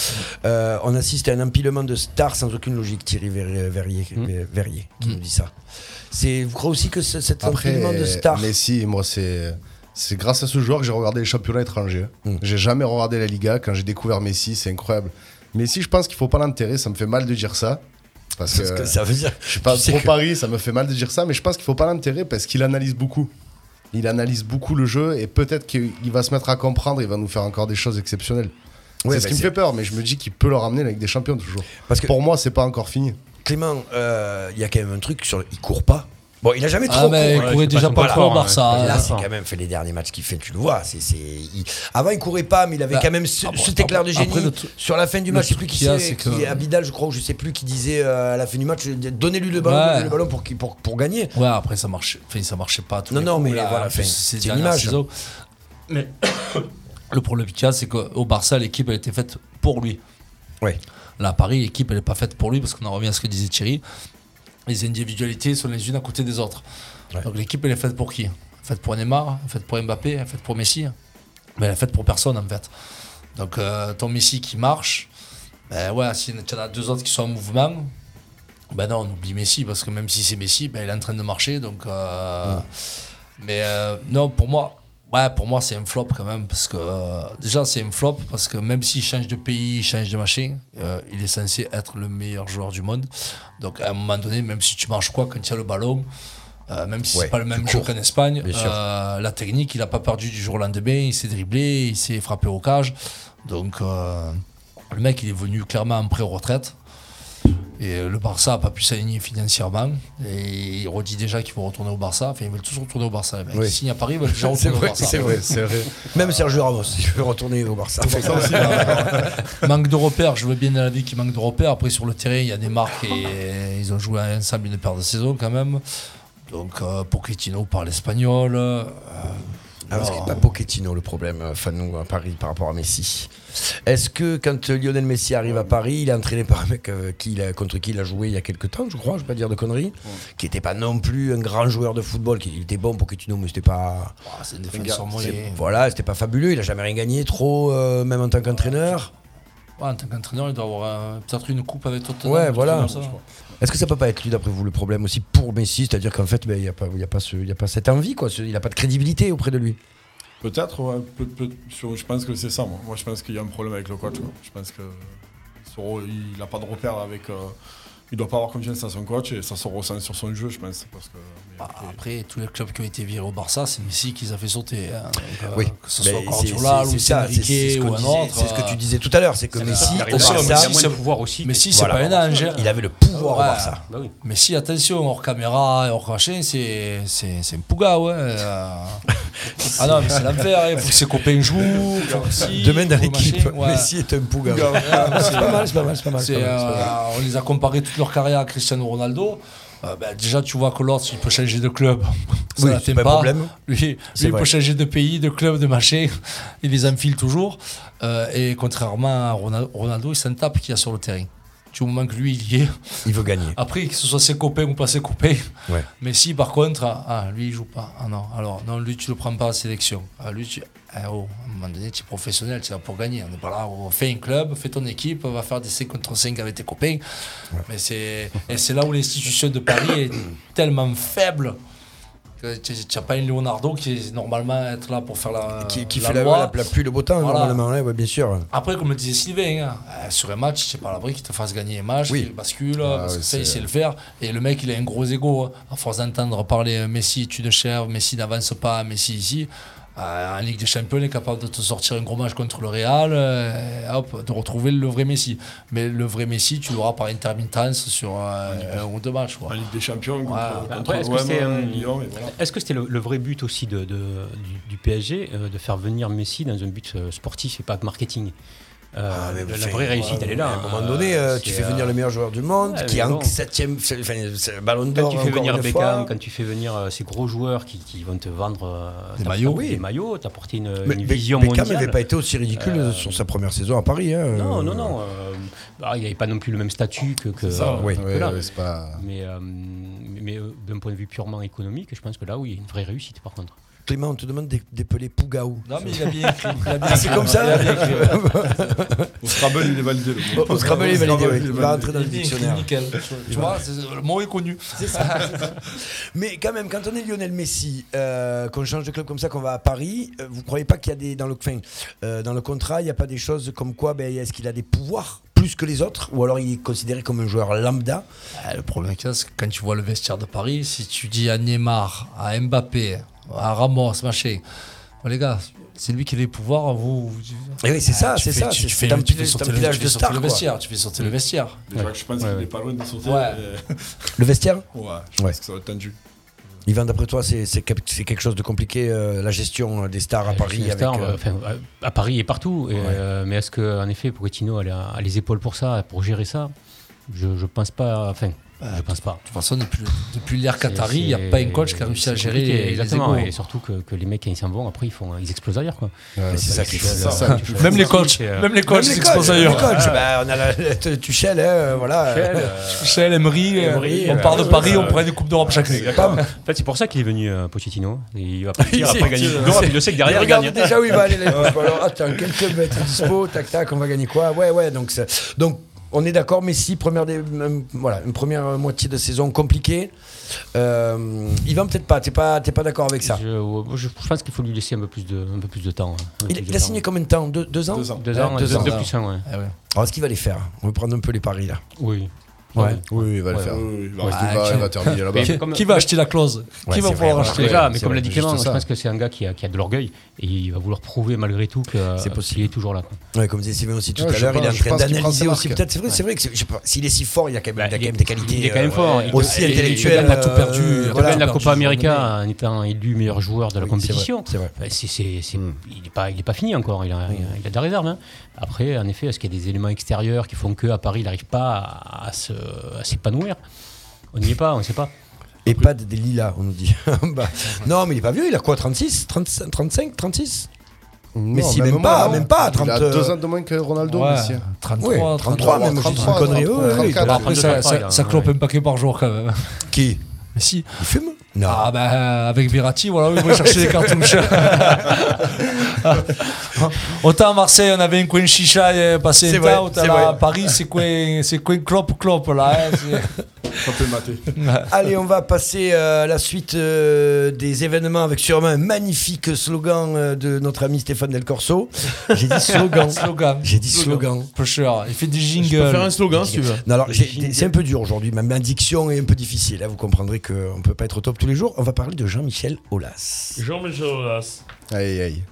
Speaker 4: Euh, on assiste à un empilement de stars sans aucune logique. Thierry Ver- euh, Verrier, Ver- Verrier qui nous dit ça. C'est, vous croyez aussi que ce- cet
Speaker 7: Après,
Speaker 4: empilement de stars.
Speaker 7: Messi, moi, c'est. C'est grâce à ce joueur que j'ai regardé les championnats étrangers.
Speaker 4: Hmm.
Speaker 7: J'ai jamais regardé la Liga. Quand j'ai découvert Messi, c'est incroyable. Messi, je pense qu'il faut pas l'enterrer. Ça me fait mal de dire ça. Parce que,
Speaker 4: Parce que ça veut dire-
Speaker 7: euh, Je suis pas
Speaker 4: tu sais
Speaker 7: pro
Speaker 4: que-
Speaker 7: Paris, ça me fait mal de dire ça, mais je pense qu'il faut pas l'enterrer parce qu'il analyse beaucoup. Il analyse beaucoup le jeu et peut-être qu'il va se mettre à comprendre. Il va nous faire encore des choses exceptionnelles.
Speaker 4: Ouais,
Speaker 7: c'est
Speaker 4: bah,
Speaker 7: ce qui me
Speaker 4: c'est-
Speaker 7: fait peur, mais je me dis qu'il peut leur ramener avec des champions toujours.
Speaker 4: Parce que-
Speaker 7: pour moi, c'est pas encore fini.
Speaker 4: Clément, euh, il y a quand même un truc sur. Il court pas. Bon, il a jamais trop
Speaker 5: Ah, mais il
Speaker 4: couru.
Speaker 5: courait Ouais, déjà c'est pas pas son trop au fort, Barça, hein.
Speaker 4: Là,
Speaker 5: Ouais.
Speaker 4: c'est quand même fait les derniers matchs qu'il fait, tu le vois. C'est, c'est- il- Avant, il courait pas, mais il avait
Speaker 5: Bah,
Speaker 4: quand même ce,
Speaker 5: après-
Speaker 4: cet éclair de
Speaker 5: après,
Speaker 4: génie.
Speaker 5: le tru-
Speaker 4: sur la fin du
Speaker 5: le
Speaker 4: match, je sais
Speaker 5: truc
Speaker 4: plus qui
Speaker 5: qu'il y a,
Speaker 4: c'est,
Speaker 5: c'est
Speaker 4: qui-
Speaker 5: que-
Speaker 4: Abidal, je crois, ou je sais plus, qui disait euh, à la fin du match, donnez-lui le ballon,
Speaker 5: Ouais.
Speaker 4: donnez-lui le ballon pour, qu'il- pour, pour gagner.
Speaker 5: Ouais, après ça marchait, enfin, ça marchait pas. à tous
Speaker 4: Non,
Speaker 5: les
Speaker 4: non,
Speaker 5: coups,
Speaker 4: mais
Speaker 5: là,
Speaker 4: voilà,
Speaker 5: en
Speaker 4: enfin,
Speaker 5: plus,
Speaker 4: c'est
Speaker 5: ces
Speaker 4: une
Speaker 5: dernières
Speaker 4: image.
Speaker 5: saisons. Mais le problème qu'il y a, c'est qu'au Barça, l'équipe elle était faite pour lui.
Speaker 4: Ouais.
Speaker 5: Là, à Paris, l'équipe elle est pas faite pour lui parce qu'on en revient à ce que disait Thierry. Les individualités sont les unes à côté des autres. Donc l'équipe elle est faite pour qui Elle est Faite pour Neymar, elle est faite pour Mbappé, elle est faite pour Messi. Mais elle est faite pour personne en fait. Donc euh, ton Messi qui marche, ben ouais, si tu en as deux autres qui sont en mouvement, ben non, on oublie Messi parce que même si c'est Messi, ben il est en train de marcher. Donc, euh, mais euh, non, pour moi, Ouais, pour moi, c'est un flop quand même. Parce que, euh, déjà, c'est un flop parce que même s'il change de pays, il change de machin, euh, il est censé être le meilleur joueur du monde. Donc, à un moment donné, même si tu marches quoi quand tu as le ballon, euh, même si
Speaker 13: Ouais,
Speaker 5: c'est pas le
Speaker 13: tu
Speaker 5: même
Speaker 13: cours,
Speaker 5: jeu qu'en Espagne,
Speaker 13: bien sûr.
Speaker 5: euh, la technique, il a pas perdu du jour au lendemain. Il s'est dribblé, il s'est frappé au cage. Donc, euh, le mec, il est venu clairement en pré-retraite. Et le Barça n'a pas pu s'aligner financièrement. Et il redit déjà qu'ils vont retourner au Barça. Enfin, ils veulent tous retourner au Barça. Les mecs.
Speaker 4: Oui.
Speaker 5: Ils signent à Paris, ils veulent déjà
Speaker 4: C'est
Speaker 5: retourner
Speaker 4: vrai,
Speaker 5: au Barça.
Speaker 4: c'est vrai, c'est vrai. Même Sergio Ramos, il veut retourner au Barça.
Speaker 5: C'est Euh. pour ça aussi. manque de repères, je veux bien dans la vie qu'il manque de repères. Après, sur le terrain, il y a des marques et ils ont joué ensemble une paire de saisons quand même. Donc, euh, Pochettino parle espagnol. euh,
Speaker 4: Alors, c'est pas Pochettino le problème, euh, Fanou, à Paris, par rapport à Messi. Est-ce que quand euh, Lionel Messi arrive à Paris, il est entraîné par un mec euh, qui, il a- contre qui il a joué il y a quelques temps, je crois, je vais pas dire de conneries, qui n'était pas non plus un grand joueur de football, qui il était bon, Pochettino, mais c'était pas.
Speaker 5: Bah, c'est un défenseur moyen.
Speaker 4: c'est- Voilà, c'était pas fabuleux, il a jamais rien gagné trop, euh, même en tant qu'entraîneur.
Speaker 5: ouais, en tant qu'entraîneur, il doit avoir euh, peut-être une coupe avec Tottenham.
Speaker 4: Ouais,
Speaker 5: quelque
Speaker 4: voilà.
Speaker 5: chose comme ça.
Speaker 4: Est-ce que ça peut pas être lui, d'après vous, le problème aussi pour Messi C'est-à-dire qu'en fait, ben, il n'y a, pas- il y a, pas ce- il y a pas cette envie, quoi. ce- il n'a pas de crédibilité auprès de lui.
Speaker 9: Peut-être, ouais, peut- peut- sur- je pense que c'est ça. Moi. Moi, je pense qu'il y a un problème avec le coach. quoi. Je pense que Soro, il n'a pas de repère avec. euh, il doit pas avoir confiance à son coach et ça se ressent sur son jeu, je pense. Parce que, mais après-
Speaker 5: Ah, Après, tous les clubs qui ont été virés au Barça, c'est Messi qui les a fait sauter. hein. Donc, euh,
Speaker 4: Oui.
Speaker 5: Que ce
Speaker 4: Mais
Speaker 5: soit
Speaker 4: c'est-
Speaker 5: Guardiola,
Speaker 4: c'est-
Speaker 5: Luis
Speaker 4: c'est ça, c'est- c'est ce
Speaker 5: Enrique
Speaker 4: qu'on
Speaker 5: ou un
Speaker 4: disait,
Speaker 5: autre.
Speaker 4: c'est ce
Speaker 6: euh,
Speaker 4: que tu disais tout à l'heure, c'est que Messi, au
Speaker 5: Attention,
Speaker 4: Barça,
Speaker 5: Messi,
Speaker 4: il a
Speaker 5: c'est-
Speaker 4: le pouvoir aussi.
Speaker 5: Messi, c'est
Speaker 4: Voilà.
Speaker 5: pas un ange. hein.
Speaker 4: Il avait le pouvoir au
Speaker 5: Ouais.
Speaker 4: Barça.
Speaker 6: Bah
Speaker 5: Messi, attention, hors caméra et hors crachin, c'est c'est- c'est un pouga, ouais. euh. Ah non, mais c'est l'enfer, il faut que ses copains jouent. faut que si,
Speaker 4: Demain, dans
Speaker 5: faut que
Speaker 4: l'équipe,
Speaker 5: machin,
Speaker 4: Messi est un pouga.
Speaker 5: Pouga, ouais.
Speaker 4: C'est pas mal, c'est pas mal, c'est pas mal,
Speaker 5: C'est,
Speaker 4: c'est pas mal, c'est pas mal.
Speaker 5: euh, on les a comparés toute leur carrière à Cristiano Ronaldo. Euh, ben, déjà, tu vois que l'autre, il peut changer de club. Ça
Speaker 4: Oui,
Speaker 5: la
Speaker 4: c'est
Speaker 5: fait
Speaker 4: pas un problème.
Speaker 5: Lui, lui,
Speaker 4: C'est
Speaker 5: il
Speaker 4: vrai.
Speaker 5: peut changer de pays, de club, de machin. Il les enfile toujours. Euh, et contrairement à Ronal- Ronaldo, il s'en tape qu'il y a sur le terrain. Du moment que lui, il y est.
Speaker 4: Il veut gagner.
Speaker 5: Après, que ce soit ses copains ou pas ses copains.
Speaker 4: Ouais.
Speaker 5: Mais si, par contre, ah, ah, lui, il joue pas. Ah non, alors, non, lui, tu le prends pas en sélection. Ah, lui, tu. ah, oh, à un moment donné, tu es professionnel, tu es là pour gagner. On n'est pas là, on fait un club, fais ton équipe, on va faire des 5 contre 5 avec tes copains. Mais c'est, et c'est là où l'institution de Paris est tellement faible. que Tu n'as pas un Leonardo qui est normalement être là pour faire la.
Speaker 6: Ah,
Speaker 4: Qui, qui
Speaker 5: la
Speaker 4: fait la,
Speaker 5: loi.
Speaker 4: la, la pluie, le beau temps,
Speaker 5: Voilà.
Speaker 4: normalement, ouais, ouais, bien sûr.
Speaker 5: Après, comme le disait Sylvain, hein, euh, sur un match, c'est pas l'abri qu'il te fasse gagner un match,
Speaker 4: Oui.
Speaker 5: qu'il bascule,
Speaker 4: Ah
Speaker 5: parce
Speaker 4: oui,
Speaker 5: que ça, il
Speaker 4: c'est-
Speaker 5: sait le faire. Et le mec, il a un gros ego. hein. À force d'entendre parler euh, Messi, tu de chèvre, Messi n'avance pas, Messi ici. euh, en Ligue des Champions, il est capable de te sortir un gros match contre le Real, euh, et hop, de retrouver le vrai Messi. Mais le vrai Messi, tu l'auras par intermittence sur euh, un ou deux matchs. En
Speaker 9: Ligue des Champions,
Speaker 6: Après, est-ce que c'était euh, est-ce que c'était le, le vrai but aussi de, de- du, du PSG euh, de faire venir Messi dans un but euh, sportif et pas marketing Euh, La
Speaker 4: Enfin,
Speaker 6: vraie réussite,
Speaker 4: ouais,
Speaker 6: elle est là.
Speaker 4: À un
Speaker 6: hein.
Speaker 4: moment donné, euh, tu
Speaker 6: C'est,
Speaker 4: fais venir
Speaker 6: euh,
Speaker 4: le meilleur joueur du monde,
Speaker 6: ouais,
Speaker 4: qui
Speaker 6: mais
Speaker 4: est en
Speaker 6: bon.
Speaker 4: 7 enfin, c'est le ballon
Speaker 6: Quand
Speaker 4: d'or.
Speaker 6: tu fais
Speaker 4: encore
Speaker 6: venir
Speaker 4: une
Speaker 6: Beckham,
Speaker 4: fois.
Speaker 6: quand tu fais venir euh, ces gros joueurs qui, qui vont te vendre euh,
Speaker 4: Des
Speaker 6: t'as-
Speaker 4: maillots.
Speaker 6: t'as-
Speaker 4: Oui.
Speaker 6: des maillots, t'apporter une,
Speaker 4: Mais
Speaker 6: euh, une
Speaker 4: Be-
Speaker 6: vision
Speaker 4: Beckham
Speaker 6: mondiale.
Speaker 4: n'avait pas été aussi ridicule
Speaker 6: Euh,
Speaker 4: sur sa première saison à Paris. hein.
Speaker 6: Non, non, non. euh, bah, il n'avait pas non plus le même statut que, que, euh,
Speaker 4: C'est ça, Euh,
Speaker 6: que
Speaker 4: ouais.
Speaker 6: là.
Speaker 4: Ouais, ouais, c'est pas-
Speaker 6: Mais, euh, mais, mais, euh, d'un point de vue purement économique, je pense que là, oui, il y a une vraie réussite par contre.
Speaker 4: Clément, on te demande d'é- d'épeler Pougaou.
Speaker 6: Ah,
Speaker 5: Non, mais il a bien écrit, il a bien
Speaker 4: Ah, c'est
Speaker 5: écrit.
Speaker 4: comme ça
Speaker 5: Il a bien écrit.
Speaker 9: Au Scrabble, il est validé, le mot.
Speaker 4: Au Scrabble, il est validé,
Speaker 9: Scrabble,
Speaker 4: oui.
Speaker 9: il est
Speaker 4: Il va
Speaker 9: validé.
Speaker 4: rentrer dans le
Speaker 9: Il est écrit
Speaker 4: dictionnaire.
Speaker 5: nickel. Tu vois, c'est- le mot est connu.
Speaker 4: C'est ça, c'est ça. Mais quand même, quand on est Lionel Messi, euh, qu'on change de club comme ça, qu'on va à Paris, euh, vous croyez pas qu'il y a des dans le enfin, euh, dans le contrat, il n'y a pas des choses comme quoi, ben, est-ce qu'il a des pouvoirs plus que les autres, ou alors il est considéré comme un joueur lambda
Speaker 5: Ah, Le problème qu'il y a, c'est que quand tu vois le vestiaire de Paris, si tu dis à Neymar, à Mbappé, à Ramos, machin, bon, les gars, c'est lui qui a les pouvoirs, vous. vous-
Speaker 4: Eh oui, c'est ça,
Speaker 5: Ah, tu
Speaker 4: c'est
Speaker 5: fais-
Speaker 4: ça,
Speaker 5: Tu,
Speaker 4: c'est-
Speaker 5: tu
Speaker 4: c'est
Speaker 5: fais,
Speaker 4: un
Speaker 5: tu
Speaker 4: petit-
Speaker 5: fais
Speaker 4: c'est un
Speaker 5: sauter le-
Speaker 4: village
Speaker 5: tu fais
Speaker 4: de
Speaker 5: sauter
Speaker 4: stars,
Speaker 5: le
Speaker 4: quoi. Mm.
Speaker 5: vestiaire, tu fais sauter le vestiaire.
Speaker 9: Déjà que je pense qu'il est pas loin de sauter.
Speaker 5: Ouais.
Speaker 9: mais-
Speaker 4: Le vestiaire
Speaker 9: Ouais, je
Speaker 4: Ouais.
Speaker 9: pense que ça va être tendu.
Speaker 4: Yvan, d'après toi, c'est c'est cap- c'est quelque chose de compliqué, euh, la gestion euh, des stars à Paris
Speaker 6: Paris,
Speaker 4: avec, euh,
Speaker 6: à Paris et partout. Et, euh, mais est-ce que, en effet, Pochettino a, la- a les épaules pour ça, pour gérer ça Je, je pense pas. Enfin,
Speaker 4: Bah,
Speaker 6: je pense pas. De
Speaker 5: toute façon, depuis, depuis l'ère Qatari,
Speaker 6: Qatari,
Speaker 5: il n'y a pas un coach qui a réussi à gérer les, les
Speaker 6: Exactement.
Speaker 5: égos.
Speaker 6: et surtout que, que les mecs, quand ils s'en vont, après, ils font, ils explosent ailleurs, quoi.
Speaker 4: Mais c'est ça qui est fou.
Speaker 6: Euh,
Speaker 4: ça.
Speaker 6: tu fais-
Speaker 5: Même les
Speaker 6: tu
Speaker 5: coachs,
Speaker 6: fais, euh,
Speaker 5: même les coachs,
Speaker 4: Même
Speaker 5: c'est exposé
Speaker 4: les
Speaker 5: ailleurs.
Speaker 4: coachs, bah, on a la, la- tu- Tuchel, hein, euh, voilà.
Speaker 6: Tuchel,
Speaker 5: Michel, Emery, euh,
Speaker 6: Emery,
Speaker 5: on
Speaker 6: euh,
Speaker 5: part de
Speaker 6: ouais,
Speaker 5: Paris,
Speaker 6: ouais,
Speaker 5: on
Speaker 6: ouais.
Speaker 5: prend des coupes d'Europe chaque année.
Speaker 6: En fait, c'est pour ça qu'il est venu euh, Pochettino. Il va partir
Speaker 4: Il sait-
Speaker 6: après gagner
Speaker 4: il
Speaker 6: le Coupe d'Europe, Il le sait que derrière,
Speaker 4: il
Speaker 6: il
Speaker 4: regarde
Speaker 6: gagne.
Speaker 4: ah, déjà où il va aller. les- Bon, alors, attends, quelques mètres dispo, tac tac, on va gagner quoi Ouais, ouais, donc c'est- donc On est d'accord, Messi, première des, euh, voilà, une première euh, moitié de saison compliquée. Euh, Yvan, peut-être pas, t'es pas, t'es pas d'accord avec ça
Speaker 6: Je, ouais, je- je pense qu'il faut lui laisser un peu plus de, un peu plus de temps. hein. Un peu
Speaker 4: Il,
Speaker 6: plus
Speaker 4: il
Speaker 6: de
Speaker 4: a
Speaker 6: temps.
Speaker 4: signé combien de temps deux, deux ans
Speaker 6: Deux ans. Deux ans, deux- deux plus un, ouais. Ah ouais.
Speaker 4: Alors, est-ce qu'il va les faire hein, On va prendre un peu les paris, là.
Speaker 6: Oui.
Speaker 4: Ouais.
Speaker 7: Oui, il va le
Speaker 4: Ouais.
Speaker 7: faire.
Speaker 4: Oui, oui,
Speaker 7: il, va,
Speaker 4: il va-
Speaker 7: il
Speaker 4: ok.
Speaker 7: va terminer là-bas.
Speaker 6: Mais comme- comme-
Speaker 7: Ouais,
Speaker 6: Qui va
Speaker 7: c'est
Speaker 6: pouvoir
Speaker 7: vrai,
Speaker 6: acheter
Speaker 7: ouais,
Speaker 6: Déjà,
Speaker 7: c'est
Speaker 6: Mais comme
Speaker 7: vrai,
Speaker 6: l'a dit
Speaker 7: juste
Speaker 6: Clément, je
Speaker 7: ça.
Speaker 6: pense que c'est un gars qui a, qui a de l'orgueil et il va vouloir prouver malgré tout que- euh,
Speaker 4: C'est
Speaker 6: qu'il est toujours
Speaker 7: Euh,
Speaker 6: là. quoi.
Speaker 4: Ouais, comme disait Sylvain aussi tout
Speaker 6: Ouais,
Speaker 4: à
Speaker 6: je
Speaker 4: l'heure, il est en
Speaker 6: pense- je
Speaker 4: train
Speaker 6: pense qu'il prend ses
Speaker 4: d'analyser aussi.
Speaker 6: marques.
Speaker 4: Peut-être, c'est vrai, c'est vrai que c'est- je sais pas, s'il est si fort, il a quand même, il a quand même des qualités.
Speaker 6: Il est quand même
Speaker 4: euh,
Speaker 6: fort. il-
Speaker 4: aussi
Speaker 6: il-
Speaker 4: intellectuel.
Speaker 6: Il a tout perdu.
Speaker 4: euh,
Speaker 6: Il
Speaker 4: voilà.
Speaker 6: gagne la Copa América en étant élu meilleur joueur de la
Speaker 4: Oui, c'est
Speaker 6: compétition.
Speaker 4: vrai, c'est vrai.
Speaker 6: Enfin, c'est- c'est- c'est-
Speaker 7: Hmm.
Speaker 6: Il n'est pas, il est pas fini encore. Il a, il a- il a de la réserve. hein. Après, en effet, est-ce qu'il y a des éléments extérieurs qui font que à Paris, il n'arrive pas à, à se- à s'épanouir On n'y est pas, on ne sait pas.
Speaker 4: Et pas des lilas, on nous dit. Bah, non, mais il est pas vieux, il a quoi 36 35, 35 36 Mais si, même, pas, même pas. 30,
Speaker 7: Il a deux ans de moins que Ronaldo,
Speaker 4: Ouais,
Speaker 7: Messi.
Speaker 4: 33, 33, même, je dis une connerie. Ouais, ouais, il doit-
Speaker 5: Après, ça, ça, ça clope un paquet par jour quand même.
Speaker 4: Qui
Speaker 5: Mais si.
Speaker 4: Il fume Non.
Speaker 5: Ah bah euh, avec Verratti, voilà, ils vont chercher les cartouches. autant à Marseille, on avait un coin chicha et passé
Speaker 4: C'est
Speaker 5: un
Speaker 4: vrai,
Speaker 5: temps, autant
Speaker 4: c'est
Speaker 5: là,
Speaker 4: vrai.
Speaker 5: à Paris, c'est coin, c'est coin clop clop là. hein, c'est-
Speaker 4: Allez, on va passer euh, à la suite euh, des événements avec sûrement un magnifique slogan euh, de notre ami Stéphane Del Corso. J'ai dit slogan.
Speaker 5: Slogan.
Speaker 4: J'ai dit slogan.
Speaker 5: Pusher, il fait des jingles.
Speaker 4: Je peux Non, alors, j'ai- c'est un peu dur aujourd'hui. Ma, ma diction est un peu difficile. Là, vous comprendrez qu'on ne peut pas être au top tous les jours. On va parler de Jean-Michel Aulas.
Speaker 14: Jean-Michel Aulas.
Speaker 7: Aïe, aïe.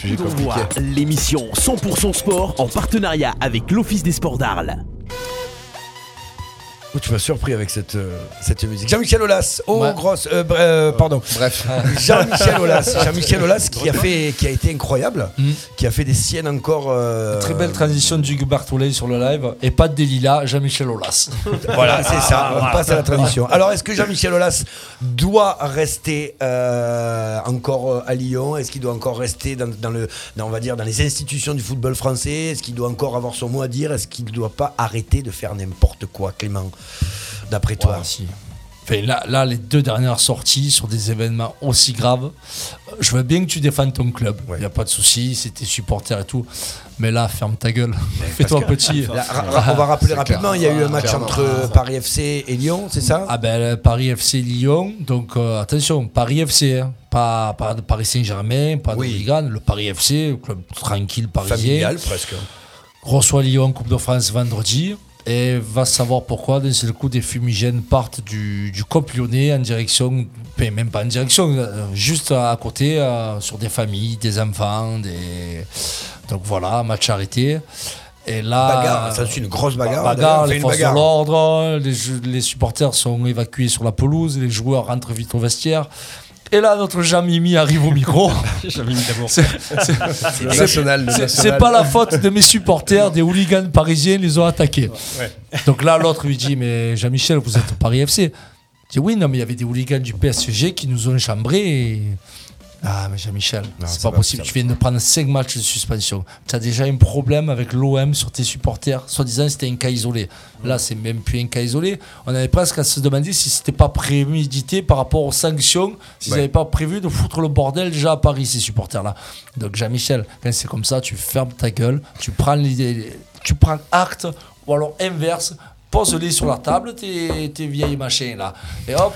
Speaker 10: Coup d'envoi, l'émission 100% sport en partenariat avec l'Office des sports d'Arles.
Speaker 4: Oh, tu m'as surpris avec cette, euh, cette musique. Jean-Michel Aulas, oh grosse, euh, bre- euh, pardon.
Speaker 7: Bref.
Speaker 4: Jean-Michel Aulas, Jean-Michel Aulas qui a fait, qui a été incroyable,
Speaker 5: Mm.
Speaker 4: qui a fait des siennes encore. euh,
Speaker 5: Très belle transition du Hubert Toulé sur le live et pas de Delilah, Jean-Michel Aulas.
Speaker 4: Voilà, c'est ça. on
Speaker 5: Voilà.
Speaker 4: passe à la tradition. Alors, est-ce que Jean-Michel Aulas doit rester euh, encore euh, à Lyon Est-ce qu'il doit encore rester dans, dans le, dans, on va dire, dans les institutions du football français Est-ce qu'il doit encore avoir son mot à dire Est-ce qu'il ne doit pas arrêter de faire n'importe quoi, Clément D'après toi,
Speaker 5: Enfin, là, là, les deux dernières sorties sur des événements aussi graves, euh, je veux bien que tu défendes ton club. Il n'y a pas de souci, c'est tes supporters et tout. Mais là, ferme ta gueule. Fais-toi
Speaker 4: Parce que-
Speaker 5: petit.
Speaker 4: Là, ra- ra- on va rappeler rapidement, il y a eu un match entre Paris FC et Lyon, c'est ça
Speaker 5: Ah ben le Paris FC Lyon, donc euh, attention, Paris FC, hein. pas, pas de Paris Saint-Germain, pas de Ligue 1, le Paris FC, le club tranquille parisien.
Speaker 4: familial presque.
Speaker 5: reçoit Lyon en Coupe de France vendredi et va savoir pourquoi d'un seul coup des fumigènes partent du, du Cop lyonnais en direction, enfin, même pas en direction, euh, juste à côté euh, sur des familles, des enfants, des... donc voilà, match arrêté. Et là,
Speaker 4: Bagarre, ça, c'est une grosse bagarre, d'ailleurs,
Speaker 5: Bagarre,
Speaker 4: c'est
Speaker 5: les
Speaker 4: une
Speaker 5: forces de
Speaker 4: bagarre.
Speaker 5: l'ordre, les, jeux- les supporters sont évacués sur la pelouse, les joueurs rentrent vite au vestiaire. Et là, notre Jean-Mimi arrive au micro.
Speaker 6: Jean-Mimi d'abord.
Speaker 5: C'est- c'est-
Speaker 7: Le
Speaker 5: c'est-
Speaker 7: national, le
Speaker 5: c'est- C'est
Speaker 7: national.
Speaker 5: pas la faute de mes supporters, des hooligans parisiens les ont attaqués. Donc là, l'autre lui dit Mais Jean-Michel, vous êtes au Paris FC Je dis Oui, non, mais il y avait des hooligans du PSG qui nous ont chambrés. et- Ah, mais Jean-Michel, c'est
Speaker 4: c'est
Speaker 5: pas,
Speaker 4: pas
Speaker 5: possible. Tu
Speaker 4: possible.
Speaker 5: viens de prendre 5 matchs de suspension. Tu as déjà un problème avec l'OM sur tes supporters. Soi-disant, c'était un cas isolé. Là, c'est même plus un cas isolé. On avait presque à se demander si c'était pas prémédité par rapport aux sanctions, s'ils
Speaker 4: Ouais.
Speaker 5: n'avaient pas prévu de foutre le bordel déjà à Paris, ces supporters-là. Donc, Jean-Michel, quand c'est comme ça, tu fermes ta gueule, tu prends, les- tu prends acte ou alors inverse. Pose-les sur la table, tes, tes vieilles machins là. Et hop,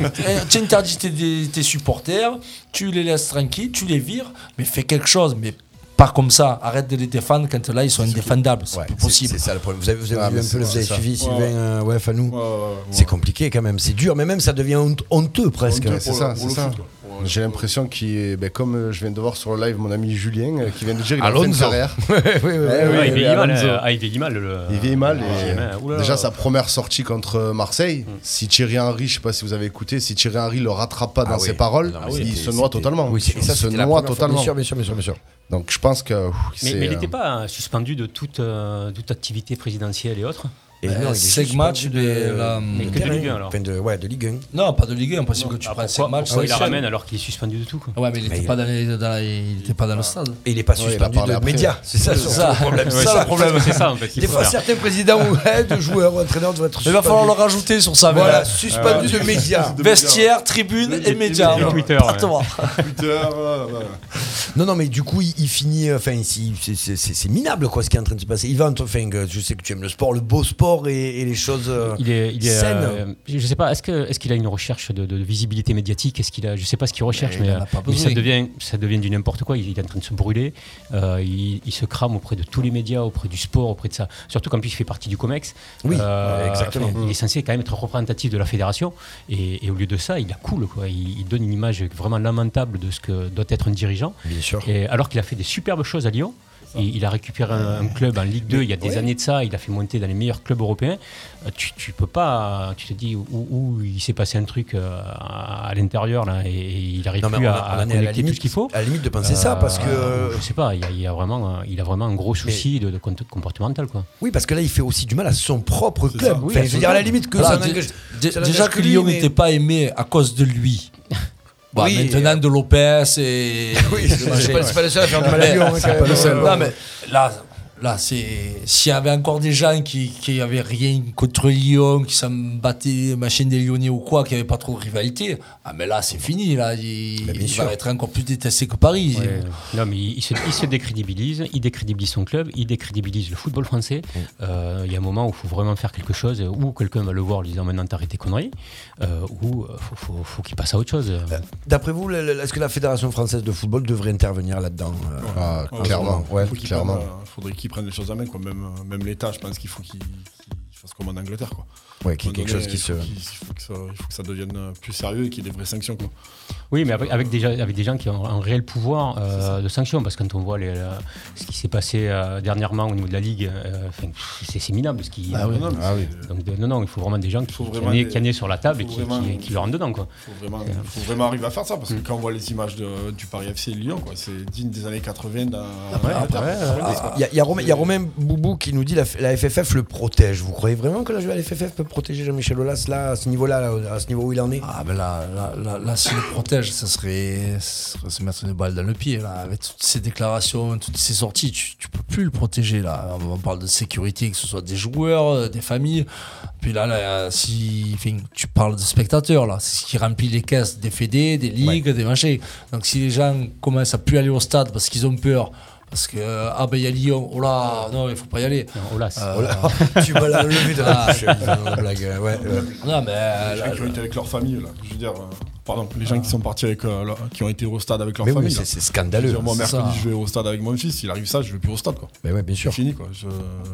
Speaker 5: Eh, tu interdis tes, tes supporters, tu les laisses tranquilles, tu les vires, mais fais quelque chose, mais pas comme ça. Arrête de les défendre quand là ils sont indéfendables. C'est pas possible.
Speaker 4: C'est ça le problème. Vous avez, vous avez
Speaker 5: Ah,
Speaker 4: vu
Speaker 5: mais
Speaker 4: un
Speaker 5: c'est
Speaker 4: peu, le- vous
Speaker 5: ça,
Speaker 4: avez
Speaker 5: c'est
Speaker 4: suivi
Speaker 5: ça.
Speaker 4: Sylvain,
Speaker 5: Ouais.
Speaker 4: euh, ouais, Fanou. C'est compliqué quand même, c'est dur, mais même ça devient hon- honteux presque.
Speaker 7: Ouais, c'est ça, c'est ça. J'ai l'impression qu'il est, ben, comme euh, je viens de voir sur le live mon ami Julien, euh, qui vient de dire qu'il a fait une
Speaker 4: Alonso.
Speaker 7: carrière.
Speaker 4: Ouais, ouais, ouais.
Speaker 7: Eh oui,
Speaker 6: Ouais, il
Speaker 7: oui,
Speaker 6: vieillit mal,
Speaker 7: Alonso.
Speaker 6: euh, ah, il vieillit mal, le-
Speaker 7: Il vieillit mal.
Speaker 6: le
Speaker 4: Ah,
Speaker 7: et
Speaker 6: GMA, oulala.
Speaker 7: déjà, sa première sortie contre euh,
Speaker 4: Mm.
Speaker 7: Marseille, si Thierry Henry, je sais pas si vous avez écouté, si Thierry Henry le rattrape pas dans
Speaker 4: Ah oui.
Speaker 7: ses paroles,
Speaker 4: Non, mais
Speaker 7: il
Speaker 4: c'était-
Speaker 7: se noie
Speaker 4: c'était-
Speaker 7: totalement.
Speaker 4: Oui, c'est-
Speaker 7: il
Speaker 4: ça,
Speaker 7: se
Speaker 4: c'était la
Speaker 7: noie
Speaker 4: première fois.
Speaker 7: totalement.
Speaker 4: Bien sûr, bien sûr, bien sûr, bien sûr.
Speaker 7: Donc, je pense que. pff,
Speaker 6: Mais,
Speaker 7: c'est,
Speaker 6: mais il
Speaker 7: euh,
Speaker 6: n'était pas euh, suspendu de toute, euh, toute activité présidentielle et autres
Speaker 4: Et non, il est
Speaker 5: cinq
Speaker 4: suspendu
Speaker 5: matchs
Speaker 4: de-
Speaker 5: mais là,
Speaker 4: Mais
Speaker 5: hum,
Speaker 4: que de Ligue 1, alors. euh, Enfin, de- ouais, de Ligue 1.
Speaker 5: Non, pas de Ligue 1, en principe
Speaker 4: Non.
Speaker 5: que tu
Speaker 4: Ah,
Speaker 5: prends
Speaker 4: pourquoi-
Speaker 5: 5 matchs.
Speaker 4: pourquoi
Speaker 5: cinq
Speaker 4: il la
Speaker 5: semaines.
Speaker 4: ramène
Speaker 6: alors qu'il est suspendu de tout. quoi.
Speaker 5: Ouais, mais il
Speaker 6: Mais
Speaker 5: n'était
Speaker 6: il-
Speaker 5: pas dans, les- dans la- il était pas dans le stade.
Speaker 4: Et il n'est pas suspendu de médias. C'est ça, surtout le problème.
Speaker 5: C'est ça le problème.
Speaker 4: Des fois, certains présidents ou eh, de joueurs ou entraîneurs doivent être
Speaker 5: Il va falloir le Ah,
Speaker 4: suspendus.
Speaker 5: rajouter sur ça.
Speaker 4: Voilà,
Speaker 5: mais-
Speaker 4: suspendu de médias.
Speaker 5: Vestiaire, tribune et médias.
Speaker 4: et Twitter,
Speaker 5: Pas
Speaker 4: ouais.
Speaker 5: toi.
Speaker 4: Non, non, mais du coup, il, il finit. euh, Enfin, il- c'est- c'est c'est- c'est minable, quoi, ce qui est en train de se passer. Il va, entre- enfin, que je sais que tu aimes le sport, le beau sport et, et les choses euh,
Speaker 6: Il est, il est,
Speaker 4: saines.
Speaker 6: euh, je je sais pas. Est-ce que, est-ce qu'il a une recherche de, de visibilité médiatique Est-ce qu'il a, je sais pas ce qu'il recherche,
Speaker 4: Mais
Speaker 6: mais,
Speaker 4: Eh, il
Speaker 6: euh,
Speaker 4: en a pas
Speaker 6: mais
Speaker 4: besoin.
Speaker 6: ça devient, ça devient du n'importe quoi. Il, il est en train de se brûler. Euh, il, il se crame auprès de tous les médias, auprès du sport, auprès de ça. Surtout qu'en plus, il fait partie du Comex. Euh,
Speaker 4: Oui, ouais, exactement.
Speaker 6: enfin, Il est censé quand même être représentatif de la fédération. Et, et au lieu de ça, il la coule. Quoi. Il, il donne une image vraiment lamentable de ce que doit être un dirigeant.
Speaker 4: Bien sûr.
Speaker 6: Et alors qu'il a fait des superbes choses à Lyon. Il, il a récupéré un, un club en Ligue 2 il y a des
Speaker 4: ouais.
Speaker 6: années de ça, il a fait monter dans les meilleurs clubs européens. Euh, Tu, tu peux pas, tu te dis où, où il s'est passé un truc euh, à l'intérieur là et, et il arrive
Speaker 4: Non, mais
Speaker 6: plus
Speaker 4: on
Speaker 6: à,
Speaker 4: a-
Speaker 6: à
Speaker 4: on en est à la
Speaker 6: connecter tout
Speaker 4: limite-
Speaker 6: ce qu'il faut. Euh, Ah.
Speaker 4: à la limite de penser ça, parce que-
Speaker 6: je sais pas, il y a, il y a vraiment, un- il a vraiment un gros souci de, de con- comportemental quoi.
Speaker 4: Oui, parce que là, il fait aussi du mal à son propre club.
Speaker 6: ça. Oui,
Speaker 4: Enfin, je veux dire, à la limite, que
Speaker 6: Alors,
Speaker 4: ça
Speaker 6: dé-
Speaker 4: n'engage-
Speaker 5: Dé-
Speaker 4: ça
Speaker 5: Déjà
Speaker 4: n'engage
Speaker 5: que
Speaker 4: lui,
Speaker 5: Lyon
Speaker 4: mais-
Speaker 5: n'était pas aimé à cause de lui. Bah,
Speaker 4: Oui, euh,
Speaker 5: maintenant de Lopez et.
Speaker 4: Oui, c'est
Speaker 5: Dommage.
Speaker 4: pas- c'est pas le seul à faire du mal à
Speaker 5: Mais-
Speaker 4: Lyon, hein, quand
Speaker 5: c'est
Speaker 4: même.
Speaker 5: pas le seul.
Speaker 4: Ouais,
Speaker 5: Non,
Speaker 4: ouais.
Speaker 5: mais là, là c'est. S'il y avait encore des gens qui qui avaient rien contre Lyon, qui s'en battaient, machine des Lyonnais ou quoi, qui n'avaient pas trop de rivalité, ah, mais là, c'est fini. Là. Il, il
Speaker 6: sûr.
Speaker 5: va être encore plus détesté que Paris.
Speaker 6: Ouais. Non, mais il, il se, il se décrédibilise, il décrédibilise son club, il décrédibilise le football français. Euh, Il y a un moment où il faut vraiment faire quelque chose, où quelqu'un va le voir en lui disant maintenant t'arrêtes tes conneries, euh, ou il faut, faut- faut qu'il passe à autre chose.
Speaker 4: D'après vous, le- le- est-ce que la Fédération française de football devrait intervenir là-dedans euh,
Speaker 9: Ouais, faut- Ah, faut qu'il prenne, euh, faudrait qu'ils prennent les choses à main, quoi. Même, euh, même l'État, je pense qu'il faut qu'ils qu'ils fassent comme en Angleterre, quoi.
Speaker 4: Ouais, qu'il y ait
Speaker 9: À un
Speaker 4: quelque
Speaker 9: moment
Speaker 4: chose qui
Speaker 9: donné,
Speaker 4: se-
Speaker 9: Il euh, faut, qu'il- il faut que ça, il faut que ça devienne euh, plus sérieux et qu'il y ait des vraies sanctions, quoi.
Speaker 6: Oui, mais avec, avec des, gens- avec des gens qui ont un réel pouvoir euh, de sanction, parce que quand on voit les, euh, ce qui s'est passé euh, dernièrement au niveau de la Ligue, euh, enfin, pff, c'est c'est minable ce qui.
Speaker 9: Ah oui.
Speaker 6: non, non,
Speaker 9: Ah
Speaker 6: mais c'est- Donc, de- non, non, il faut vraiment des gens qui, qui
Speaker 9: vraiment
Speaker 6: en aient-
Speaker 9: des-
Speaker 6: qui en aient sur la table et
Speaker 9: faut
Speaker 6: qui,
Speaker 9: vraiment-
Speaker 6: qui- qui le rentrent dedans. Quoi.
Speaker 9: Faut vraiment,
Speaker 6: Euh,
Speaker 9: faut vraiment arriver à faire ça parce
Speaker 4: Mm.
Speaker 9: que quand on voit les images de- du Paris FC et de Lyon, quoi, c'est digne des années 80. dans- en Angleterre.
Speaker 4: Ah, Il y a- il y, a Romain- il y a Romain Boubou qui nous dit la, F- la FFF le protège. Vous croyez vraiment que la la FFF peut protéger Jean-Michel Aulas là, à ce niveau-là, là, à ce niveau où il en est
Speaker 5: Ah ben là, là, là, là, s'il le protège, ça serait, ça serait se mettre une balle dans le pied. Là. Avec toutes ces déclarations, toutes ces sorties, tu, tu peux plus le protéger. Là. On parle de sécurité, que ce soit des joueurs, euh, des familles. Puis là, là, si enfin, tu parles de spectateurs, là, c'est ce qui remplit les caisses des fédés, des ligues, des machins. Donc si les gens commencent à plus aller au stade parce qu'ils ont peur, parce que euh, ah ben il y a Lyon, oh là, non il faut pas y aller.
Speaker 6: oh là,
Speaker 4: Oh là, tu vas la lever de
Speaker 9: Ah.
Speaker 4: la bouche, la blague, ouais, ouais.
Speaker 5: Non mais
Speaker 9: les gens
Speaker 5: là,
Speaker 9: qui ont été avec leur famille, là. Je veux dire, euh, pardon, les gens qui sont partis avec, euh, leur- qui ont été au stade avec leur
Speaker 4: Mais oui,
Speaker 9: famille.
Speaker 4: mais
Speaker 9: là.
Speaker 4: c'est- c'est scandaleux,
Speaker 9: Je veux dire, moi,
Speaker 4: c'est
Speaker 9: mercredi,
Speaker 4: ça.
Speaker 9: je vais au stade avec mon fils. Il arrive ça, je vais plus au stade, quoi.
Speaker 4: Mais ouais, bien sûr.
Speaker 9: C'est fini, quoi. Je-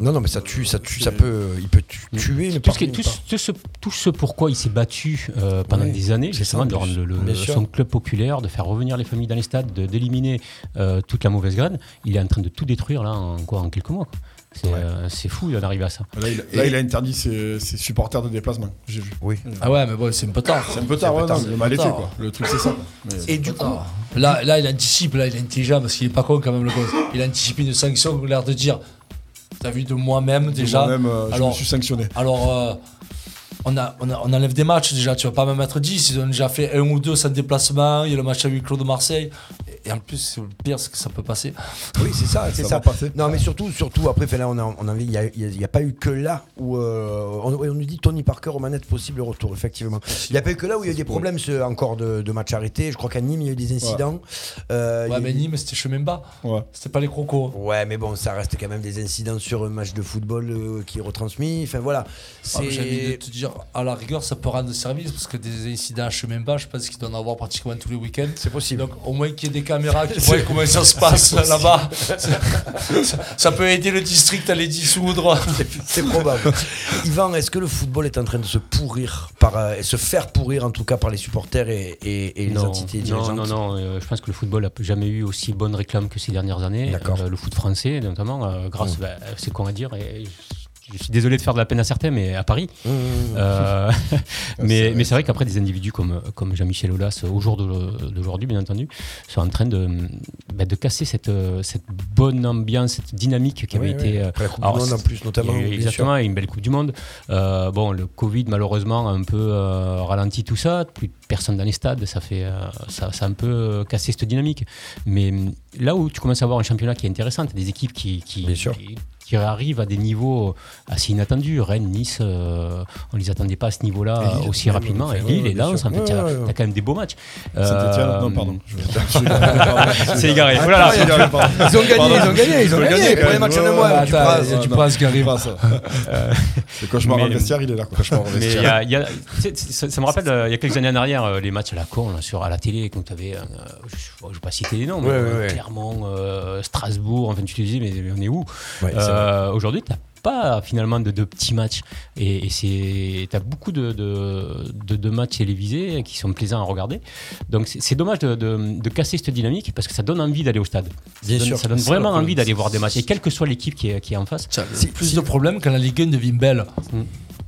Speaker 4: Non, non, mais ça tue, ça tue, ça peut, il peut tu- tuer. le
Speaker 6: tout ce, qui-
Speaker 4: parti,
Speaker 6: tout
Speaker 4: le
Speaker 6: ce- tout ce, tout ce pourquoi il s'est battu euh, pendant
Speaker 4: Ouais,
Speaker 6: des années,
Speaker 4: c'est
Speaker 6: justement,
Speaker 4: ça,
Speaker 6: de rendre le- le-
Speaker 4: bien sûr.
Speaker 6: son club populaire, de faire revenir les familles dans les stades, de- d'éliminer euh, toute la mauvaise graine, il est en train de tout détruire là en, quoi, en quelques mois. quoi. C'est euh, c'est fou d'en arriver à ça.
Speaker 9: Là, il, là, il a interdit ses, ses supporters de déplacement, j'ai vu.
Speaker 4: Oui.
Speaker 5: Ah ouais, mais bon, c'est un peu tard.
Speaker 9: C'est un peu tard, ouais,
Speaker 5: C'est un
Speaker 9: non,
Speaker 5: peu
Speaker 9: mais mal
Speaker 5: tard.
Speaker 9: fait, quoi. Le truc, c'est ça. quoi. Mais-
Speaker 4: Et du coup,
Speaker 5: Là, là, il anticipe, là, il est intelligent parce qu'il est pas con quand même le gosse. Il anticipe une sanction, l'air de dire T'as vu de moi-même déjà
Speaker 9: moi-même, euh, je me suis sanctionné.
Speaker 5: Alors, euh, on, a, on, a- on enlève des matchs déjà, tu vas pas même mettre 10. Ils ont déjà fait un ou deux sans déplacement. Il y a le match à huis clos de Marseille. Et, et en plus, c'est le pire, c'est que ça peut passer.
Speaker 4: Oui, c'est Ah, ça, c'est
Speaker 5: Ça
Speaker 4: ça.
Speaker 5: va passer.
Speaker 4: Non, mais surtout, surtout après, fait, là, on a, on a, il n'y a, il y a- il y a pas eu que là où euh, on, ouais, on nous dit Tony Parker aux manettes possible retour, effectivement. Il n'y a pas eu que là où il y a eu des problèmes ce- encore de, de matchs arrêtés. Je crois qu'à Nîmes, il y a eu des incidents. Euh, il y a
Speaker 5: Ouais, mais
Speaker 4: eu-
Speaker 5: Nîmes, c'était chemin bas.
Speaker 9: Ouais.
Speaker 5: C'était pas les crocos. hein.
Speaker 4: Ouais, mais bon, ça reste quand même des incidents sur un match de football euh, qui est retransmis. Enfin voilà,
Speaker 5: Ah, mais J'ai envie de
Speaker 4: c'est
Speaker 5: te dire, à la rigueur, ça peut rendre service parce que des incidents à chemin bas, je pense qu'il doit en avoir pratiquement tous les week-ends.
Speaker 4: C'est possible.
Speaker 5: Donc, au moins qu'il y ait des caméras qui
Speaker 4: C'est-
Speaker 5: voient comment ça se
Speaker 4: c'est
Speaker 5: passe
Speaker 4: possible.
Speaker 5: là-bas. ça, ça peut aider le district à les dissoudre.
Speaker 4: c'est probable. Yvan, est-ce que le football est en train de se pourrir par euh, et se faire pourrir en tout cas par les supporters et, et- et les
Speaker 6: non,
Speaker 4: entités
Speaker 6: non,
Speaker 4: dirigeantes
Speaker 6: non, non, euh, je pense que le football n'a jamais eu aussi bonne réclame que ces dernières années.
Speaker 4: D'accord.
Speaker 6: Euh, le foot français, notamment, euh, grâce,
Speaker 4: Mm.
Speaker 6: bah, c'est con à dire, et je- je suis désolé de faire de la peine à certains, mais à Paris.
Speaker 4: Mmh,
Speaker 6: Euh, mais mais c'est vrai qu'après, des individus comme, comme Jean-Michel Aulas, au jour de- d'aujourd'hui, bien entendu, sont en train de, bah, de casser cette, euh, cette bonne ambiance, cette dynamique qui avait
Speaker 4: Oui, oui.
Speaker 6: été. euh,
Speaker 4: Après la Coupe du
Speaker 6: alors,
Speaker 4: Monde, en
Speaker 6: c'est-
Speaker 4: plus, notamment,
Speaker 6: il y a eu-
Speaker 4: bien sûr.
Speaker 6: Exactement, et une belle Coupe du Monde. Euh, bon, le Covid, malheureusement, a un peu euh, ralenti tout ça. Plus de personnes dans les stades, ça, fait, euh, ça, ça a un peu euh, cassé cette dynamique. Mais hum, là où tu commences à avoir un championnat qui est intéressant, t'as des équipes qui, qui, qui, qui arrivent à des niveaux assez inattendus. Rennes, Nice, euh, on les attendait pas à ce niveau-là
Speaker 15: Et Lille,
Speaker 6: aussi
Speaker 15: même,
Speaker 6: rapidement.
Speaker 15: enfin,
Speaker 6: Et
Speaker 15: ouais,
Speaker 6: Lille
Speaker 15: ouais,
Speaker 6: et
Speaker 15: bien
Speaker 6: Lens,
Speaker 15: sûr.
Speaker 6: en fait, t'as
Speaker 15: Ouais, ouais, ouais.
Speaker 6: t'as quand même des beaux matchs.
Speaker 9: Saint-Etienne,
Speaker 6: Euh,
Speaker 9: non, pardon. Je-
Speaker 6: C'est égaré.
Speaker 9: Ah,
Speaker 6: Voilà.
Speaker 9: pardon, égaré, pardon.
Speaker 4: Ils ont gagné, ils ont gagné, ils ont gagné.
Speaker 9: quand
Speaker 4: Premier
Speaker 9: même.
Speaker 4: match
Speaker 9: Ouais,
Speaker 4: en un
Speaker 9: ouais,
Speaker 4: mois,
Speaker 9: ouais,
Speaker 4: tu
Speaker 9: attends,
Speaker 4: passes,
Speaker 5: euh,
Speaker 9: ouais,
Speaker 4: tu
Speaker 9: non,
Speaker 4: passes,
Speaker 9: tu
Speaker 4: Gary.
Speaker 9: passes. Le cauchemar
Speaker 6: Mais-
Speaker 9: au vestiaire, il est là. quoi. euh,
Speaker 6: Mais il y a- il y a- tu sais, ça, ça me rappelle, euh, il y a quelques années en arrière, euh, les matchs à la con, là, sur, à la télé, quand tu avais, je ne vais pas citer les noms, mais
Speaker 15: Ouais, ouais,
Speaker 6: euh,
Speaker 15: ouais.
Speaker 6: Clermont, euh, Strasbourg, enfin tu te disais, mais, mais on est où
Speaker 15: Ouais, c'est
Speaker 6: Euh, Aujourd'hui, tu n'as pas finalement de, de petits matchs. Et tu as beaucoup de, de, de- de matchs télévisés qui sont plaisants à regarder. Donc c'est c'est dommage de, de- de casser cette dynamique parce que ça donne envie d'aller au stade. Ça
Speaker 5: Bien
Speaker 6: donne-
Speaker 5: sûr.
Speaker 6: ça donne
Speaker 5: C'est ça le
Speaker 6: vraiment
Speaker 5: problème.
Speaker 6: envie d'aller voir des matchs. Et quelle que soit l'équipe qui est, qui est en face.
Speaker 5: C'est plus de problème quand la Ligue 1 devient belle.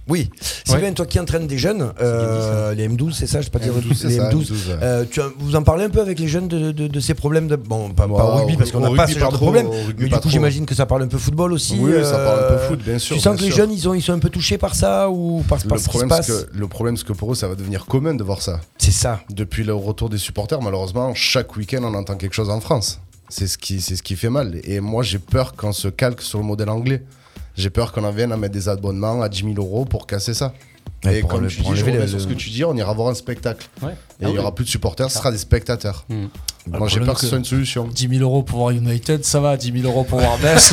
Speaker 4: Oui, Sylvain, toi qui entraînes des jeunes,
Speaker 7: hein.
Speaker 4: euh, les M12, c'est ça, je ne pas dire
Speaker 5: M12, c'est
Speaker 4: les
Speaker 5: ça,
Speaker 4: M12.
Speaker 5: M12, ouais.
Speaker 4: euh, tu as- vous en parlez un peu avec les jeunes de, de- de ces problèmes de, Bon, pas,
Speaker 7: Moi,
Speaker 4: pas au
Speaker 7: au-
Speaker 4: rugby, parce qu'on
Speaker 7: au
Speaker 4: n'a pas
Speaker 7: rugby,
Speaker 4: ce genre
Speaker 7: pas
Speaker 4: de
Speaker 7: trop,
Speaker 4: problème.
Speaker 7: au rugby,
Speaker 4: Mais du
Speaker 7: pas
Speaker 4: coup,
Speaker 7: trop.
Speaker 4: j'imagine que ça parle un peu football aussi. euh,
Speaker 7: Oui, ça parle un peu foot, bien sûr,
Speaker 4: Tu sens que
Speaker 7: bien
Speaker 4: les
Speaker 7: sûr.
Speaker 4: jeunes, ils, ont, ils sont un peu touchés par ça ou par, par ce
Speaker 7: le
Speaker 4: qui se
Speaker 7: problème,
Speaker 4: passe
Speaker 7: c'est que, le problème, c'est que pour eux, ça va devenir commun de voir ça.
Speaker 4: C'est ça.
Speaker 7: Depuis le retour des supporters, malheureusement, chaque week-end, on entend quelque chose en France. C'est ce qui, c'est ce qui fait mal. Et moi, j'ai peur qu'on se calque sur le modèle anglais. J'ai peur qu'on en vienne à mettre des abonnements à 10 000 euros pour casser ça.
Speaker 4: Ouais,
Speaker 7: et
Speaker 4: pour
Speaker 7: comme
Speaker 4: le-
Speaker 7: tu
Speaker 4: pour
Speaker 7: dis, je
Speaker 4: enlever
Speaker 7: reviens
Speaker 4: le-
Speaker 7: sur ce que tu dis, on ira voir un spectacle. Et
Speaker 6: Ouais.
Speaker 5: Ah
Speaker 7: il
Speaker 5: oui.
Speaker 7: n'y aura plus de supporters, ce sera des spectateurs.
Speaker 6: Hmm.
Speaker 4: Bah,
Speaker 7: Moi, j'ai peur que ce soit une solution.
Speaker 5: 10 000 euros pour voir United, ça va. 10 000 euros pour voir Metz.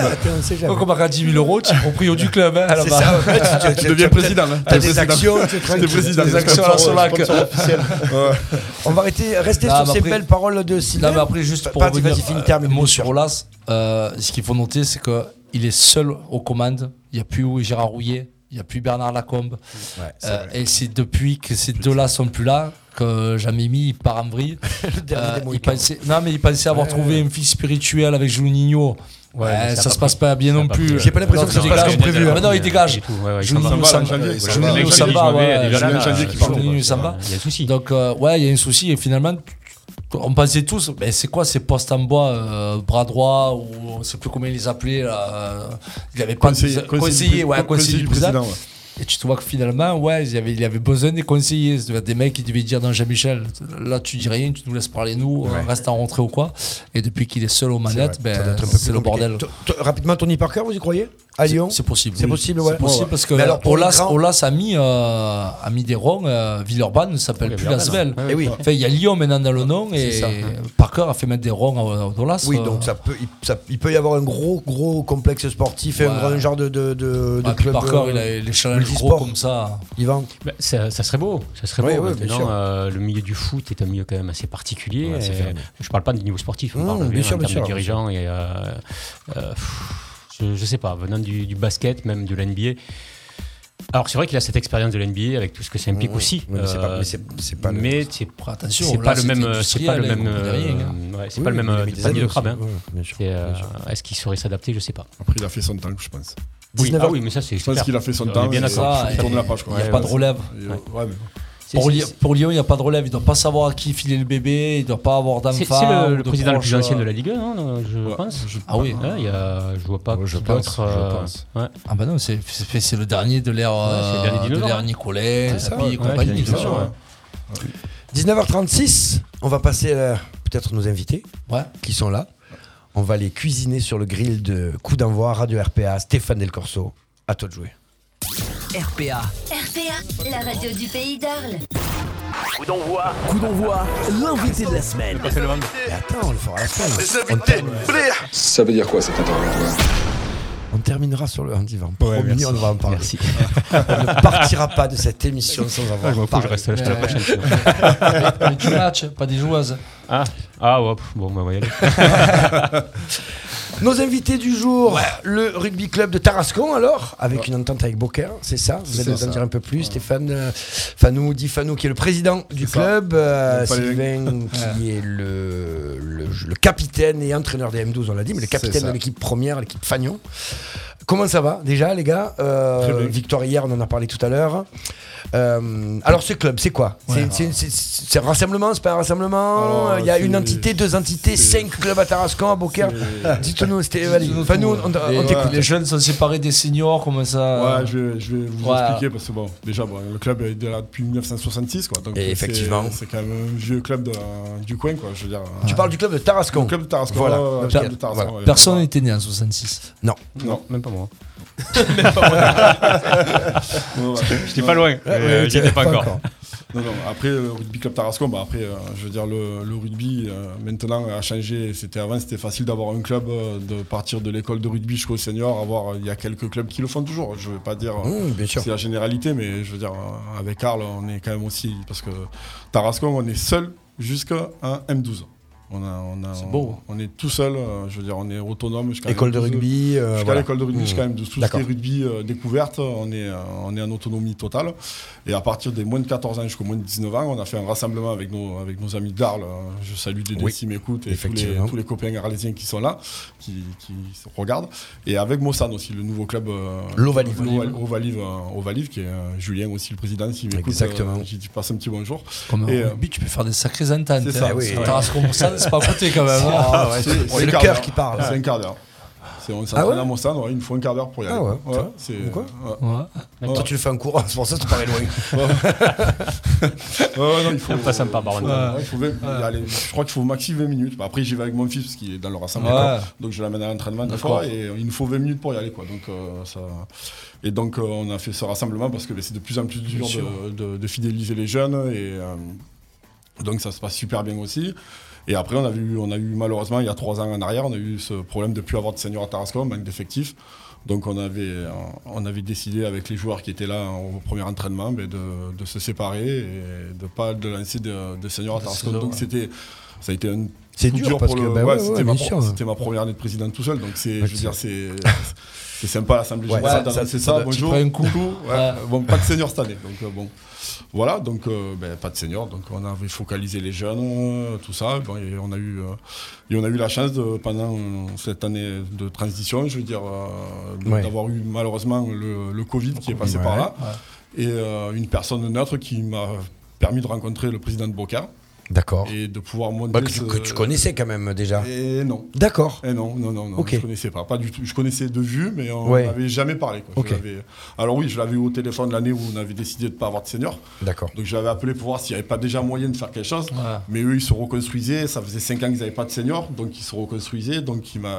Speaker 4: attends, on sait jamais.
Speaker 5: Quand on marque à 10 000 euros, tu es proprio du club. Hein,
Speaker 4: C'est ça, ouais, bah, tu- tu- tu- Tu deviens tu- président, hein. t'as T'es des président. actions, t'es tranquille.
Speaker 5: président.
Speaker 4: Des
Speaker 5: Des actions à la
Speaker 4: sponsors,
Speaker 5: Solac.
Speaker 4: sponsors officiels. On va arrêter, rester
Speaker 5: Non,
Speaker 4: sur
Speaker 5: mais
Speaker 4: ces
Speaker 5: après-
Speaker 4: belles paroles de Sylvain.
Speaker 5: Non, mais après, juste pour
Speaker 4: Vas-y,
Speaker 5: revenir
Speaker 4: vas-y, finis,
Speaker 5: euh,
Speaker 4: termine.
Speaker 5: mot sur Olas, euh, ce qu'il faut noter, c'est que il est seul aux commandes. Il n'y a plus Gérard Rouillet, il n'y a plus Bernard Lacombe.
Speaker 4: c'est
Speaker 5: Euh, et c'est depuis que ces deux-là sont plus là que Jamimi part en vrille.
Speaker 4: dernier
Speaker 5: Euh,
Speaker 4: des
Speaker 5: il
Speaker 4: Mohicans.
Speaker 5: pensait, non, mais il pensait avoir
Speaker 4: Ouais,
Speaker 5: trouvé un fils spirituel avec Juninho.
Speaker 6: Ouais,
Speaker 5: Ouais,
Speaker 6: mais
Speaker 5: ça,
Speaker 6: ça a pas
Speaker 5: se passe
Speaker 6: pris.
Speaker 5: pas bien
Speaker 6: Ça a
Speaker 5: non
Speaker 6: pas
Speaker 5: plus.
Speaker 6: pris. J'ai pas l'impression que ça se passe
Speaker 5: Dégage,
Speaker 6: comme prévu,
Speaker 5: dégage.
Speaker 6: hein.
Speaker 5: Mais non, il dégage.
Speaker 6: Et tout, ouais, ouais, il s'en
Speaker 5: Juninho
Speaker 6: va.
Speaker 5: s'en
Speaker 6: Il s'en va,
Speaker 5: va.
Speaker 6: il s'en va. Le
Speaker 5: Juninho
Speaker 6: mec,
Speaker 5: s'en
Speaker 6: il
Speaker 5: va.
Speaker 6: jouait,
Speaker 5: ouais.
Speaker 6: déjà là, là,
Speaker 5: Juninho s'en va.
Speaker 6: il y a un souci.
Speaker 5: Donc, euh, ouais, il y a un souci. Et finalement, on pensait tous, mais c'est quoi ces postes en bois, euh, bras droit, ou on ne sait plus comment ils les appelaient. là, euh, il n'y avait pas
Speaker 9: Conseiller-
Speaker 5: de
Speaker 9: conseiller du-
Speaker 5: ouais, conseiller du président.
Speaker 9: ouais.
Speaker 5: Et tu te vois que finalement, ouais, il y avait, il y avait besoin des conseillers. C'était Des mecs qui devaient dire dans Jean-Michel, là tu dis rien, tu nous laisses parler nous,
Speaker 4: Ouais.
Speaker 5: on reste en rentrée ou quoi. Et depuis qu'il est seul aux manettes,
Speaker 4: C'est
Speaker 5: ben,
Speaker 4: vrai, ça doit être un peu
Speaker 5: c'est
Speaker 4: plus
Speaker 5: le
Speaker 4: compliqué.
Speaker 5: bordel.
Speaker 4: T- t- Rapidement, Tony Parker, vous y croyez À
Speaker 5: C'est-
Speaker 4: Lyon
Speaker 5: C'est possible.
Speaker 4: C'est possible, ouais.
Speaker 5: C'est possible parce que
Speaker 4: Mais alors, pour
Speaker 5: Olas,
Speaker 4: l'écran-
Speaker 5: Olas a mis, euh, a mis des ronds. euh, Villeurbanne ne s'appelle
Speaker 4: Oui,
Speaker 5: plus
Speaker 4: Villeurbanne,
Speaker 5: Lasvel.
Speaker 4: ouais. Eh oui.
Speaker 5: Enfin, il y a Lyon maintenant dans le nom et
Speaker 4: C'est ça.
Speaker 5: Parker a fait mettre des ronds à, à Olas.
Speaker 4: Oui,
Speaker 5: euh,
Speaker 4: donc ça peut, il, ça- il peut y avoir un gros, gros complexe sportif et un,
Speaker 5: Ouais.
Speaker 4: grand genre de, de, de, de
Speaker 5: Ah, puis
Speaker 4: club.
Speaker 5: Parker,
Speaker 4: euh,
Speaker 5: il a les challenges gros
Speaker 4: multisport.
Speaker 5: comme ça.
Speaker 4: Yvan
Speaker 6: Bah, ça, ça serait beau, ça serait
Speaker 4: Oui,
Speaker 6: beau.
Speaker 4: oui, bien
Speaker 6: Maintenant,
Speaker 4: sûr.
Speaker 6: euh, le milieu du foot est un milieu quand même assez particulier.
Speaker 4: Ouais, c'est
Speaker 6: Et
Speaker 4: fermé.
Speaker 6: je parle pas du niveau sportif, on
Speaker 4: Mmh,
Speaker 6: parle
Speaker 4: bien
Speaker 6: bien
Speaker 4: sûr,
Speaker 6: en
Speaker 4: bien
Speaker 6: termes
Speaker 4: sûr.
Speaker 6: de dirigeants et euh, euh, pff, je, je sais pas, venant du, du basket, même de l'NBA. Alors c'est vrai qu'il a cette expérience de l'NBA avec tout ce que ça implique
Speaker 4: Mmh,
Speaker 6: aussi.
Speaker 4: oui, mais c'est pas-
Speaker 6: euh,
Speaker 4: mais c'est- c'est pas le-
Speaker 6: mais c'est
Speaker 5: Attention,
Speaker 6: c'est
Speaker 5: là,
Speaker 6: pas le
Speaker 5: c'était
Speaker 6: même, euh, c'est pas le
Speaker 5: industriel,
Speaker 6: même,
Speaker 5: on comprenait rien, hein.
Speaker 6: euh, ouais, c'est
Speaker 5: Oui,
Speaker 6: pas
Speaker 5: oui,
Speaker 6: le même
Speaker 5: mais il
Speaker 6: euh,
Speaker 5: y avait des
Speaker 6: panier de
Speaker 5: anneaux
Speaker 6: crabe.
Speaker 5: aussi,
Speaker 6: hein.
Speaker 5: ouais, bien sûr,
Speaker 6: C'est, euh,
Speaker 5: bien sûr.
Speaker 6: Est-ce qu'il saurait s'adapter Je sais pas.
Speaker 9: Après, il a fait son temps, je pense.
Speaker 6: Oui, ah oui, mais ça, c'est
Speaker 9: Je pense
Speaker 6: clair.
Speaker 9: qu'il a fait son
Speaker 6: On est
Speaker 9: temps.
Speaker 6: bien
Speaker 9: et
Speaker 6: d'accord.
Speaker 9: Il tourne la page.
Speaker 5: Il n'y a pas de relève. Pour, Lyon- pour Lyon, il n'y a pas de relève. Il ne doit pas savoir à qui filer le bébé. Il ne doit pas avoir d'enfant.
Speaker 6: C'est c'est le, le
Speaker 5: ou de
Speaker 6: président le plus
Speaker 5: proche,
Speaker 6: ancien
Speaker 5: euh,
Speaker 6: de la Ligue 1, je pense.
Speaker 5: Ah oui.
Speaker 6: Ouais, il y a, je vois pas d'autres. euh, ouais.
Speaker 5: Ah bah non, c'est- c'est c'est le dernier de l'ère
Speaker 6: c'est le dernier
Speaker 5: euh, de
Speaker 6: dinosaure.
Speaker 5: l'ère Nicolet,
Speaker 6: C'est ça,
Speaker 5: Nabi
Speaker 6: ouais.
Speaker 5: et
Speaker 6: Ouais,
Speaker 5: compagnie. hein.
Speaker 6: c'est
Speaker 5: tu vois.
Speaker 6: sûr, ouais.
Speaker 4: 19h36, on va passer à peut-être nos invités
Speaker 5: Ouais.
Speaker 4: qui sont là. On va les cuisiner sur le grill de Coup d'envoi, Radio RPA, Stéphane Del Corso. À toi de jouer.
Speaker 16: RPA.
Speaker 11: RPA, la radio du pays d'Arles.
Speaker 10: Coup d'envoi. Coup d'envoi, l'invité de la semaine.
Speaker 4: Mais attends, on le fera la semaine. On,
Speaker 17: Ça veut dire quoi cet interrogatoire
Speaker 4: on terminera sur le hand Ivan.
Speaker 17: Ouais,
Speaker 4: Promis,
Speaker 17: merci.
Speaker 4: on va en parler. on ne partira pas de cette émission sans avoir
Speaker 6: Ah, je m'en fous,
Speaker 4: parlé.
Speaker 6: je reste là jusqu'à la prochaine. tu vois.
Speaker 5: Mais du match, pas des joueuses.
Speaker 6: Ah, ah ouais, pff, bon, bah, on va y aller.
Speaker 4: Nos invités du jour, le rugby club de Tarascon, alors, avec une entente avec Beaucaire, c'est ça Vous
Speaker 7: C'est
Speaker 4: allez nous
Speaker 7: ça.
Speaker 4: en dire un peu plus. Stéphane euh, Fanou, dit Fanou, qui est le président du
Speaker 7: ça.
Speaker 4: club, euh,
Speaker 7: Il faut pas les-
Speaker 4: Sylvain, qui est le, le- le capitaine et entraîneur des M12, on l'a dit, mais le
Speaker 7: C'est
Speaker 4: capitaine
Speaker 7: ça.
Speaker 4: de l'équipe première, l'équipe Fagnon. Comment ça va déjà, les gars Euh,
Speaker 7: Très bien.
Speaker 4: Victoire hier, on en a parlé tout à l'heure. Euh, alors, ce club, c'est quoi C'est- c'est- C'est c'est un rassemblement C'est pas un rassemblement
Speaker 7: Alors,
Speaker 4: Il y a une
Speaker 7: c'est-
Speaker 4: entité, deux entités, cinq clubs à Tarascon, à Beaucaire Dites-nous, c'était. allez,
Speaker 5: Dites-nous
Speaker 4: enfin, nous,
Speaker 5: tout,
Speaker 4: on,
Speaker 6: Ah,
Speaker 5: ouais.
Speaker 4: on
Speaker 5: Les-
Speaker 4: t'écoute.
Speaker 5: Les jeunes sont séparés des seniors, comment ça
Speaker 4: Euh,
Speaker 9: Ouais, je vais, je vais vous
Speaker 5: Ouais.
Speaker 9: expliquer parce que bon, déjà, bon, le club est de là depuis 1966, quoi. Donc,
Speaker 4: Et
Speaker 9: c'est-
Speaker 4: effectivement.
Speaker 9: c'est quand même un vieux club de- du coin, quoi. Je veux dire.
Speaker 4: Tu parles du club de Tarascon.
Speaker 9: Le club de Tarascon.
Speaker 4: Voilà.
Speaker 9: ouais, ouais,
Speaker 4: Le
Speaker 9: le
Speaker 4: club
Speaker 9: club de Tarascon, ouais.
Speaker 5: Personne n'était né en 66.
Speaker 4: Non.
Speaker 9: Non.
Speaker 6: Même pas moi.
Speaker 9: Même pas moi.
Speaker 6: Ouais, ouais. J'étais pas loin, euh, j'y étais pas encore.
Speaker 9: Non, non, après le rugby club Tarascon, bah après, euh, je veux dire, le, le rugby euh, maintenant a changé. C'était avant, c'était facile d'avoir un club, euh, de partir de l'école de rugby jusqu'au senior. Avoir, il y a quelques clubs qui le font toujours. Je veux pas dire euh,
Speaker 4: Mmh, bien sûr.
Speaker 9: c'est la généralité, mais je veux dire, euh, avec Arles, on est quand même aussi. Parce que Tarascon, on est seul jusqu'à un M12. On, a, on, a-
Speaker 4: C'est beau. hein.
Speaker 9: on est tout seul, euh, je veux dire, on est autonome jusqu'à
Speaker 4: École de
Speaker 9: M12,
Speaker 4: rugby, euh,
Speaker 9: jusqu'à
Speaker 4: voilà.
Speaker 9: l'école de rugby,
Speaker 4: Mmh.
Speaker 9: jusqu'à M12. Tout ce qui
Speaker 4: D'accord.
Speaker 9: est rugby euh, découverte, on est, euh, on est en autonomie totale. Et à partir des moins de 14 ans jusqu'au moins de 19 ans, on a fait un rassemblement avec nos, avec nos amis d'Arles. hein. Je salue Dédé
Speaker 4: Oui,
Speaker 9: qui m'écoute et tous les,
Speaker 4: effectivement.
Speaker 9: tous les copains arlésiens qui sont là, qui, qui se regardent. Et avec Mossane aussi, le nouveau club. euh,
Speaker 4: L'Ovalive.
Speaker 9: L'Oval- Ovalive, euh, Ovalive, qui est euh, Julien aussi, le président, s'il m'écoute.
Speaker 4: Exactement.
Speaker 9: euh, J'y j'y passe un petit bonjour.
Speaker 5: Comme
Speaker 9: Et,
Speaker 5: au rugby, tu peux faire des sacrées ententes.
Speaker 9: c'est ça,
Speaker 5: hein.
Speaker 9: oui.
Speaker 5: Tarascon Mossad, c'est pas à côté quand même. hein.
Speaker 9: Ah, ouais, c'est- c'est
Speaker 4: le
Speaker 9: un
Speaker 4: cœur
Speaker 9: d'heure.
Speaker 4: qui parle.
Speaker 9: C'est un quart d'heure. C'est- On
Speaker 4: Ah
Speaker 9: s'entraîne
Speaker 4: ouais
Speaker 9: à Mossane, ouais, il nous faut un quart d'heure pour y aller.
Speaker 4: Ah ouais, putain.
Speaker 9: c'est-
Speaker 4: Pourquoi
Speaker 9: ouais. Ouais.
Speaker 4: Toi, tu le fais en courant, c'est pour ça que tu parais loin.
Speaker 9: Ouais, ouais, non, il faut.
Speaker 6: On passe un par
Speaker 9: il faut-
Speaker 6: Baron.
Speaker 9: ouais, il faut vingt- allez, je crois qu'il faut maxi 20 minutes. Bah, Après, j'y vais avec mon fils parce qu'il est dans le rassemblement.
Speaker 5: Ouais.
Speaker 9: Donc, je l'amène à l'entraînement des
Speaker 5: D'accord.
Speaker 9: fois et il nous faut 20 minutes pour y aller. Quoi. Donc, euh, ça... Et donc, euh, on a fait ce rassemblement parce que bah, c'est de plus en plus dur
Speaker 5: sûr.
Speaker 9: de, de- de fidéliser les jeunes. Et euh, donc, ça se passe super bien aussi. Et après, on a, eu, on a eu malheureusement, il y a trois ans en arrière, on a eu ce problème de ne plus avoir de senior à Tarascon, manque d'effectifs. Donc on avait, on avait décidé avec les joueurs qui étaient là au premier entraînement ben, de, de se séparer et de ne pas de lancer de, de senior à
Speaker 4: De
Speaker 9: Tarascon.
Speaker 4: saison,
Speaker 9: Donc
Speaker 4: ouais.
Speaker 9: c'était... Ça a été un
Speaker 4: C'est
Speaker 9: coup
Speaker 4: dur parce
Speaker 9: pour
Speaker 4: que,
Speaker 9: le-
Speaker 4: bah ouais,
Speaker 9: ouais,
Speaker 4: ouais,
Speaker 9: c'était ma,
Speaker 4: bien
Speaker 9: pro-
Speaker 4: sûr.
Speaker 9: c'était ma première année de président tout seul, donc
Speaker 4: Ouais,
Speaker 9: c'est, je veux
Speaker 4: c'est-
Speaker 9: dire, c'est, c'est sympa l'assemblée
Speaker 4: Ouais,
Speaker 9: générale
Speaker 4: ça- ça-
Speaker 9: d'annoncer
Speaker 4: ça
Speaker 9: ça.
Speaker 4: doit- tu
Speaker 9: Bonjour,
Speaker 4: prends un coup.
Speaker 9: coucou. Ouais,
Speaker 4: Ouais.
Speaker 9: Bon, pas de senior cette année, donc euh, bon. Voilà, donc euh, ben, pas de senior, donc on avait focalisé les jeunes, euh, tout ça. Bon, et on a eu, euh, et on a eu la chance de, pendant euh, cette année de transition, je veux dire, euh, de-
Speaker 4: Ouais.
Speaker 9: d'avoir eu malheureusement le, le Covid qui est passé
Speaker 4: Ouais.
Speaker 9: par là, et euh, une personne neutre qui m'a permis de rencontrer le président de Boca.
Speaker 4: D'accord.
Speaker 9: Et de pouvoir monter.
Speaker 4: Oh. Bah, que, tu,
Speaker 9: ce-
Speaker 4: que tu connaissais quand même déjà.
Speaker 9: et non.
Speaker 4: D'accord.
Speaker 9: Et non, non, non, non.
Speaker 4: Ok.
Speaker 9: Je connaissais pas, pas du tout. Je connaissais de vue, mais on
Speaker 4: Ouais.
Speaker 9: n'avait jamais parlé. quoi. Je
Speaker 4: Ok.
Speaker 9: l'avais- Alors oui, je l'avais eu au téléphone l'année où on avait décidé de pas avoir de senior.
Speaker 4: D'accord.
Speaker 9: Donc je l'avais appelé pour voir s'il n'y avait pas déjà moyen de faire quelque chose. Mais eux, ils se reconstruisaient. Ça faisait 5 ans qu'ils n'avaient pas de senior, donc ils se reconstruisaient. Donc il m'a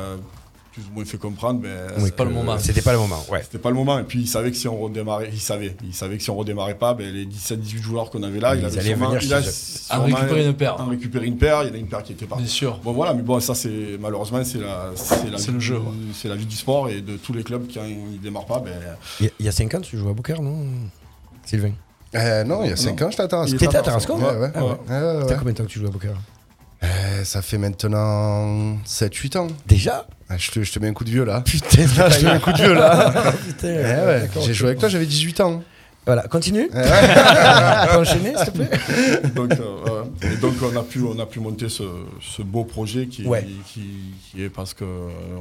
Speaker 9: plus ou moins fait comprendre, mais
Speaker 4: Oui,
Speaker 9: c'est
Speaker 4: que C'était pas le moment, ouais.
Speaker 9: c'était pas le moment. Et puis, il savait que si on redémarrait, il savait, il savait que si on redémarrait pas, ben, les 17-18 joueurs qu'on avait là,
Speaker 4: Ils
Speaker 9: il avait
Speaker 4: allaient
Speaker 9: sûrement-
Speaker 4: venir
Speaker 9: il
Speaker 4: chez
Speaker 9: a
Speaker 4: eux.
Speaker 9: sûrement-
Speaker 5: À récupérer une paire.
Speaker 9: à récupérer une paire. Il y en a une paire qui était partie.
Speaker 5: Bien sûr.
Speaker 9: Bon, voilà, mais bon, ça, c'est malheureusement, c'est la, c'est la
Speaker 5: C'est
Speaker 9: vie
Speaker 5: le
Speaker 9: du-
Speaker 5: jeu, ouais.
Speaker 9: C'est la vie du sport et de tous les clubs quand ils démarrent pas, ben.
Speaker 4: Il y a- il y a 5 ans, tu jouais à Booker, non Sylvain
Speaker 7: Euh, non, il y a 5 ans, j'étais à Tarascon.
Speaker 4: T'étais à Tarascon
Speaker 7: Ouais, ouais.
Speaker 4: Ah ouais.
Speaker 7: Ouais, ouais,
Speaker 4: T'as
Speaker 7: ouais.
Speaker 4: combien de temps que tu joues à Booker
Speaker 7: Euh, ça fait maintenant 7-8 ans.
Speaker 4: Déjà
Speaker 7: Ah, je, te, je te mets un coup de vieux là.
Speaker 4: Putain,
Speaker 7: je te mets un coup de vieux là.
Speaker 4: Ah, Putain,
Speaker 7: Eh
Speaker 4: ouais,
Speaker 7: ouais,
Speaker 4: d'accord,
Speaker 7: J'ai
Speaker 4: ok.
Speaker 7: joué avec toi, j'avais 18 ans.
Speaker 4: Voilà, continue.
Speaker 7: Ouais.
Speaker 4: T'as enchaîné, s'il te plaît
Speaker 9: donc, euh, ouais. Et donc on a pu, on a pu monter ce, ce beau projet qui,
Speaker 4: Ouais.
Speaker 9: qui, qui est parce que euh,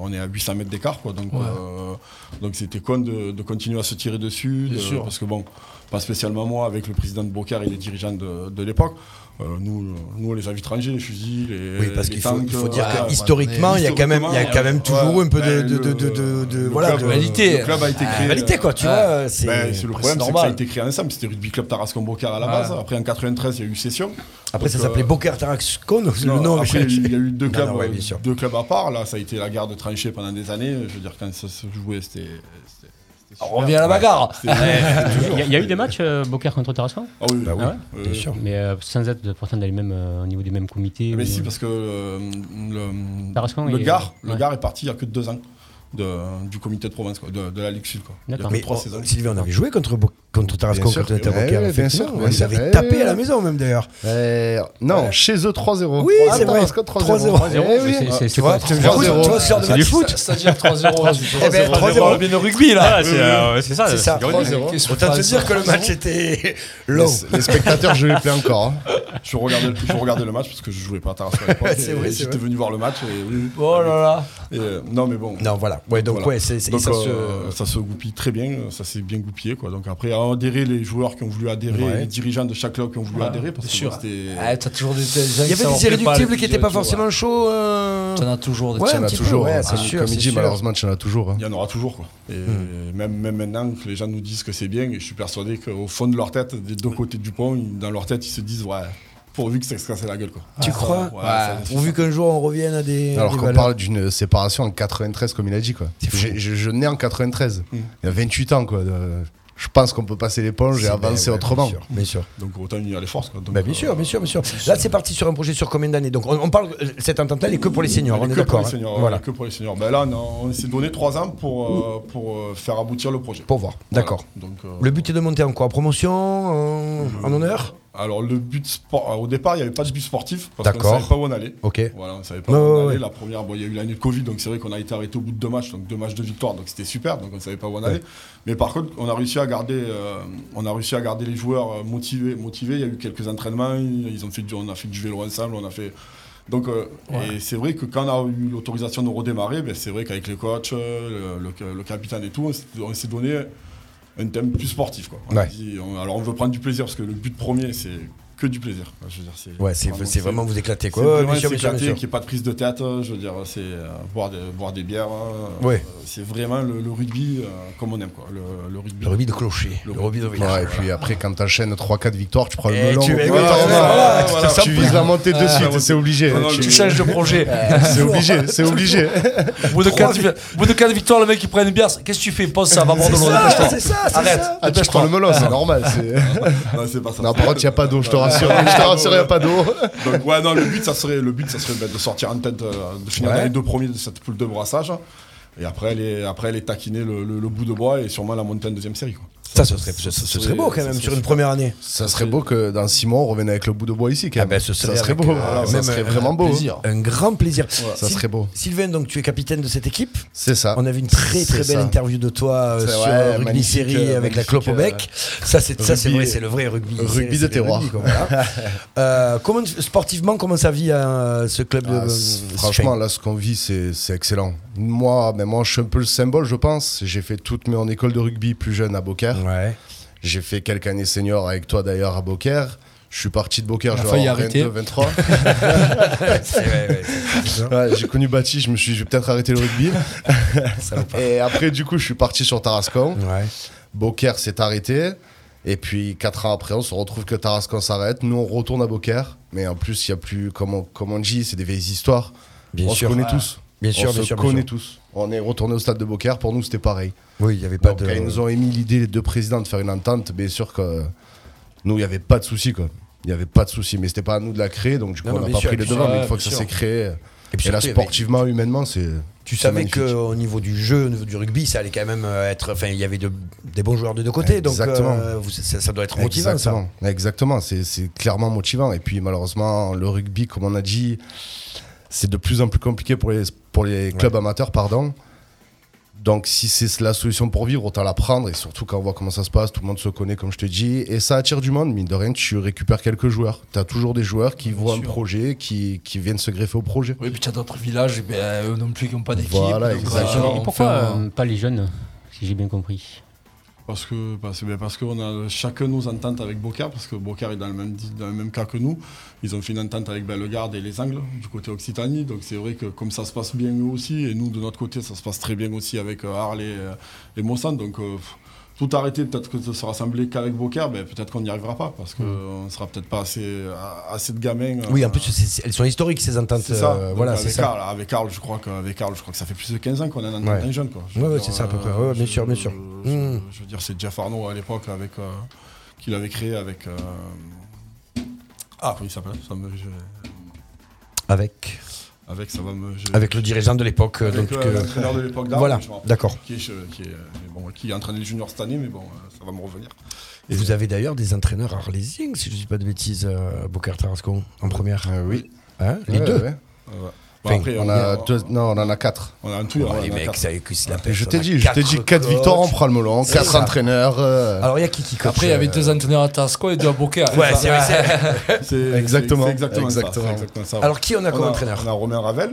Speaker 9: on est à 800 mètres d'écart, quoi. Donc,
Speaker 5: Ouais.
Speaker 9: euh, donc c'était con de, de continuer à se tirer dessus,
Speaker 5: Bien
Speaker 9: de-
Speaker 5: sûr.
Speaker 9: parce que bon, pas spécialement moi, avec le président de Bocard et les dirigeants de, de l'époque. euh, nous, nous, on les avait étrangers, les fusils, les,
Speaker 4: Oui, parce
Speaker 9: les
Speaker 4: qu'il faut, il
Speaker 9: tanks,
Speaker 4: faut dire
Speaker 9: ouais,
Speaker 4: que
Speaker 9: ouais.
Speaker 4: historiquement, il y a quand même, il y a quand même
Speaker 9: Historiquement,
Speaker 4: toujours
Speaker 9: ouais.
Speaker 4: un peu de, de,
Speaker 9: Ouais,
Speaker 4: de,
Speaker 9: le-
Speaker 4: de, de- de-
Speaker 9: le
Speaker 4: voilà,
Speaker 9: club,
Speaker 4: de
Speaker 9: euh,
Speaker 5: Réalité.
Speaker 9: Le club a été
Speaker 4: Ah,
Speaker 9: créé.
Speaker 4: réalité, quoi, tu
Speaker 9: ouais.
Speaker 4: vois, c'est-
Speaker 9: Ben, c'est le
Speaker 4: c'est
Speaker 9: problème, c'est que ça a
Speaker 4: normal.
Speaker 9: été créé ensemble. C'était rugby club Tarascon Bocard à la
Speaker 4: Ouais.
Speaker 9: base. Après, en 93, il y a eu Session.
Speaker 4: Après, ça
Speaker 9: Donc,
Speaker 4: s'appelait
Speaker 9: euh,
Speaker 4: Booker Tarascon, le
Speaker 9: non,
Speaker 4: nom.
Speaker 9: après,
Speaker 4: je-
Speaker 9: il y a eu deux
Speaker 4: Non,
Speaker 9: clubs,
Speaker 4: non, ouais, bien sûr.
Speaker 9: deux clubs à part. Là, ça a été la guerre de tranchées pendant des années. Je veux dire, quand ça se jouait, c'était. c'était- c'était
Speaker 5: On
Speaker 9: super.
Speaker 5: revient à la bagarre.
Speaker 9: C'était- c'était toujours.
Speaker 6: Ah, Il y, a- il y a eu des matchs euh, Beaucaire contre Tarascon
Speaker 9: Ah oui,
Speaker 4: Bah
Speaker 6: Ah ouais
Speaker 9: euh,
Speaker 6: Mais euh, sans être pourtant dans les mêmes, euh, au niveau des mêmes
Speaker 5: Ah,
Speaker 6: comités.
Speaker 9: Mais
Speaker 6: ou-
Speaker 9: si, parce que euh, le,
Speaker 6: Tarascon,
Speaker 9: le
Speaker 6: il est-
Speaker 9: Gard, le
Speaker 6: ouais.
Speaker 9: Gard est parti il y a que deux ans de- du comité de province, quoi, de, de la Ligue Sud. Quoi. Il y a
Speaker 6: D'accord.
Speaker 9: que
Speaker 4: Mais
Speaker 9: trois
Speaker 4: oh,
Speaker 9: saisons.
Speaker 4: Sylvain, on avait joué contre, Bo- contre contre Tarascon
Speaker 7: sûr.
Speaker 4: quand on était
Speaker 7: Ouais,
Speaker 4: rocker.
Speaker 7: ouais, bien
Speaker 4: effectivement.
Speaker 7: sûr,
Speaker 4: On
Speaker 7: bien
Speaker 4: les
Speaker 7: sûr.
Speaker 4: avait
Speaker 7: Ouais,
Speaker 4: tapés
Speaker 7: ouais.
Speaker 4: à la maison, même d'ailleurs.
Speaker 7: Euh, non, chez eux 3-0.
Speaker 4: Oui,
Speaker 7: Ah,
Speaker 4: c'est vrai.
Speaker 7: Tarascon, 3-0.
Speaker 4: 3-0.
Speaker 7: Eh oui.
Speaker 4: C'est- c'est-
Speaker 7: Tu vois,
Speaker 4: c'est quoi,
Speaker 7: 3-0.
Speaker 4: tu vois, c'est du foot.
Speaker 5: C'est-à-dire 3-0.
Speaker 4: Eh ben, 3-0.
Speaker 5: hein. bien au rugby là.
Speaker 4: Ah, c'est, euh, c'est ça,
Speaker 5: C'est
Speaker 4: c'est
Speaker 5: ça.
Speaker 4: 3-0. Autant te dire que le match était long.
Speaker 7: Les spectateurs, je les plais encore. hein.
Speaker 9: Je regardais, je regardais le match parce que je jouais pas à Tarascon à l'époque.
Speaker 4: C'est
Speaker 9: et
Speaker 4: vrai, c'est
Speaker 9: J'étais
Speaker 4: vrai.
Speaker 9: venu voir le match. Et, oui, oui.
Speaker 5: Oh là là.
Speaker 9: Et, euh, non, mais bon.
Speaker 4: Non, voilà. Ouais, donc, ouais, c'est- c'est-
Speaker 9: Donc,
Speaker 4: ça
Speaker 9: euh, ça se goupille très bien. euh, Ça s'est bien goupillé. Quoi. Donc après, à adhérer les joueurs qui ont voulu adhérer,
Speaker 4: Ouais.
Speaker 9: et les dirigeants de chaque club qui ont voulu
Speaker 5: Ouais,
Speaker 9: adhérer. Parce
Speaker 5: bien
Speaker 9: que
Speaker 5: sûr.
Speaker 9: bon, c'était.
Speaker 5: Ah, t'as toujours des- des gens
Speaker 4: Il y
Speaker 5: qui
Speaker 4: avait
Speaker 5: s'en
Speaker 4: des
Speaker 5: rappellent pas,
Speaker 4: irréductibles
Speaker 5: les
Speaker 4: qui n'étaient
Speaker 5: petits
Speaker 4: pas
Speaker 5: jeunes,
Speaker 4: forcément chauds. euh,
Speaker 5: T'en as toujours des
Speaker 4: Ouais,
Speaker 5: petits
Speaker 4: un
Speaker 5: jeunes.
Speaker 4: petit peu, ouais, c'est
Speaker 7: Ah,
Speaker 4: sûr.
Speaker 7: Comme
Speaker 4: c'est
Speaker 7: il dit,
Speaker 4: sûr.
Speaker 7: malheureusement, il y en a toujours. hein.
Speaker 9: Il y en aura toujours. Quoi. Et
Speaker 4: Hmm.
Speaker 9: même, même maintenant que les gens nous disent que c'est bien, et je suis persuadé qu'au fond de leur tête, des deux côtés du pont, ils- dans leur tête, ils se disent ouais, pourvu que ça se casse la gueule. Quoi. Ah.
Speaker 4: Tu
Speaker 9: Ouais,
Speaker 4: crois
Speaker 9: ouais, ça-
Speaker 4: Ouais. Pourvu qu'un jour on revienne à des. à
Speaker 7: Alors
Speaker 4: des
Speaker 7: qu'on
Speaker 4: valeurs.
Speaker 7: parle d'une séparation en 93, comme il a dit. quoi. J'ai- Je, je nais en 93.
Speaker 4: Mm.
Speaker 7: Il y a 28 ans. quoi. de- Je pense qu'on peut passer l'éponge et
Speaker 4: C'est-
Speaker 7: avancer
Speaker 4: ouais, ouais,
Speaker 7: autrement.
Speaker 4: bien sûr, Bien sûr.
Speaker 9: Donc autant unir les forces. Quoi. Donc,
Speaker 4: Bah, bien
Speaker 9: euh,
Speaker 4: sûr, bien sûr, bien sûr. Là, c'est parti sur un projet sur combien d'années Donc, on, on parle. Cette entente-là, elle est que pour les seniors,
Speaker 9: Elle est
Speaker 4: on est
Speaker 9: que
Speaker 4: d'accord.
Speaker 9: pour les
Speaker 4: hein.
Speaker 9: seniors,
Speaker 4: Voilà.
Speaker 9: elle est que pour les seniors. Ben là, on, a- on s'est donné trois ans pour, euh, pour euh, faire aboutir le projet.
Speaker 4: Pour voir. D'accord.
Speaker 9: Voilà. Donc, euh,
Speaker 4: Le but est de monter en quoi En promotion En, en honneur
Speaker 9: Alors le but sport, alors, au départ il n'y avait pas de but sportif parce qu'on
Speaker 4: D'accord.
Speaker 9: savait pas où on allait.
Speaker 4: Ok.
Speaker 9: Voilà, on savait pas
Speaker 4: Ouais,
Speaker 9: où on
Speaker 4: ouais,
Speaker 9: allait.
Speaker 4: ouais.
Speaker 9: La première, bon, il y a eu l'année de Covid, donc c'est vrai qu'on a été arrêté au bout de deux matchs, donc deux matchs de victoire, donc c'était super, donc on savait pas où on allait. Mais par contre, on a réussi à garder, euh, on a réussi à garder les joueurs euh, motivés, motivés. Il y a eu quelques entraînements, ils ils ont fait, du- on a fait du vélo ensemble, on a fait. Donc, euh, et c'est vrai que quand on a eu l'autorisation de redémarrer, ben, c'est vrai qu'avec les coachs, euh, le, le- le capitaine et tout, on s'est- on s'est donné un thème plus sportif. Quoi. On a
Speaker 4: Ouais.
Speaker 9: dit, on- alors on veut prendre du plaisir parce que le but premier c'est que du plaisir. Je veux dire, c'est,
Speaker 4: Ouais, c'est- c'est vraiment vous éclater, quoi.
Speaker 9: c'est
Speaker 4: Ouais,
Speaker 9: vraiment
Speaker 4: bien sûr, bien sûr,
Speaker 9: s'éclater,
Speaker 4: bien sûr.
Speaker 9: qu'il n'y ait pas de prise de tête. euh, Je veux dire, c'est euh, boire, des, boire des bières. euh,
Speaker 4: Ouais.
Speaker 9: euh, c'est vraiment le, le rugby euh, comme on aime. Quoi. Le, le rugby.
Speaker 4: Le rugby de clocher. Le rugby de
Speaker 7: Ouais,
Speaker 4: clocher.
Speaker 7: et puis après, quand t'enchaînes 3-4 victoires, tu prends le
Speaker 4: Et
Speaker 7: melon.
Speaker 4: Eh, tu-
Speaker 7: Ouais,
Speaker 4: et
Speaker 7: t'en
Speaker 4: voilà,
Speaker 7: vas.
Speaker 4: voilà, voilà.
Speaker 7: Tu
Speaker 4: Ça
Speaker 7: vises
Speaker 4: me-
Speaker 7: la montée de
Speaker 4: Ah,
Speaker 7: suite,
Speaker 4: ouais.
Speaker 7: c'est obligé. hein.
Speaker 4: Non, non,
Speaker 5: Tu changes de projet.
Speaker 7: C'est obligé, c'est obligé.
Speaker 5: Au bout de 4, victoires, le mec il prend une bière. Qu'est-ce que tu fais Pose ça, va boire de
Speaker 7: C'est
Speaker 5: l'eau.
Speaker 7: ça,
Speaker 5: dépêche-toi.
Speaker 7: c'est ça, c'est
Speaker 5: Arrête.
Speaker 7: ça. Ah, tu prends le melon, c'est normal. c'est-
Speaker 9: Non, c'est pas ça.
Speaker 7: Non, par contre, il n'y a pas d'eau, je te
Speaker 9: Ouais.
Speaker 7: rassure. Je te rassure, il n'y a pas d'eau.
Speaker 9: Donc ouais, non, le but, ça serait, le but, ça serait ben, de sortir en tête, euh, de finir
Speaker 7: Ouais.
Speaker 9: dans les deux premiers de cette poule de brassage. Et après, les, après, les taquiner le, le- le bout de bois et sûrement la montagne deuxième série. Quoi.
Speaker 4: Ça, ce serait, ce, ce- ce serait beau quand même sur une première année.
Speaker 7: Ça serait beau que dans 6 mois, on revienne avec le bout de bois ici. Quand même. ça Ah, ben, serait
Speaker 4: avec,
Speaker 7: beau.
Speaker 4: euh,
Speaker 7: ça
Speaker 4: même
Speaker 7: serait
Speaker 4: un-
Speaker 7: vraiment beau.
Speaker 4: Un grand plaisir.
Speaker 7: Ça
Speaker 4: Syl-
Speaker 7: serait beau.
Speaker 4: Sylvain, donc tu es capitaine de cette équipe.
Speaker 7: C'est ça.
Speaker 4: On avait une très très
Speaker 7: C'est
Speaker 4: belle
Speaker 7: ça.
Speaker 4: interview de toi euh,
Speaker 7: C'est-
Speaker 4: sur
Speaker 7: ouais,
Speaker 4: euh, Rugby
Speaker 7: magnifique,
Speaker 4: Série
Speaker 7: euh,
Speaker 4: avec la
Speaker 7: magnifique,
Speaker 4: clope au bec.
Speaker 7: euh,
Speaker 4: Ça c'est ça c'est
Speaker 7: rugby-
Speaker 4: vrai, c'est le vrai rugby.
Speaker 7: rugby
Speaker 4: c'est-
Speaker 7: de
Speaker 4: c'est le
Speaker 7: terroir.
Speaker 4: quoi, voilà. Euh, comment sportivement comment ça vit euh, ce club de-
Speaker 7: Ah, c-
Speaker 4: euh,
Speaker 7: franchement,
Speaker 4: Spain
Speaker 7: là, ce qu'on vit, c'est c'est excellent. Moi, ben, moi, je suis un peu le symbole, je pense. J'ai fait toutes mes en école de rugby plus jeune à Beaucaire. J'ai fait quelques années senior avec toi d'ailleurs à Beaucaire. Je suis parti de Beaucaire,
Speaker 13: Il a
Speaker 7: je
Speaker 13: failli
Speaker 7: vais avoir
Speaker 13: arrêter.
Speaker 7: 22, 23. Ouais, j'ai connu Bati, je me suis dit, je vais peut-être arrêter le rugby. et après, du coup, je suis parti sur Tarascon. Beaucaire s'est arrêté. Et puis, 4 ans après, on se retrouve que Tarascon s'arrête. Nous, on retourne à Beaucaire. Mais en plus, il y a plus, comme on, comme on dit, c'est des vieilles histoires.
Speaker 4: Bien
Speaker 7: on
Speaker 4: sûr.
Speaker 7: se connaît
Speaker 4: Ouais.
Speaker 7: tous.
Speaker 4: Bien
Speaker 7: on
Speaker 4: sûr,
Speaker 7: se
Speaker 4: bien sûr, bien
Speaker 7: connaît
Speaker 4: sûr.
Speaker 7: tous. On est retourné au stade de Beaucaire. Pour nous, c'était pareil.
Speaker 4: Oui, il y avait pas
Speaker 7: Donc,
Speaker 4: de-
Speaker 7: quand ils nous ont émis l'idée, les deux présidents, de faire une entente, bien sûr que nous, il n'y avait pas de souci. quoi. Il n'y avait pas de souci. Mais c'était pas à nous de la créer. Donc, du coup,
Speaker 4: Non, non,
Speaker 7: on n'a
Speaker 4: bien
Speaker 7: pas
Speaker 4: sûr,
Speaker 7: pris le
Speaker 4: bien
Speaker 7: devant.
Speaker 4: sûr.
Speaker 7: Mais une fois
Speaker 4: Ouais,
Speaker 7: que
Speaker 4: bien
Speaker 7: ça
Speaker 4: sûr.
Speaker 7: s'est créé.
Speaker 4: Et
Speaker 7: Et,
Speaker 4: puis
Speaker 7: là,
Speaker 4: surtout, il y avait-
Speaker 7: sportivement, humainement, c'est.
Speaker 4: Tu
Speaker 7: c'est
Speaker 4: savais
Speaker 7: magnifique.
Speaker 4: qu'au niveau du jeu, au niveau du rugby, ça allait quand même euh, être. Enfin, il y avait de- des bons joueurs de deux côtés, donc
Speaker 7: Exactement.
Speaker 4: euh, vous- ça, ça doit être motivant. Ça.
Speaker 7: Exactement. Exactement, c'est, c'est clairement motivant. Et puis malheureusement, le rugby, comme on a dit, c'est de plus en plus compliqué pour les, pour les clubs amateurs, pardon. Donc si c'est la solution pour vivre, autant la prendre. Et surtout quand on voit comment ça se passe, tout le monde se connaît, comme je te dis. Et ça attire du monde, mine de rien, tu récupères quelques joueurs. Tu as toujours des joueurs qui voient un
Speaker 5: sûr.
Speaker 7: projet, qui, qui viennent se greffer au projet.
Speaker 5: Oui, puis t'as d'autres villages, eh ben, eux non plus qui n'ont pas d'équipe.
Speaker 7: Voilà,
Speaker 5: donc,
Speaker 7: exactement.
Speaker 5: euh,
Speaker 7: Et
Speaker 5: on
Speaker 6: Pourquoi
Speaker 5: fait un-
Speaker 6: euh, pas les jeunes, si j'ai bien compris
Speaker 9: Parce que parce, ben, parce qu'on a chacun nos ententes avec Bocard, parce que Bocard est dans le même di- dans le même cas que nous. Ils ont fait une entente avec Bellegarde et les Angles du côté Occitanie. Donc c'est vrai que comme ça se passe bien eux aussi, et nous de notre côté ça se passe très bien aussi avec euh, Arles et, euh, et Monsanto. Donc euh, pff, tout arrêter, peut-être que de se rassembler qu'avec Bocard, ben, peut-être qu'on n'y arrivera pas parce qu'on ne sera peut-être pas assez assez de gamins. euh,
Speaker 4: Mm. Oui, en plus, c'est- c'est- elles sont historiques ces ententes.
Speaker 9: c'est ça.
Speaker 4: euh,
Speaker 9: Donc,
Speaker 4: voilà, c'est
Speaker 9: avec,
Speaker 4: ça.
Speaker 9: Arles, avec Arles, je crois que avec Arles, je crois que ça fait plus de 15 ans qu'on a un entente
Speaker 4: Ouais.
Speaker 9: d'un jeune quoi. Je
Speaker 4: Ouais,
Speaker 9: veux
Speaker 4: ouais,
Speaker 9: dire,
Speaker 4: c'est ça à peu
Speaker 9: euh,
Speaker 4: près. Ouais, ouais, bien sûr, bien sûr.
Speaker 9: je,
Speaker 4: Mm.
Speaker 9: je veux dire, c'est Jeff Arnaud à l'époque avec euh, qu'il avait créé avec. euh, ah, comment il s'appelle Ça me- je-
Speaker 4: Avec.
Speaker 9: Avec, ça va me- je-
Speaker 4: Avec le dirigeant de l'époque,
Speaker 9: Avec,
Speaker 4: donc,
Speaker 9: euh,
Speaker 4: que-
Speaker 9: l'entraîneur de l'époque d'Arles,
Speaker 4: Voilà,
Speaker 9: je me rappelle,
Speaker 4: d'accord.
Speaker 9: Qui, est, che- qui, est, euh, mais bon, qui a entraîné les juniors cette année, mais bon, euh, ça euh, va me revenir.
Speaker 4: Et Vous avez d'ailleurs des entraîneurs arlésiens, si je ne dis pas de bêtises, euh, Bocard Tarascon, en première. Hein,
Speaker 7: oui.
Speaker 4: les
Speaker 7: Ouais,
Speaker 4: deux.
Speaker 7: ouais.
Speaker 4: Enfin,
Speaker 7: Enfin,
Speaker 9: E
Speaker 7: on, a deux- non, on en a quatre.
Speaker 9: On a un
Speaker 4: tout, Oh, les mecs, ça écluse la pêche.
Speaker 7: Je
Speaker 4: on
Speaker 7: t'ai
Speaker 4: a
Speaker 7: dit, je t'ai dit 4
Speaker 4: coachs.
Speaker 7: victoires, on prend le melon,
Speaker 4: C'est
Speaker 7: 4
Speaker 4: ça.
Speaker 7: entraîneurs. euh,
Speaker 4: Alors, il y a qui euh, qui coach
Speaker 5: Après, il y avait deux entraîneurs à Tarascon et deux à Boca.
Speaker 4: Ouais, c'est vrai, c'est vrai.
Speaker 9: C'est-
Speaker 7: Exactement.
Speaker 9: c'est exactement ça,
Speaker 7: Exactement.
Speaker 9: c'est exactement ça.
Speaker 4: Alors, qui on a comme entraîneur
Speaker 9: On a Romain Ravel.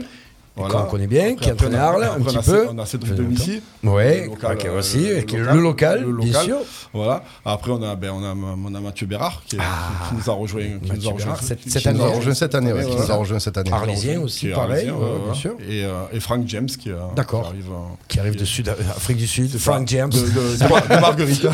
Speaker 4: qu'on connaît bien, qui
Speaker 9: après,
Speaker 4: entraîne
Speaker 9: on a-
Speaker 4: Arles, un
Speaker 9: après, on
Speaker 4: petit
Speaker 9: a Cé-
Speaker 4: peu.
Speaker 9: On a Cédric
Speaker 4: Ça fait
Speaker 9: Domici.
Speaker 4: longtemps. Ouais,
Speaker 9: le local,
Speaker 4: ok,
Speaker 9: euh,
Speaker 4: aussi, qui est le local, bien sûr.
Speaker 9: Voilà. Après, on a, ben, on a, on a Mathieu Bérard qui, est- qui nous a rejoint. Qui nous a rejoint
Speaker 4: Ah. Bérard, cette-
Speaker 9: qui
Speaker 4: cette
Speaker 9: nous a
Speaker 4: année.
Speaker 9: rejoint
Speaker 7: Cette année, ouais, qui nous a
Speaker 9: voilà.
Speaker 7: rejoint cette année.
Speaker 4: Arlésien aussi,
Speaker 9: Qui est
Speaker 4: pareil,
Speaker 9: arlésien,
Speaker 4: ouais,
Speaker 9: voilà.
Speaker 4: bien sûr.
Speaker 9: Et, euh, et Frank James qui, euh,
Speaker 4: D'accord.
Speaker 9: qui arrive. euh,
Speaker 4: Qui arrive de Sud, Afrique du Sud, Frank James.
Speaker 9: De, de- de Mar- de Marguerite.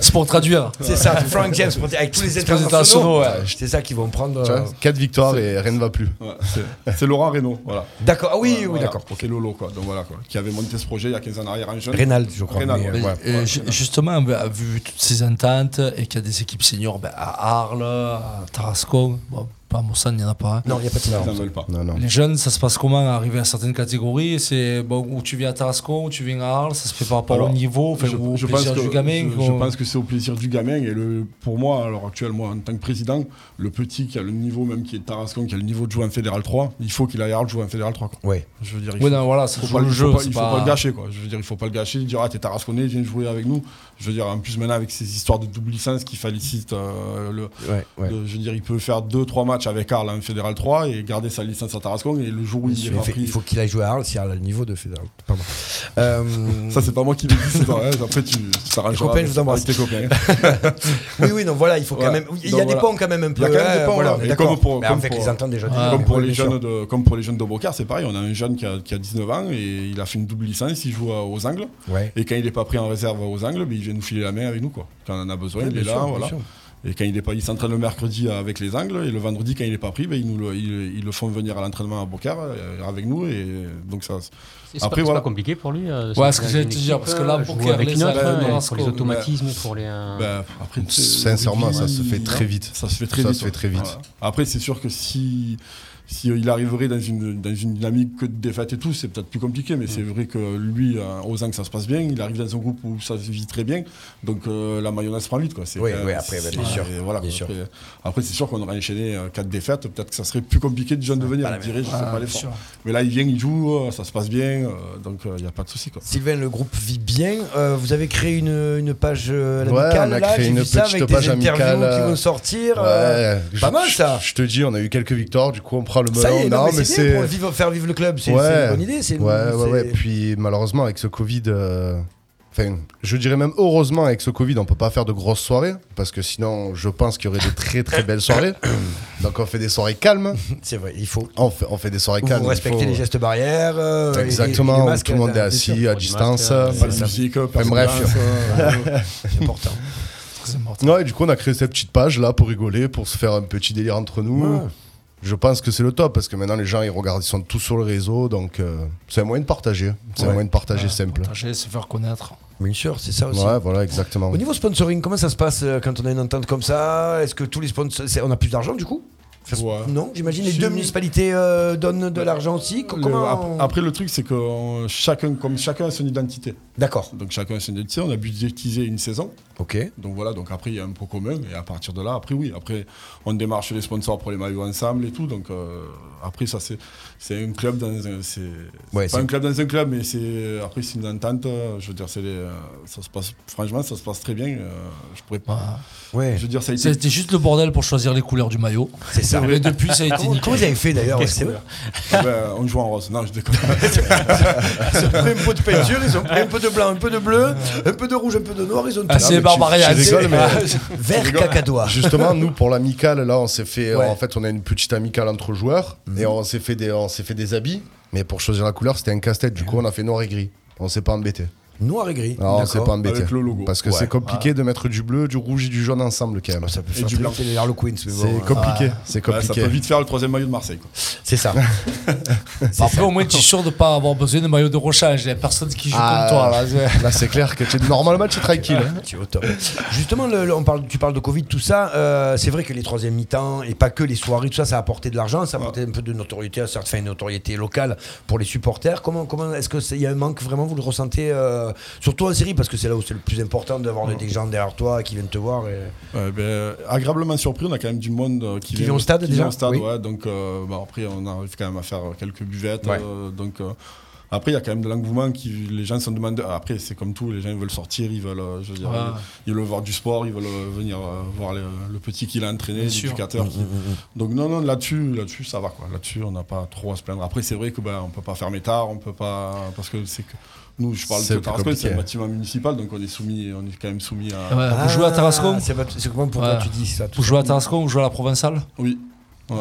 Speaker 4: C'est pour traduire. C'est ça, Frank James, pour- avec tous les
Speaker 9: C'est pour les
Speaker 4: internationaux.
Speaker 9: internationaux, ouais.
Speaker 4: C'est ça qu'ils vont prendre.
Speaker 9: Tu
Speaker 4: euh,
Speaker 9: vois,
Speaker 7: 4 victoires et rien ne va plus.
Speaker 9: Ouais, c'est- c'est Laurent Reynaud, voilà.
Speaker 4: D'accord, ah oui,
Speaker 9: Voilà,
Speaker 4: oui,
Speaker 9: voilà.
Speaker 4: d'accord,
Speaker 9: C'est Lolo, quoi. Donc voilà, quoi. Qui avait monté ce projet il y a 15 ans en arrière, un jeune.
Speaker 4: Reynald, je crois,
Speaker 9: Reynald,
Speaker 4: mais,
Speaker 9: ouais,
Speaker 4: euh,
Speaker 9: ouais,
Speaker 5: Et
Speaker 9: ouais.
Speaker 5: ju- justement, bah, vu toutes ces ententes et qu'il y a des équipes seniors ben, à Arles, à Tarascon, bon, pas à Mossan, il n'y en a pas. hein.
Speaker 4: Non, il n'y a pas de
Speaker 9: Ils
Speaker 4: ça.
Speaker 9: en veulent pas.
Speaker 7: Non, non.
Speaker 5: Les jeunes, ça se passe comment arriver à certaines catégories C'est bon, où tu viens à Tarascon, où tu viens à Arles, ça se fait par rapport
Speaker 9: Alors,
Speaker 5: au niveau, enfin,
Speaker 9: je,
Speaker 5: au
Speaker 9: je pense
Speaker 5: plaisir
Speaker 9: que,
Speaker 5: du gamin.
Speaker 9: je- je,
Speaker 5: qu'on-
Speaker 9: pense que c'est au plaisir du gamin. Et le, pour moi, à l'heure actuelle, moi, en tant que président, le petit qui a le niveau, même qui est de Tarascon, qui a le niveau de jouer en Fédéral 3, il faut qu'il aille à Arles jouer en Fédéral 3. Quoi.
Speaker 4: Ouais.
Speaker 9: Je veux dire, il
Speaker 5: Ouais,
Speaker 9: faut-
Speaker 5: non, voilà, ça
Speaker 9: faut
Speaker 5: joue
Speaker 9: pas,
Speaker 5: le
Speaker 9: il faut
Speaker 5: jeu,
Speaker 9: pas-
Speaker 5: c'est
Speaker 9: il faut
Speaker 5: pas-
Speaker 9: pas le gâcher. Quoi. Je veux dire, il faut pas le gâcher. Il dire, ah, t'es Tarasconnais, viens jouer avec nous. Je veux dire, en plus, maintenant, avec ces histoires de double licence qui fallicitent euh, le.
Speaker 4: Ouais, ouais.
Speaker 9: le- je veux dire, il peut faire 2-3 matchs avec Arles en Fédéral 3 et garder sa licence à Tarascon. Et le jour où
Speaker 4: Il,
Speaker 9: il est pas
Speaker 4: fait- il
Speaker 9: pris,
Speaker 4: faut qu'il aille jouer à Arles si Arles a le niveau de Federer. Pardon. Euh,
Speaker 9: ça, c'est pas moi qui le dis, c'est toi. hein. Après, tu tu
Speaker 4: les
Speaker 9: t'arrangeras
Speaker 4: copains, je
Speaker 9: avec-
Speaker 4: vous embrasse.
Speaker 9: avec tes copains.
Speaker 4: oui, oui, non, voilà, il faut quand
Speaker 9: Ouais.
Speaker 4: même. Il y a
Speaker 9: Donc
Speaker 4: des
Speaker 9: voilà.
Speaker 4: ponts quand même un peu.
Speaker 9: Il y a quand même
Speaker 4: ouais,
Speaker 9: des ponts,
Speaker 4: voilà,
Speaker 9: voilà.
Speaker 4: on est
Speaker 9: Et
Speaker 4: d'accord.
Speaker 9: comme pour,
Speaker 4: Mais
Speaker 9: comme
Speaker 4: avec
Speaker 9: pour-
Speaker 4: les ententes déjà.
Speaker 9: Ah, comme, pour les jeunes
Speaker 4: jeunes
Speaker 9: de, comme pour les jeunes de Beaucaire, c'est pareil. On a un jeune qui a, qui a 19 ans et il a fait une double licence, il joue à- aux angles.
Speaker 4: Ouais.
Speaker 9: Et quand il n'est pas pris en réserve aux angles, ben, il vient nous filer la main avec nous. Quoi. Quand on en a besoin,
Speaker 4: Ouais,
Speaker 9: il
Speaker 4: bien
Speaker 9: est là.
Speaker 4: sûr, bien
Speaker 9: voilà.
Speaker 4: sûr.
Speaker 9: Et quand il est pas, il s'entraîne le mercredi avec les angles et le vendredi quand il n'est pas pris, ben, ils, nous le, ils, ils le font venir à l'entraînement à Beaucaire euh, avec nous et donc ça.
Speaker 6: C'est pas- c'est pas compliqué pour lui, euh,
Speaker 5: Ouais,
Speaker 6: c'est
Speaker 5: ce que
Speaker 6: dans
Speaker 5: j'allais
Speaker 6: une
Speaker 5: te
Speaker 6: équipe,
Speaker 5: dire, parce que là,
Speaker 6: euh,
Speaker 5: pour
Speaker 6: jouer
Speaker 5: qu'il y ait
Speaker 6: avec
Speaker 5: les
Speaker 6: une autre,
Speaker 5: arènes,
Speaker 6: hein,
Speaker 5: dans
Speaker 6: pour
Speaker 5: ce
Speaker 6: les
Speaker 5: qu'on-
Speaker 6: automatismes, pour les. euh,
Speaker 9: Ben, après, tu sais,
Speaker 7: Bah, Sincèrement, ça se
Speaker 9: Rudy,
Speaker 7: fait très vite.
Speaker 9: Ça se fait très
Speaker 7: Ça
Speaker 9: vite.
Speaker 7: se fait très vite.
Speaker 9: Voilà. Après, c'est sûr que si, si euh, il arriverait dans une, dans une dynamique que de défaite et tout, c'est peut-être plus compliqué. Mais c'est vrai que lui, euh, aux ans que ça se passe bien, il arrive dans un groupe où ça se vit très bien. Donc euh, la mayonnaise prend vite. Quoi. C'est
Speaker 4: Oui,
Speaker 9: quand même-
Speaker 4: oui, après, ben,
Speaker 9: c'est-
Speaker 4: bien sûr,
Speaker 9: et voilà,
Speaker 4: bien
Speaker 9: quoi.
Speaker 4: sûr.
Speaker 9: Après, après, c'est sûr qu'on aurait enchaîné euh, quatre défaites. Peut-être que ça serait plus compliqué de jeune devenir. Je dirais, je sais
Speaker 5: Ah,
Speaker 9: pas
Speaker 5: bien
Speaker 9: l'effort.
Speaker 5: sûr.
Speaker 9: Mais là, il vient, il joue, euh, ça se passe bien. euh, donc il n'y a pas de souci. quoi.
Speaker 4: Sylvain, le groupe vit bien. Euh, vous avez créé une, une page euh,
Speaker 7: Ouais,
Speaker 4: amicale.
Speaker 7: on a
Speaker 4: là,
Speaker 7: créé
Speaker 4: j'ai
Speaker 7: une
Speaker 4: vu ça,
Speaker 7: petite
Speaker 4: avec
Speaker 7: page
Speaker 4: des interviews
Speaker 7: amicale.
Speaker 4: qui
Speaker 7: euh,
Speaker 4: vont sortir.
Speaker 7: Ouais,
Speaker 4: euh,
Speaker 7: je-
Speaker 4: pas mal ça.
Speaker 7: Je te dis, on a eu quelques victoires, du coup on prend le melon.
Speaker 4: Ça y est, Bah non,
Speaker 7: Non,
Speaker 4: mais c'est bien pour le vivre- faire vivre le club. C'est c'est une bonne idée. c'est une-
Speaker 7: ouais, ouais,
Speaker 4: c'est-
Speaker 7: ouais. Puis malheureusement, avec ce Covid. euh, Enfin, je dirais même heureusement avec ce Covid, on peut pas faire de grosses soirées parce que sinon, je pense qu'il y aurait des très très belles soirées. Donc, on fait des soirées calmes.
Speaker 4: C'est vrai, il faut.
Speaker 7: On fait, on fait des soirées
Speaker 4: Vous
Speaker 7: calmes. il
Speaker 4: respectez
Speaker 7: faut-
Speaker 4: les gestes barrières. euh, et- et- et les
Speaker 7: Exactement, où
Speaker 4: masques, euh,
Speaker 7: tout le monde est
Speaker 4: bien sûr.
Speaker 7: assis à distance. euh,
Speaker 9: Pas de musique,
Speaker 7: Enfin,
Speaker 9: personne
Speaker 7: bref.
Speaker 9: danse, euh,
Speaker 4: C'est important.
Speaker 7: Ouais, et du coup, on a créé cette petite page là pour rigoler, pour se faire un petit délire entre nous. Je pense que c'est le top parce que maintenant les gens ils regardent, ils sont tous sur le réseau donc euh, c'est un moyen de partager. C'est un
Speaker 4: Ouais.
Speaker 7: moyen de partager simple.
Speaker 5: Partager, se faire connaître.
Speaker 4: Bien sûr, c'est ça aussi.
Speaker 7: Ouais, voilà, exactement.
Speaker 4: Au niveau sponsoring, comment ça se passe euh, quand on a une entente comme ça Est-ce que tous les sponsors. c'est- On a plus d'argent du coup
Speaker 9: Ouais.
Speaker 4: Non, j'imagine les
Speaker 9: Si.
Speaker 4: deux municipalités euh, donnent de l'argent aussi. Co-
Speaker 9: Le- ap-
Speaker 4: Comment
Speaker 9: Après, le truc, c'est que on- chacun, comme chacun a son identité.
Speaker 4: D'accord.
Speaker 9: Donc chacun a son identité. On a budgétisé une saison.
Speaker 4: Ok.
Speaker 9: Donc voilà. Donc après, il y a un pot commun. Et à partir de là, après, oui. Après, on démarche les sponsors pour les maillots ensemble et tout. Donc euh, après, ça c'est c'est un club dans un. C'est c'est
Speaker 4: Ouais,
Speaker 9: pas
Speaker 4: c'est-
Speaker 9: un club dans un club, mais c'est après c'est une entente. euh, Je veux dire, c'est les, euh, ça se passe. Franchement, ça se passe très bien. euh, je pourrais pas.
Speaker 4: Ouais.
Speaker 9: Je veux dire, ça a été.
Speaker 5: C'était juste le bordel pour choisir les couleurs du maillot.
Speaker 4: C'est ça.
Speaker 5: Mais depuis, ça a été
Speaker 4: Comment,
Speaker 5: nickel.
Speaker 4: comment vous avez fait d'ailleurs
Speaker 5: Qu'est-ce
Speaker 4: C'est
Speaker 5: qu'on
Speaker 4: vrai.
Speaker 9: Ah ben, on joue en rose. Non, je déconne.
Speaker 4: Ils ont pris un peu de peinture, ils ont pris un peu de blanc, un peu de bleu, un peu de rouge, un peu de noir, ils ont
Speaker 5: Ah,
Speaker 4: tout.
Speaker 5: c'est
Speaker 4: Non, mais
Speaker 5: Barbaria,
Speaker 4: tu- tu
Speaker 5: c'est-
Speaker 4: rigoles,
Speaker 5: Tu
Speaker 4: mais- euh, Vert cacadois.
Speaker 7: Justement, nous pour l'amicale là, on s'est fait euh,
Speaker 4: Ouais. Mhm.
Speaker 7: en fait on a une petite amicale entre joueurs et on s'est fait des on s'est fait des habits, mais pour choisir la couleur, c'était un casse-tête. Du coup, on a fait noir et gris. On s'est pas embêté.
Speaker 4: Noir et gris.
Speaker 7: Non, on s'est
Speaker 4: d'accord.
Speaker 7: pas embêté.
Speaker 9: Avec le logo. Ah.
Speaker 7: Parce que
Speaker 4: Ouais.
Speaker 7: c'est compliqué de mettre du bleu, du rouge et du jaune ensemble quand même. Ah,
Speaker 4: Ça peut
Speaker 9: Et
Speaker 4: faire
Speaker 9: du blanc.
Speaker 4: plus les Harlequins, mais
Speaker 7: C'est
Speaker 4: bon, hein.
Speaker 7: compliqué, c'est
Speaker 9: Ouais, ça
Speaker 7: compliqué.
Speaker 9: peut vite faire le troisième maillot de Marseille. quoi.
Speaker 4: C'est ça.
Speaker 5: Après, au moins, tu es sûr de pas avoir besoin de maillot de rechange. Il n'y a personne qui joue
Speaker 7: Ah,
Speaker 5: comme toi. Là. C'est-
Speaker 7: Là, c'est clair que tu normalement tu es tranquille. hein.
Speaker 4: Tu es au top. Justement, le- le- on parle, tu parles de Covid, tout ça. euh, c'est vrai que les troisièmes mi-temps et pas que les soirées, tout ça, ça a apporté de l'argent, ça a apporté un peu de notoriété, à certaines notoriété locale pour les supporters. Comment, comment est-ce que c'est- il y a un manque vraiment Vous le ressentez euh, euh, surtout en série, parce que c'est là où c'est le plus important d'avoir des gens derrière toi qui viennent te voir. Et...
Speaker 9: Ouais, ben, agréablement surpris, on a quand même du monde euh, qui,
Speaker 4: Qui vient au stade,
Speaker 9: qui
Speaker 4: déjà
Speaker 9: vient au stade,
Speaker 4: Oui.
Speaker 9: ouais, donc euh, bah, après on arrive quand même à faire euh, quelques buvettes.
Speaker 4: Ouais.
Speaker 9: euh, donc euh, après il y a quand même de l'engouement qui les gens sont demandent. Après c'est comme tout, les gens ils veulent sortir, ils veulent, euh, je veux dire,
Speaker 13: Ah.
Speaker 9: ils, ils veulent voir du sport, ils veulent euh, venir euh, voir le, le petit qu'il a entraîné,
Speaker 13: Bien sûr.
Speaker 9: l'éducateur.
Speaker 13: Mmh,
Speaker 9: qui-
Speaker 13: mmh, mmh.
Speaker 9: Donc non non là-dessus là-dessus ça va quoi. Là-dessus on n'a pas trop à se plaindre. Après c'est vrai que ben on peut pas fermer tard, on peut pas parce que c'est que nous, je parle
Speaker 7: C'est
Speaker 9: de
Speaker 7: plus
Speaker 9: Tarascon, c'est un
Speaker 7: compliqué.
Speaker 9: bâtiment municipal, donc on est soumis, on est quand même soumis à.
Speaker 5: Ouais, vous jouez Ah, à Tarascon
Speaker 4: Ah, c'est pas- c'est comment- pourquoi tu dis ça, tout
Speaker 5: Vous jouez à
Speaker 4: simplement
Speaker 5: Tarascon, vous jouez à la Provençale
Speaker 9: Oui. Ouais.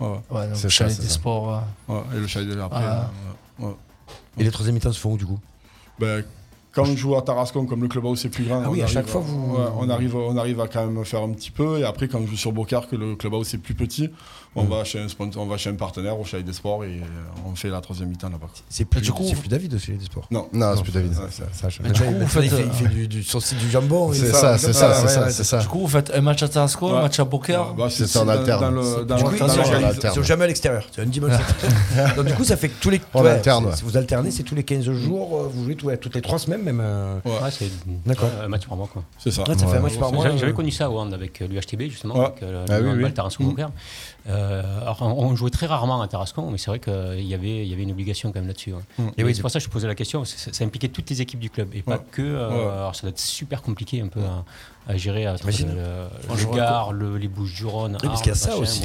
Speaker 9: Ouais.
Speaker 5: Ouais, donc
Speaker 9: C'est
Speaker 5: chalet
Speaker 9: ça, c'est
Speaker 5: des
Speaker 9: ça.
Speaker 5: sports.
Speaker 9: Ouais, et le chalet de l'après.
Speaker 5: Ouais.
Speaker 9: euh, ouais, ouais.
Speaker 4: Et les troisième mi-temps se font où du coup
Speaker 9: Ben, quand je joue à Tarascon, comme le club house est plus grand,
Speaker 4: Ah oui,
Speaker 9: on
Speaker 4: à
Speaker 9: arrive
Speaker 4: chaque fois, vous-
Speaker 9: ouais, on arrive, on arrive à quand même faire un petit peu. Et après, quand je joue sur Bocard, que le club house est plus petit,
Speaker 7: Mm.
Speaker 9: on va chez un sponsor, on va chez un partenaire au chalet des sports et euh, on fait la troisième mi-temps là-bas.
Speaker 4: C'est
Speaker 9: plus
Speaker 4: du coup, c'est plus David aussi, des sports.
Speaker 9: Non,
Speaker 7: Non, c'est plus David.
Speaker 9: Ouais,
Speaker 7: Ça, ça, je-
Speaker 4: Mais du coup,
Speaker 7: Ouais.
Speaker 4: vous faites- il fait, il fait du, du saucisson, du jambon.
Speaker 7: C'est
Speaker 4: il-
Speaker 7: ça, c'est ça, c'est ça, c'est ça.
Speaker 5: Du coup, vous faites un match à Tarascon, un
Speaker 7: Ouais.
Speaker 5: match à Boker.
Speaker 7: Ouais, bah, c'est- C'est en dans- alterne. dans le- dans
Speaker 4: Du coup,
Speaker 7: le- dans le-
Speaker 4: ils-
Speaker 7: dans
Speaker 4: ils
Speaker 7: l'alterne.
Speaker 4: sont jamais à l'extérieur. C'est un dimanche. Donc, du coup, ça fait que tous les.
Speaker 7: On alterne,
Speaker 4: c'est-
Speaker 7: ouais.
Speaker 4: Si vous alternez, c'est tous les 15 jours. euh, Vous jouez tout- ouais, toutes les 3 semaines, même. euh.
Speaker 6: Ouais, c'est
Speaker 4: D'accord.
Speaker 6: ouais, un match par mois. quoi.
Speaker 9: C'est ça.
Speaker 4: Ouais, ça fait un match par
Speaker 6: J'avais-
Speaker 4: mois,
Speaker 6: J'avais
Speaker 4: euh.
Speaker 6: connu ça au Hand avec l'UHTB justement,
Speaker 4: Ouais.
Speaker 6: avec euh,
Speaker 4: Ah
Speaker 6: le
Speaker 4: oui,
Speaker 6: handball
Speaker 4: oui.
Speaker 6: Tarascon Montclair. Euh, alors, on, on jouait très rarement à Tarascon, mais c'est vrai qu'il y avait, il y avait une obligation quand même là-dessus. ouais.
Speaker 4: Mm.
Speaker 6: Et
Speaker 4: Et oui,
Speaker 6: c'est pour ça que je posais la question, parce que ça, ça impliquait toutes les équipes du club et pas
Speaker 4: Ouais.
Speaker 6: que. euh,
Speaker 4: Ouais.
Speaker 6: Alors ça doit être super compliqué un peu à, à gérer à,
Speaker 4: T'imagines
Speaker 6: le,
Speaker 4: On
Speaker 6: le
Speaker 4: jouera
Speaker 6: Gard, le- les Bouches-du-Rhône,
Speaker 4: Oui, parce qu'il y a ça aussi.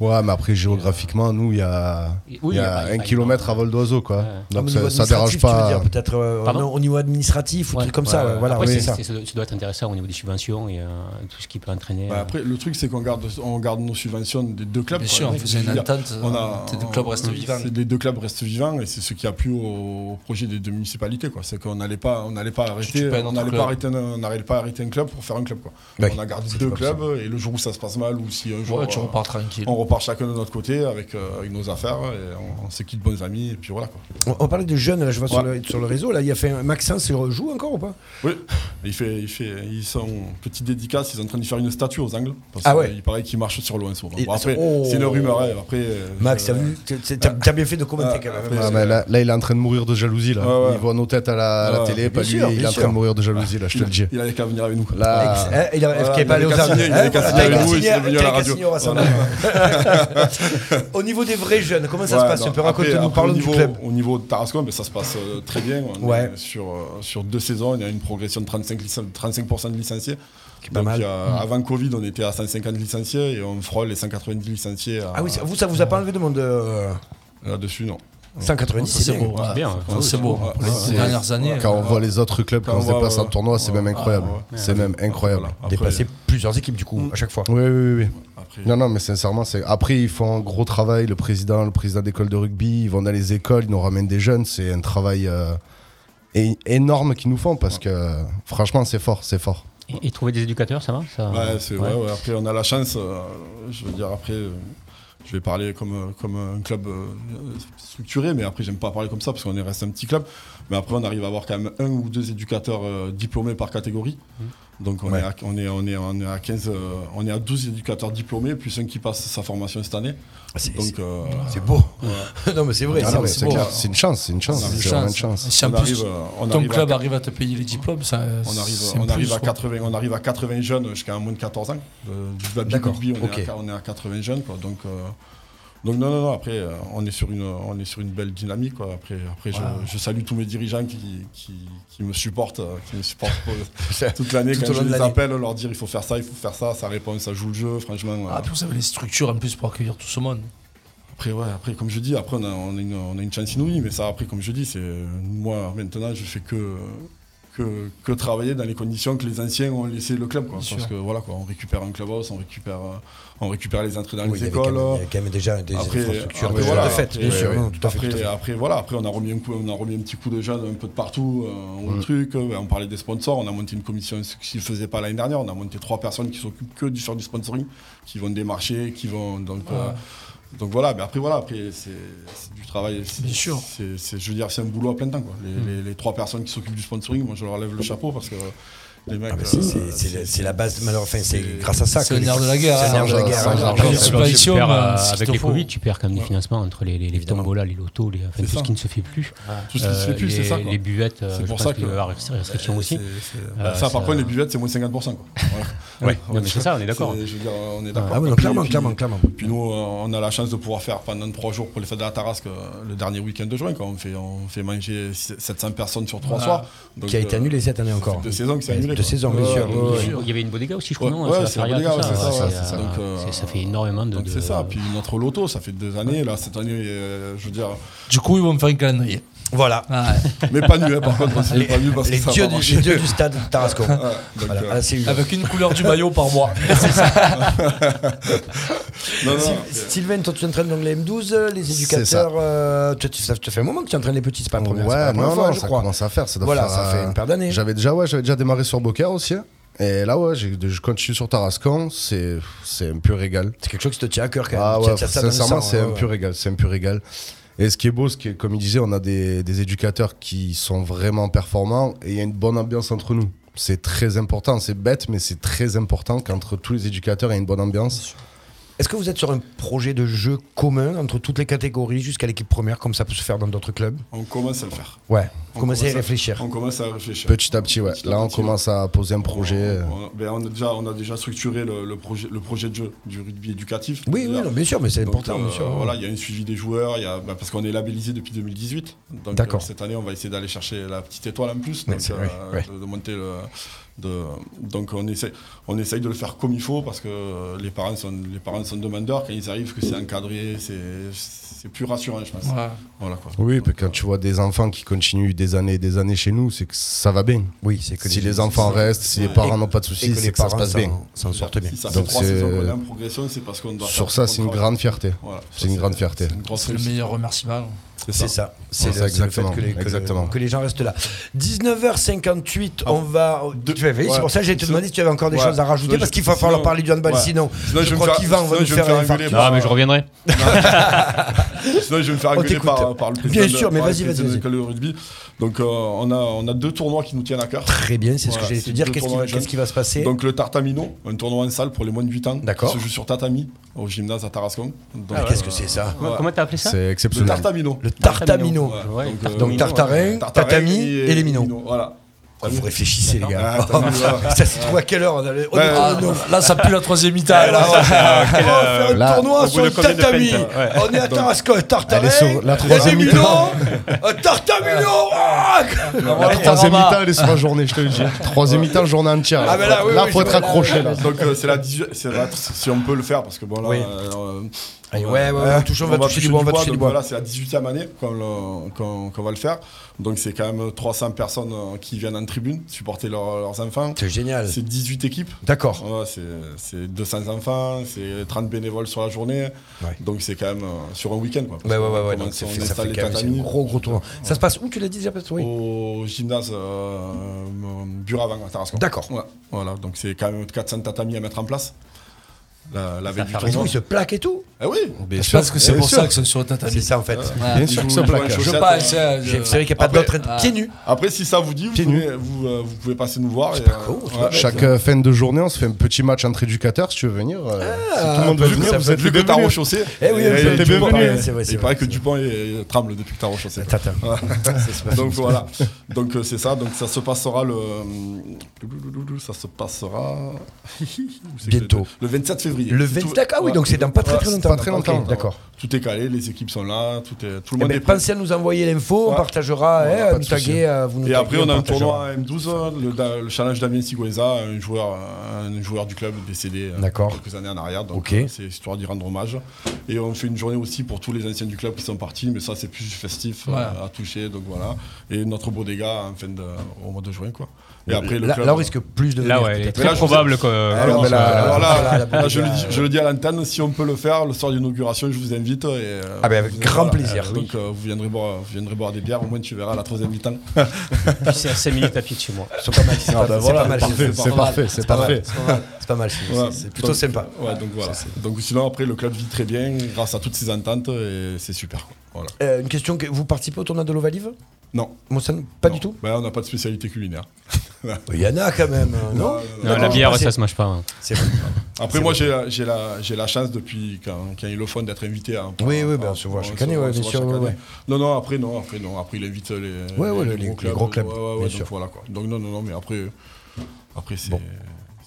Speaker 7: Ouais, mais après, géographiquement, nous, il y a,
Speaker 6: Oui,
Speaker 7: il y a un kilomètre à vol d'oiseau, quoi.
Speaker 4: Non,
Speaker 7: Donc
Speaker 4: mais au
Speaker 7: ça,
Speaker 4: niveau
Speaker 7: ça
Speaker 4: administratif,
Speaker 7: dérange
Speaker 4: Tu
Speaker 7: pas.
Speaker 4: veux dire, peut-être euh,
Speaker 6: Pardon
Speaker 4: non, au niveau administratif ou truc comme ça. ouais, Voilà,
Speaker 6: Après,
Speaker 4: oui,
Speaker 6: c'est-
Speaker 4: c'est ça.
Speaker 6: c'est- ça doit- ça doit être intéressant au niveau des subventions et euh, tout ce qui peut entraîner.
Speaker 9: Bah,
Speaker 6: euh,
Speaker 9: après, le truc, c'est qu'on garde, on garde nos subventions des deux clubs.
Speaker 5: Bien
Speaker 9: quoi.
Speaker 5: sûr, on
Speaker 9: Je
Speaker 5: faisait
Speaker 9: veux
Speaker 5: une
Speaker 9: dire,
Speaker 5: entente,
Speaker 9: bah, on a-
Speaker 5: les Euh, deux clubs restent
Speaker 9: c'est-
Speaker 5: vivants.
Speaker 9: Les deux clubs restent vivants et c'est ce qui a plu au projet des deux municipalités. quoi. C'est qu'on n'allait pas, on n'allait pas arrêter,
Speaker 5: tues pas un
Speaker 9: on
Speaker 5: autre
Speaker 9: n'allait
Speaker 5: club.
Speaker 9: pas arrêter, un- on n'allait pas arrêter un club pour faire un club. Quoi.
Speaker 5: Ouais,
Speaker 9: on a gardé
Speaker 5: c'est
Speaker 9: deux
Speaker 5: pas possible.
Speaker 9: clubs et le jour où ça se passe mal ou si un jour euh,
Speaker 5: Ouais, tu repars tranquille.
Speaker 9: on repart chacun de notre côté avec, euh, avec nos affaires et on, on se quitte bons amis et puis voilà. Quoi.
Speaker 4: On, on parlait de jeunes, là, je vois sur,
Speaker 9: Ouais.
Speaker 4: le, sur le réseau, là, il y a fait un- Maxence, il rejoue encore ou pas
Speaker 9: Oui, il fait, il fait, ils sont petite dédicace, ils sont en train de faire une statue aux angles. Parce
Speaker 4: Ah
Speaker 9: que
Speaker 4: ouais.
Speaker 9: Il paraît qu'ils marchent sur l'ONSO. Bon,
Speaker 4: Il-
Speaker 9: après,
Speaker 4: oh.
Speaker 9: c'est une rumeur. hein. Après, euh,
Speaker 4: Max,
Speaker 9: je-
Speaker 4: t'as vu T'es- t'es- T'as t'as bien fait de commenter quand même.
Speaker 9: après,
Speaker 7: Ah,
Speaker 9: c'est-
Speaker 7: mais là, là, il est en train de mourir de jalousie. Là.
Speaker 9: Ouais, ouais.
Speaker 7: Il voit nos têtes à la, à la
Speaker 9: Ouais.
Speaker 7: télé, pas
Speaker 9: Bien
Speaker 7: lui.
Speaker 9: sûr,
Speaker 7: il est
Speaker 9: bien
Speaker 7: en train
Speaker 9: sûr.
Speaker 7: de mourir de jalousie, là, je te le dis.
Speaker 9: Il avait qu'à venir avec nous. quoi.
Speaker 7: Là,
Speaker 4: Ex- eh, il avait-
Speaker 9: Voilà,
Speaker 4: qui est pas allé
Speaker 9: avait
Speaker 4: aux
Speaker 9: qu'à
Speaker 4: Arles.
Speaker 9: signer, Il
Speaker 4: Hein,
Speaker 9: avait qu'à signer
Speaker 4: voilà.
Speaker 9: avec nous et il
Speaker 4: Signé-
Speaker 9: serait venu à
Speaker 4: t'as
Speaker 9: la
Speaker 4: qu'à
Speaker 9: radio.
Speaker 4: signer au Rassemblement. Au niveau des vrais jeunes, comment ça se
Speaker 9: Ouais,
Speaker 4: passe
Speaker 9: non,
Speaker 4: Un peu
Speaker 9: après-
Speaker 4: raconte-nous,
Speaker 9: après,
Speaker 4: parlons
Speaker 9: au
Speaker 4: du
Speaker 9: niveau-
Speaker 4: club.
Speaker 9: Au niveau de Tarascon, ben, ça se passe euh, très bien. On
Speaker 4: Ouais.
Speaker 9: est sur, euh, sur deux saisons, il y a une progression de 35, lic- 35% de licenciés.
Speaker 4: pas
Speaker 9: Donc,
Speaker 4: mal. Mmh.
Speaker 9: il y a- Avant Covid, on était à 150 licenciés et on frôle les 190 licenciés. à-
Speaker 4: Ah oui, ça- vous, ça vous a pas enlevé de monde euh,
Speaker 9: Là-dessus, non.
Speaker 4: 190,
Speaker 5: Ça, c'est
Speaker 4: c'est
Speaker 5: beau,
Speaker 4: bien.
Speaker 5: ouais.
Speaker 9: bien,
Speaker 5: Ça, c'est beau.
Speaker 9: Ouais,
Speaker 5: Les
Speaker 9: ouais.
Speaker 5: dernières années.
Speaker 7: quand on voit les autres clubs
Speaker 9: Quand
Speaker 7: quand on
Speaker 9: on
Speaker 7: se
Speaker 9: voit,
Speaker 7: déplace en
Speaker 9: ouais.
Speaker 7: tournoi, c'est même incroyable.
Speaker 9: ouais.
Speaker 7: C'est même incroyable.
Speaker 9: Voilà. Après,
Speaker 4: Dépasser plusieurs équipes, du coup, à chaque fois.
Speaker 7: Oui, oui, oui.
Speaker 9: Après-
Speaker 7: Non, non, mais sincèrement, c'est. Après, ils font un gros travail. Le président, le président d'école de rugby, ils vont dans les écoles, ils nous ramènent des jeunes. C'est un travail euh, é- énorme qu'ils nous font parce que, euh, franchement, c'est fort, c'est fort.
Speaker 6: euh, Et, et trouver des éducateurs, ça va ça,
Speaker 4: Bah,
Speaker 9: Ouais, c'est
Speaker 6: ouais.
Speaker 9: ouais, ouais. Après, on a la chance. euh, je veux dire, après, euh, je vais parler comme, euh, comme un club euh, structuré, mais après, j'aime pas parler comme ça parce qu'on est resté un petit club. Mais après, on arrive à avoir quand même un ou deux éducateurs euh, diplômés par catégorie. Donc, on,
Speaker 4: Ouais.
Speaker 9: est à, on, est, on, est, on est à 15, euh, on est à 12 éducateurs diplômés, plus un qui passe sa formation cette année.
Speaker 4: C'est-
Speaker 9: Donc, euh,
Speaker 4: C'est beau. non, mais c'est vrai.
Speaker 7: Ah
Speaker 4: c'est
Speaker 7: non, mais
Speaker 4: vrai,
Speaker 7: c'est
Speaker 4: beau.
Speaker 7: clair, c'est une chance, c'est une chance,
Speaker 5: C'est une
Speaker 7: c'est vraiment une
Speaker 5: chance.
Speaker 7: chance.
Speaker 5: Et si en
Speaker 9: On
Speaker 5: plus,
Speaker 9: arrive, euh, on
Speaker 5: ton
Speaker 9: arrive à-
Speaker 5: club arrive à te payer les diplômes, ça.
Speaker 9: On arrive,
Speaker 5: c'est
Speaker 9: on,
Speaker 5: plus,
Speaker 9: arrive à
Speaker 5: quoi.
Speaker 9: 80, on arrive à 80 jeunes jusqu'à moins de 14 ans. Euh, du Babi
Speaker 4: D'accord,
Speaker 9: Rugby, on,
Speaker 4: ok.
Speaker 9: est à, on est à 80 jeunes. Quoi. Donc, euh, donc non, non, non, après, euh, on est sur une, on est sur une belle dynamique. quoi. Après, après je-
Speaker 5: Ouais.
Speaker 9: je, salue tous mes dirigeants qui, qui, qui me supportent, euh, qui me supportent pour- toute l'année.
Speaker 4: Tout au
Speaker 9: Quand
Speaker 4: long
Speaker 9: je
Speaker 4: de
Speaker 9: les
Speaker 4: l'année.
Speaker 9: appelle, leur dire il faut faire ça, il faut faire ça, ça répond, ça joue le jeu, franchement. euh,
Speaker 5: Ah, puis vous avez les structures en plus pour accueillir tout ce monde.
Speaker 9: après, ouais, après, comme je dis, après, on a, on a une, on a une chance inouïe, mais ça, après, comme je dis, c'est moi, maintenant, je fais que, que, que travailler dans les conditions que les anciens ont laissé le club. Quoi,
Speaker 5: Bien
Speaker 9: parce
Speaker 5: sûr.
Speaker 9: que voilà, quoi, on récupère un clubhouse, on récupère, euh, on récupère les entrées dans
Speaker 4: Oui, il
Speaker 9: les
Speaker 4: y avait
Speaker 9: écoles.
Speaker 4: quand même- il y avait quand même déjà des infrastructures déjà de fait,
Speaker 9: après,
Speaker 4: bien sûr,
Speaker 9: ah, ouais,
Speaker 4: non, tout à fait,
Speaker 9: après, euh,
Speaker 4: tout à fait.
Speaker 9: après, voilà, après, on a remis un, coup, on a remis un petit coup de jeune un peu de partout euh, au
Speaker 7: Mm.
Speaker 9: truc. euh, on parlait des sponsors, on a monté une commission, ce qu'ils ne faisaient pas l'année dernière. On a monté trois personnes qui s'occupent que du faire du sponsoring, qui vont démarcher, qui vont. Donc, euh, donc voilà, mais après, voilà, après, c'est c'est du travail. c'est-
Speaker 5: Bien sûr.
Speaker 4: Mm.
Speaker 9: c'est- c'est- je veux dire, c'est un boulot à plein temps. Quoi. Les, les- les trois personnes qui s'occupent du sponsoring, moi, je leur lève le chapeau parce que. euh, Les mecs,
Speaker 4: Ah bah c'est-
Speaker 9: euh,
Speaker 4: c'est- c'est la- c'est la base, malheureusement, enfin, c'est grâce à ça.
Speaker 5: c'est
Speaker 4: que
Speaker 5: le
Speaker 4: les-
Speaker 5: nerf de la guerre,
Speaker 4: C'est le
Speaker 5: hein.
Speaker 4: nerf de la
Speaker 5: Sans-
Speaker 4: guerre.
Speaker 5: sans
Speaker 4: hein.
Speaker 5: argent,
Speaker 4: Les
Speaker 5: sans
Speaker 4: subventions,
Speaker 5: argent.
Speaker 6: Tu perds, euh,
Speaker 4: euh, ce qu'il
Speaker 6: avec
Speaker 4: te
Speaker 6: les
Speaker 4: faut.
Speaker 6: Covid, tu perds quand même des financements entre les, les, les tombolas, les lotos, les, enfin, tout
Speaker 9: ça.
Speaker 6: ce qui ne se fait plus.
Speaker 9: Tout ce qui se fait plus,
Speaker 6: les,
Speaker 9: c'est ça, quoi.
Speaker 6: Les buvettes, euh,
Speaker 9: C'est
Speaker 6: je
Speaker 9: pour
Speaker 6: pense
Speaker 9: ça
Speaker 6: qu'il
Speaker 9: que-
Speaker 6: va y avoir des restrictions
Speaker 9: Euh,
Speaker 6: aussi.
Speaker 9: c'est- c'est-
Speaker 6: Euh,
Speaker 9: ça, par
Speaker 6: ça-
Speaker 9: contre, les buvettes, c'est moins 50%. Quoi. Voilà.
Speaker 6: Ouais, non, mais c'est ça, on est d'accord.
Speaker 9: C'est- Je veux dire, on est d'accord.
Speaker 4: Ah ouais, non,
Speaker 9: Puis-
Speaker 4: clairement,
Speaker 9: puis-
Speaker 4: clairement, clairement.
Speaker 9: Puis nous, euh, on a la chance de pouvoir faire pendant trois jours pour les fêtes de la Tarasque euh, le dernier week-end de juin. Quoi. On, fait, on fait manger six- 700 personnes sur trois
Speaker 4: Voilà.
Speaker 9: soirs. euh,
Speaker 4: Qui a été annulé cette année encore.
Speaker 9: De saison qui s'est annulé.
Speaker 4: De saison, bien sûr. Ouais, ouais.
Speaker 6: Il y avait une bodega aussi, je crois.
Speaker 9: Ouais,
Speaker 6: non,
Speaker 9: ouais,
Speaker 6: sur la
Speaker 9: c'est la
Speaker 6: feria,
Speaker 9: bodega,
Speaker 6: tout
Speaker 9: ouais, c'est ça,
Speaker 6: Ouais,
Speaker 9: ouais, c'est ça.
Speaker 6: euh,
Speaker 9: Donc, euh,
Speaker 6: c'est- ça fait énormément de.
Speaker 9: Donc
Speaker 6: de-
Speaker 9: c'est ça. Puis notre loto, ça fait deux années. Là, cette année, euh, je veux dire.
Speaker 5: Du coup, ils vont me faire un calendrier.
Speaker 4: Voilà.
Speaker 5: Ah,
Speaker 9: Mais pas nu, hein, par contre. parce que
Speaker 4: Les-
Speaker 9: pas nu parce que
Speaker 4: les
Speaker 9: ça a
Speaker 4: dieux
Speaker 9: pas
Speaker 4: du-
Speaker 9: marché.
Speaker 4: les dieux du stade Tarascon.
Speaker 9: Ouais, donc,
Speaker 4: Voilà,
Speaker 9: euh,
Speaker 4: ah, c'est une-
Speaker 5: Avec une couleur du maillot par mois.
Speaker 4: C'est ça.
Speaker 9: Non, non,
Speaker 4: Syl-
Speaker 9: mais-
Speaker 4: Sylvain, toi tu entraînes donc les M12, euh, les
Speaker 7: C'est
Speaker 4: éducateurs. euh, toi, tu- ça te fait un moment que tu entraînes les petits, c'est pas la première, c'est pas la
Speaker 7: Ouais,
Speaker 4: première
Speaker 7: non,
Speaker 4: fois,
Speaker 7: non,
Speaker 4: je
Speaker 7: ça
Speaker 4: crois.
Speaker 7: commence à faire. Ça doit
Speaker 4: voilà,
Speaker 7: faire,
Speaker 4: ça fait
Speaker 7: euh,
Speaker 4: une paire d'années.
Speaker 7: J'avais déjà, ouais, j'avais déjà démarré sur Boca aussi. hein. Et là, ouais, j'ai- je continue sur Tarascon. C'est, c'est un pur régal.
Speaker 4: C'est quelque chose qui te tient à cœur quand même.
Speaker 7: Ah
Speaker 4: Tu-
Speaker 7: ouais,
Speaker 4: tu as ça dans le
Speaker 7: sincèrement,
Speaker 4: sang, hein,
Speaker 7: c'est
Speaker 4: ouais,
Speaker 7: un
Speaker 4: ouais.
Speaker 7: pur régal. C'est un pur régal. Et ce qui est beau, c'est que, comme il disait, on a des, des éducateurs qui sont vraiment performants et il y a une bonne ambiance entre nous. C'est très important. C'est bête, mais c'est très important qu'entre tous les éducateurs, il y ait une bonne ambiance.
Speaker 4: Est-ce que vous êtes sur un projet de jeu commun entre toutes les catégories jusqu'à l'équipe première, comme ça peut se faire dans d'autres clubs
Speaker 9: On commence à le faire.
Speaker 4: Ouais,
Speaker 9: On
Speaker 4: commencez à y
Speaker 9: commence
Speaker 4: réfléchir.
Speaker 9: On commence à réfléchir.
Speaker 7: Petit à petit, ouais. Là, on commence à poser un projet.
Speaker 9: On, ben, on a déjà, on a déjà structuré le, le projet, le projet de jeu du rugby éducatif.
Speaker 4: Oui, oui,
Speaker 9: Déjà.
Speaker 4: non, bien sûr, mais c'est
Speaker 9: Donc,
Speaker 4: important,
Speaker 9: euh,
Speaker 4: bien sûr.
Speaker 9: Voilà, il y a un suivi des joueurs, il y a- ben, parce qu'on est labellisé depuis 2018. Donc,
Speaker 4: D'accord.
Speaker 9: euh, cette année, on va essayer d'aller chercher la petite étoile en plus.
Speaker 4: Ouais,
Speaker 9: donc, euh,
Speaker 4: c'est vrai, ouais.
Speaker 9: de, de monter le. de- donc on essaye, on essaye de le faire comme il faut parce que euh, les parents sont, les parents sont demandeurs quand ils arrivent que c'est encadré, c'est, c'est plus rassurant, je pense.
Speaker 5: Ouais.
Speaker 9: Voilà quoi.
Speaker 7: Oui, puis quand tu vois des enfants qui continuent des années et des années chez nous, c'est que ça va bien.
Speaker 4: Oui, c'est que
Speaker 7: si
Speaker 4: les-
Speaker 7: les enfants
Speaker 4: c'est ça.
Speaker 7: restent, si les
Speaker 4: Et-
Speaker 7: parents n'ont pas de
Speaker 4: et
Speaker 7: soucis,
Speaker 4: que
Speaker 7: c'est
Speaker 4: les
Speaker 7: que ça se
Speaker 4: parents
Speaker 7: passe bien.
Speaker 4: s'en- s'en sortent bien.
Speaker 9: Si ça fait
Speaker 7: Donc
Speaker 9: trois saisons qu'on est
Speaker 7: c'est
Speaker 9: en progression, c'est parce qu'on doit
Speaker 7: sur
Speaker 9: faire
Speaker 7: ça,
Speaker 9: ce
Speaker 7: c'est une
Speaker 9: qu'on
Speaker 7: grande
Speaker 9: travaille.
Speaker 7: fierté.
Speaker 9: Voilà.
Speaker 7: C'est une grande fierté.
Speaker 9: grosse
Speaker 5: C'est le meilleur remerciement.
Speaker 4: C'est ça. C'est le, c'est le
Speaker 7: Ouais, ça,
Speaker 4: fait
Speaker 7: exactement,
Speaker 4: que les, que,
Speaker 7: exactement.
Speaker 4: que les gens restent là. 19h58, on va. Tu vas-
Speaker 9: Ouais.
Speaker 4: C'est pour ça que j'ai te
Speaker 9: Sinon-
Speaker 4: demandé si tu avais encore des
Speaker 9: Ouais.
Speaker 4: choses à rajouter
Speaker 9: Sinon,
Speaker 4: parce
Speaker 9: je-
Speaker 4: qu'il va falloir
Speaker 9: sinon-
Speaker 4: parler du handball
Speaker 9: Ouais.
Speaker 4: sinon.
Speaker 9: Sinon,
Speaker 4: je,
Speaker 9: vais me
Speaker 4: crois
Speaker 9: faire-
Speaker 4: qu'Yvan
Speaker 9: sinon,
Speaker 4: va nous
Speaker 9: je vais
Speaker 4: faire
Speaker 9: me
Speaker 4: un
Speaker 9: faire engueuler
Speaker 4: infarct.
Speaker 9: par-
Speaker 6: Ah, mais je reviendrai.
Speaker 9: Sinon, je vais me faire
Speaker 4: On
Speaker 9: engueuler
Speaker 4: t'écoute.
Speaker 9: par, par le
Speaker 4: Oh, Bien
Speaker 9: président de-
Speaker 4: sûr, mais
Speaker 9: par le
Speaker 4: vas-y, vas-y,
Speaker 9: président de
Speaker 4: vas-y.
Speaker 9: l'école de rugby. Donc, euh, on, a, on a deux tournois qui nous tiennent à cœur.
Speaker 4: Très bien, c'est ce que
Speaker 9: Voilà,
Speaker 4: j'allais te
Speaker 9: c'est
Speaker 4: dire.
Speaker 9: deux
Speaker 4: Qu'est-ce qui,
Speaker 9: tournois
Speaker 4: va- qu'est-ce
Speaker 9: jeunes.
Speaker 4: qui va se passer
Speaker 9: Donc, le Tartamino, un tournoi en salle pour les moins de 8 ans.
Speaker 4: D'accord.
Speaker 9: Qui se joue sur Tatami, au gymnase à Tarascon. Donc,
Speaker 4: Ah, Qu'est-ce que
Speaker 9: euh,
Speaker 4: c'est ça
Speaker 6: Comment- Comment t'as appelé
Speaker 9: Ah.
Speaker 6: ça
Speaker 7: C'est
Speaker 9: Le
Speaker 7: exceptionnel.
Speaker 9: Tartamino.
Speaker 4: Le tartamino.
Speaker 6: Ouais,
Speaker 9: euh,
Speaker 4: Donc tartarin,
Speaker 9: Tartarin
Speaker 4: tatami et les minots.
Speaker 9: Voilà.
Speaker 4: Ah, vous réfléchissez, les gars.
Speaker 9: Ah, t'as vu, voilà.
Speaker 4: ça s'est trouvé à quelle heure on a le- on est-
Speaker 9: Ah,
Speaker 4: on est-
Speaker 5: Là, ça pue la troisième mi-temps.
Speaker 4: là,
Speaker 5: là.
Speaker 4: on va faire un
Speaker 7: là,
Speaker 4: tournoi
Speaker 6: Euh, au
Speaker 4: sur
Speaker 6: bout
Speaker 4: le
Speaker 6: de combien de
Speaker 4: tatami.
Speaker 6: pentes, ouais.
Speaker 4: On est à Tarascon, tartarin,
Speaker 7: Allez, sur la troisième
Speaker 4: Rémi
Speaker 7: mi-temps.
Speaker 4: Milan, un tartamino. ah,
Speaker 7: La troisième mi-temps, elle est sur la journée, je te le dis. Troisième mi-temps, journée entière.
Speaker 4: Ah, mais là, oui, oui,
Speaker 7: faut
Speaker 4: je
Speaker 7: être
Speaker 4: vois, là,
Speaker 7: accroché. Là.
Speaker 9: Donc, euh, c'est la 18 c'est la- Si on peut le faire, parce que bon, là.
Speaker 4: Oui.
Speaker 9: euh,
Speaker 4: Allez,
Speaker 9: on
Speaker 4: ouais, ouais, ouais, on touche, on va toucher du bois, on va toucher
Speaker 9: donc
Speaker 4: du bois.
Speaker 9: Voilà, c'est la 18e année qu'on le- qu'on qu'on va le faire. Donc c'est quand même 300 personnes euh, qui viennent en tribune supporter leurs- leurs enfants.
Speaker 4: C'est génial.
Speaker 9: C'est 18 équipes.
Speaker 4: D'accord.
Speaker 9: Ouais, c'est- c'est 200 enfants, c'est 30 bénévoles sur la journée.
Speaker 4: Ouais. Bah,
Speaker 9: Donc c'est quand même euh, sur un week-end. Quoi.
Speaker 4: Ouais, ouais, ouais,
Speaker 9: On
Speaker 4: ouais.
Speaker 9: commence-
Speaker 4: donc c'est
Speaker 9: on
Speaker 4: fait- ça
Speaker 9: installe
Speaker 4: fait
Speaker 9: les
Speaker 4: quand même c'est
Speaker 9: tatamis Oh,
Speaker 4: un gros, gros tournoi. Ça se passe où tu l'as dit déjà peut-être Oui.
Speaker 9: au gymnase euh, Buravant à Tarascon.
Speaker 4: D'accord.
Speaker 9: Ouais, voilà, donc c'est quand même 400 tatamis à mettre en place. La, la veille du
Speaker 4: Mais du
Speaker 9: tournoi.
Speaker 4: coup, il se plaque et tout.
Speaker 9: Eh oui
Speaker 5: Je pense que c'est
Speaker 4: Bien
Speaker 5: pour
Speaker 4: sûr.
Speaker 5: ça que c'est sur le
Speaker 4: C'est
Speaker 5: tatami.
Speaker 4: ça en fait.
Speaker 5: Ouais.
Speaker 7: Bien
Speaker 9: Il
Speaker 7: sûr que
Speaker 9: joue-
Speaker 7: ça
Speaker 9: il joue en
Speaker 7: plaque.
Speaker 5: Je
Speaker 9: chaussette,
Speaker 5: pense.
Speaker 9: euh,
Speaker 5: euh,
Speaker 4: C'est vrai qu'il n'y a pas
Speaker 9: Après-
Speaker 4: d'autre. Pieds nus.
Speaker 9: Après, si ça vous dit, vous
Speaker 7: Pieds nus.
Speaker 9: pouvez, vous, euh, vous pouvez passer nous voir. et, euh,
Speaker 4: con, tu
Speaker 9: ouais.
Speaker 7: Chaque euh, fin de journée, on se fait un petit match entre éducateurs. Si tu veux venir, euh,
Speaker 4: Ah,
Speaker 7: si tout le monde veut
Speaker 9: Vu que-
Speaker 7: venir, vous êtes
Speaker 9: vu que
Speaker 7: les
Speaker 9: t'as
Speaker 7: bienvenus.
Speaker 9: rechaussé.
Speaker 4: Eh oui,
Speaker 9: et-
Speaker 4: vous
Speaker 9: et
Speaker 4: êtes les
Speaker 9: Dupont,
Speaker 4: bienvenus.
Speaker 9: euh,
Speaker 4: C'est vrai, c'est
Speaker 9: Il
Speaker 4: vrai,
Speaker 9: paraît que
Speaker 4: c'est
Speaker 9: Dupont est- tremble depuis que t'as rechaussé.
Speaker 4: Attends, attends.
Speaker 9: donc voilà. Donc euh, c'est ça. Donc ça se passera le. euh, Ça se passera. Où c'est que-
Speaker 4: Bientôt.
Speaker 9: Le 27 février.
Speaker 4: Le
Speaker 9: C'est tout-
Speaker 4: 27 Ah oui,
Speaker 9: ouais.
Speaker 4: donc c'est dans pas très
Speaker 9: Ouais,
Speaker 4: très
Speaker 9: c'est
Speaker 4: longtemps.
Speaker 9: pas très
Speaker 4: Ok,
Speaker 9: longtemps.
Speaker 4: D'accord.
Speaker 9: Tout est calé, les équipes sont là, tout, est,
Speaker 4: Eh
Speaker 9: tout le monde
Speaker 4: ben,
Speaker 9: est prêt.
Speaker 4: pensez à nous envoyer l'info, on
Speaker 9: Ouais.
Speaker 4: partagera,
Speaker 9: Voilà,
Speaker 4: hein,
Speaker 9: pas de
Speaker 4: nous
Speaker 9: souci.
Speaker 4: taguer, euh, vous nous
Speaker 9: Et après,
Speaker 4: taguez,
Speaker 9: on a un
Speaker 4: partagera.
Speaker 9: tournoi à M12, euh, le, da- le challenge Damien Sigoueza, un joueur, un joueur du club décédé euh,
Speaker 4: D'accord.
Speaker 9: quelques années en arrière. Donc,
Speaker 4: Ok.
Speaker 9: euh, c'est histoire d'y rendre hommage. Et on fait une journée aussi pour tous les anciens du club qui sont partis, mais ça, c'est plus festif euh, à toucher. Donc voilà. Et notre bodega en fin de, au mois de juin. Quoi. Et après, le
Speaker 4: Euh, là,
Speaker 9: club.
Speaker 4: là, on risque plus de.
Speaker 6: Là,
Speaker 4: venir,
Speaker 6: ouais, il est
Speaker 4: peut-être.
Speaker 9: Mais là,
Speaker 6: très
Speaker 9: je
Speaker 6: probable que.
Speaker 9: Alors,
Speaker 4: mais là-
Speaker 9: alors là,
Speaker 4: voilà, la
Speaker 9: là,
Speaker 4: bodega,
Speaker 9: je, le dis,
Speaker 4: euh,
Speaker 9: je le dis à l'antenne, si on peut le faire, le soir d'inauguration, je vous invite. Et, euh,
Speaker 4: Ah ben, avec
Speaker 9: vous-
Speaker 4: grand plaisir,
Speaker 9: euh, Donc euh, vous, viendrez boire, vous viendrez boire des bières, au moins tu verras la troisième mi-temps.
Speaker 6: Puis c'est à 5 minutes à pied de chez moi.
Speaker 4: C'est pas mal, c'est pas- c'est pas mal,
Speaker 9: parfait,
Speaker 4: c'est
Speaker 7: C'est
Speaker 4: pas mal.
Speaker 7: parfait, c'est parfait.
Speaker 4: C'est pas mal, c'est-
Speaker 9: Ouais,
Speaker 4: c'est- c'est plutôt
Speaker 9: donc,
Speaker 4: sympa.
Speaker 9: Ouais, donc voilà. Donc sinon après le club vit très bien grâce à toutes ces ententes et c'est super. quoi. Voilà.
Speaker 4: Euh, Une question, que- vous participez au tournoi de l'Ovalive
Speaker 9: Non.
Speaker 4: pas du tout
Speaker 9: Ben, on n'a pas de spécialité culinaire.
Speaker 4: Il y en a quand même, non
Speaker 6: Non, la bière, ça se mange pas. hein.
Speaker 4: C'est vrai.
Speaker 9: Après,
Speaker 4: C'est
Speaker 9: moi,
Speaker 4: vrai.
Speaker 9: j'ai la- j'ai la, j'ai la chance depuis quand, quand ils le font d'être invité. À,
Speaker 4: Oui, oui, ben,
Speaker 9: à-
Speaker 4: on se voit
Speaker 9: à-
Speaker 4: chaque
Speaker 9: on
Speaker 4: année,
Speaker 9: se
Speaker 4: ouais,
Speaker 9: voit
Speaker 4: bien
Speaker 9: chaque
Speaker 4: sûr, ouais,
Speaker 9: année.
Speaker 4: ouais.
Speaker 9: Non, non, après, non, après, non. Après, il invite les,
Speaker 4: Ouais, ouais, les- les gros clubs,
Speaker 9: Ouais, ouais,
Speaker 4: bien
Speaker 9: donc
Speaker 4: sûr.
Speaker 9: voilà quoi. Donc, non, non, non, mais après, euh, après c'est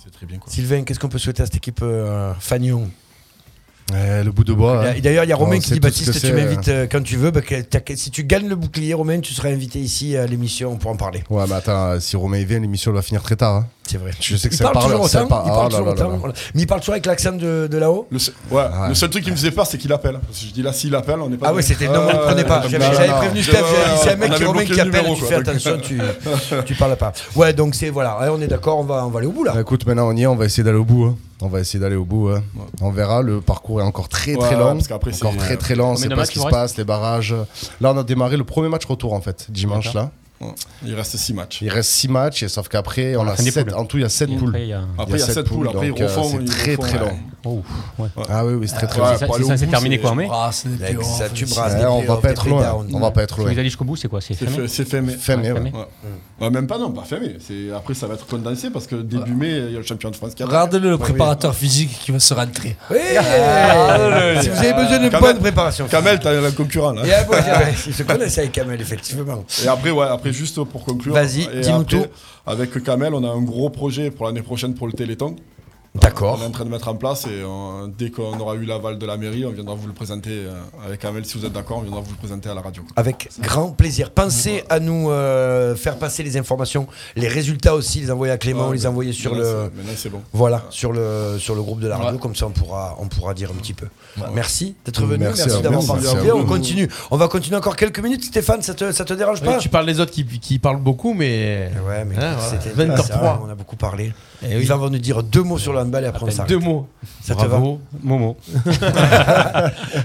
Speaker 9: c'est très bien quoi.
Speaker 4: Sylvain, qu'est-ce qu'on peut souhaiter à cette équipe euh, Fagnon
Speaker 7: Eh, le bout de bois.
Speaker 4: Et
Speaker 7: hein.
Speaker 4: D'ailleurs, il y a
Speaker 7: On
Speaker 4: Romain
Speaker 7: sait
Speaker 4: qui dit
Speaker 7: tout ce
Speaker 4: Baptiste,
Speaker 7: que
Speaker 4: tu
Speaker 7: c'est,
Speaker 4: m'invites
Speaker 7: euh.
Speaker 4: euh, quand tu veux. bah, que t'as- que- si tu gagnes le bouclier, Romain, tu seras invité ici à l'émission pour en parler.
Speaker 7: Ouais, mais attends, euh, si Romain il vient, l'émission va finir très tard. hein.
Speaker 4: C'est vrai.
Speaker 7: Je sais que
Speaker 4: Il
Speaker 7: c'est un
Speaker 4: parle
Speaker 7: parleur.
Speaker 4: toujours
Speaker 7: c'est
Speaker 4: autant,
Speaker 7: un par-
Speaker 4: il
Speaker 7: Ah
Speaker 4: parle
Speaker 7: là
Speaker 4: toujours
Speaker 7: là là
Speaker 4: autant.
Speaker 7: là.
Speaker 4: Voilà. Mais il parle toujours avec l'accent de, de là-haut.
Speaker 9: Le seul, ouais, le seul truc qui me faisait peur, c'est qu'il appelle. Parce que je dis là, s'il appelle, on n'est pas.
Speaker 4: Ah ouais, c'était- non, on le prenait pas. J'avais- j'avais prévenu Steph, j'avais dit, c'est un mec qui- Romain qui appelle, tu fais attention, tu- tu parles pas. Ouais, donc c'est voilà, ouais, on est d'accord, on va, on va aller au bout là.
Speaker 7: Bah, écoute, maintenant on y est, on va essayer d'aller au bout. hein. On va essayer d'aller au bout. hein. On verra, le parcours est encore très
Speaker 9: Ouais,
Speaker 7: très long.
Speaker 9: parce qu'après,
Speaker 7: encore
Speaker 9: c'est- euh,
Speaker 7: très très long, on
Speaker 9: Combien
Speaker 7: sait
Speaker 9: de
Speaker 7: pas
Speaker 9: matchs
Speaker 7: ce qui
Speaker 9: il
Speaker 7: se
Speaker 9: reste
Speaker 7: passe, les barrages. Là, on a démarré le premier match retour en fait, dimanche là.
Speaker 9: Ouais. Il reste 6 matchs.
Speaker 7: Il reste 6 matchs, et sauf qu'après, on
Speaker 9: la
Speaker 7: a
Speaker 9: fin des
Speaker 7: sept-
Speaker 9: poules.
Speaker 7: en tout, il y a 7
Speaker 9: Et
Speaker 7: poules.
Speaker 9: après, il y a- Après, il y a
Speaker 7: sept
Speaker 9: sept poules, après, ils
Speaker 7: donc, euh,
Speaker 9: refont,
Speaker 7: C'est
Speaker 9: ils
Speaker 7: très
Speaker 9: refont,
Speaker 7: très
Speaker 9: ouais.
Speaker 7: long.
Speaker 6: Oh, ouais.
Speaker 7: Ah oui, oui, c'est très très
Speaker 6: Ouais,
Speaker 7: long.
Speaker 6: c'est ça- c'est ça, c'est terminé quoi, mais
Speaker 5: Ah,
Speaker 4: Ça, tu brasses des
Speaker 7: Ouais, Eh, On va
Speaker 4: playoffs,
Speaker 7: pas
Speaker 4: des
Speaker 7: être loin.
Speaker 4: playdowns.
Speaker 7: On va pas être
Speaker 6: Vous
Speaker 7: loin.
Speaker 6: allez jusqu'au bout, c'est quoi C'est
Speaker 9: C'est
Speaker 6: fermé
Speaker 9: fait- C'est fait mai.
Speaker 7: Fait mai, ouais.
Speaker 9: Ouais.
Speaker 4: Mmh.
Speaker 9: Ouais, même pas, non, pas fait mai. C'est- Après, ça va être condensé parce que début mai, il y a le champion de France qui arrive.
Speaker 5: Regardez-le, le
Speaker 9: Ouais,
Speaker 5: préparateur physique qui va se rentrer.
Speaker 4: Oui
Speaker 9: Regardez-le.
Speaker 4: Si vous avez besoin d'une
Speaker 9: Kamel-
Speaker 4: bonne préparation.
Speaker 9: Kamel, t'as un concurrent là.
Speaker 4: Et à vous, Eh, ouais, ils se connaissent avec Kamel, effectivement.
Speaker 9: Et après, ouais, après juste pour conclure.
Speaker 4: Vas-y,
Speaker 9: et
Speaker 4: dis-nous
Speaker 9: après,
Speaker 4: tout.
Speaker 9: Avec Kamel, on a un gros projet pour l'année prochaine pour le Téléthon.
Speaker 4: D'accord.
Speaker 9: On est en train de mettre en place et on- dès qu'on aura eu l'aval de la mairie, on viendra vous le présenter euh, avec Kamel. Si vous êtes d'accord, on viendra vous le présenter à la radio.
Speaker 4: Avec grand plaisir. Pensez à nous euh, faire passer les informations, les résultats aussi, les envoyer à Clément,
Speaker 9: Ouais,
Speaker 4: Ah, les
Speaker 7: bah,
Speaker 9: mais-
Speaker 4: envoyer sur
Speaker 9: mais là,
Speaker 4: le.
Speaker 9: c'est- mais là, c'est bon.
Speaker 4: Voilà, sur le sur le groupe de la radio, comme ça on pourra on pourra dire un petit peu. Merci d'être venu,
Speaker 7: Merci
Speaker 4: merci,
Speaker 7: à vous,
Speaker 4: d'avoir
Speaker 7: merci à
Speaker 4: participé.
Speaker 7: vous.
Speaker 4: On continue, on va continuer encore quelques minutes. Stéphane, ça te ça te dérange
Speaker 12: Ouais,
Speaker 4: pas
Speaker 12: tu parles des autres qui, qui parlent beaucoup, mais.
Speaker 4: Ouais, mais
Speaker 12: Hein, voilà.
Speaker 4: c'était
Speaker 12: 20 h
Speaker 4: ça,
Speaker 12: 03.
Speaker 4: On a beaucoup parlé.
Speaker 12: Eh oui.
Speaker 4: Ils vont nous dire deux mots sur le handball et après on
Speaker 12: peine
Speaker 4: s'arrête.
Speaker 12: deux mots.
Speaker 4: Ça
Speaker 12: Bravo,
Speaker 4: te va
Speaker 6: Momo.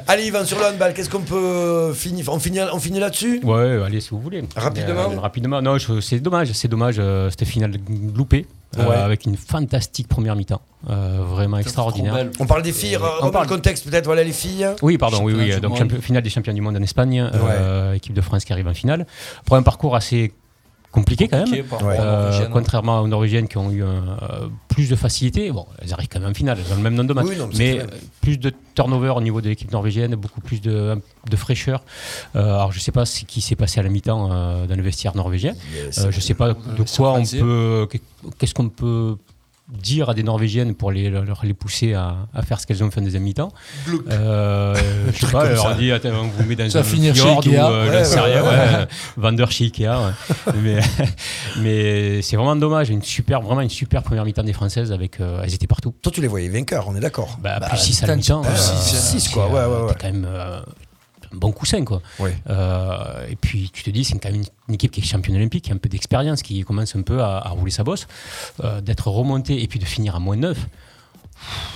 Speaker 4: Allez, Yvan, sur le handball, qu'est-ce qu'on peut finir On finit, on finit là-dessus
Speaker 6: Ouais, allez, si vous voulez.
Speaker 4: Rapidement.
Speaker 6: Euh, rapidement. Non, je- c'est dommage, c'est dommage. euh, C'était finale loupée. euh,
Speaker 4: Ouais.
Speaker 6: avec une fantastique première mi-temps, Euh, vraiment extraordinaire.
Speaker 4: On parle des filles,
Speaker 6: on
Speaker 4: on parle contexte peut-être, voilà les filles.
Speaker 6: Oui, pardon, oui, oui.
Speaker 4: Championnat
Speaker 6: euh,
Speaker 4: du
Speaker 6: Donc,
Speaker 4: monde.
Speaker 6: champion- finale des champions du monde en Espagne, euh, équipe de France qui arrive en finale. Pour un parcours assez compliqué, quand
Speaker 5: Compliqué
Speaker 6: même.
Speaker 5: par rapport aux
Speaker 6: Euh,
Speaker 5: Norvégiennes.
Speaker 6: contrairement aux Norvégiennes qui ont eu euh, plus de facilité. Bon, elles arrivent quand même en finale, elles ont le même nombre de matchs.
Speaker 4: Oui, non, mais c'est
Speaker 6: mais
Speaker 4: clair.
Speaker 6: euh, plus de turnover au niveau de l'équipe norvégienne, beaucoup plus de, de fraîcheur. Euh, alors, je ne sais pas ce qui s'est passé à la mi-temps euh, dans le vestiaire norvégien.
Speaker 4: Yes.
Speaker 6: Euh, je ne sais pas de quoi on
Speaker 5: surprenant.
Speaker 6: peut. Qu'est-ce qu'on peut dire à des Norvégiennes pour les, leur- les pousser à, à faire ce qu'elles ont fait en deuxième mi-temps.
Speaker 5: Glauque.
Speaker 6: Euh, je sais
Speaker 5: Truc
Speaker 6: pas,
Speaker 5: comme
Speaker 6: leur
Speaker 5: ça.
Speaker 6: dit, attends, on vous met dans
Speaker 5: Ça
Speaker 6: un
Speaker 5: va finir chez
Speaker 6: fjord ou
Speaker 5: Ikea.
Speaker 6: euh, j'en
Speaker 5: Ouais,
Speaker 6: sais
Speaker 5: ouais,
Speaker 6: rien,
Speaker 5: ouais.
Speaker 6: ouais, euh, vendeur chez Ikea. ouais. mais mais c'est vraiment dommage, une super, vraiment une super première mi-temps des Françaises avec, euh, elles étaient partout.
Speaker 4: Toi, tu les voyais vainqueurs, on est d'accord.
Speaker 6: Bah, plus 6 à la
Speaker 4: putain,
Speaker 6: mi-temps. euh,
Speaker 4: plus six, six, quoi, ouais, ouais, ouais.
Speaker 6: C'est quand même euh, un bon coussin, quoi.
Speaker 4: Oui.
Speaker 6: Euh, et puis, tu te dis, c'est quand même une, une équipe qui est championne olympique, qui a un peu d'expérience, qui commence un peu à, à rouler sa bosse. Euh, D'être remontée et puis de finir à moins 9.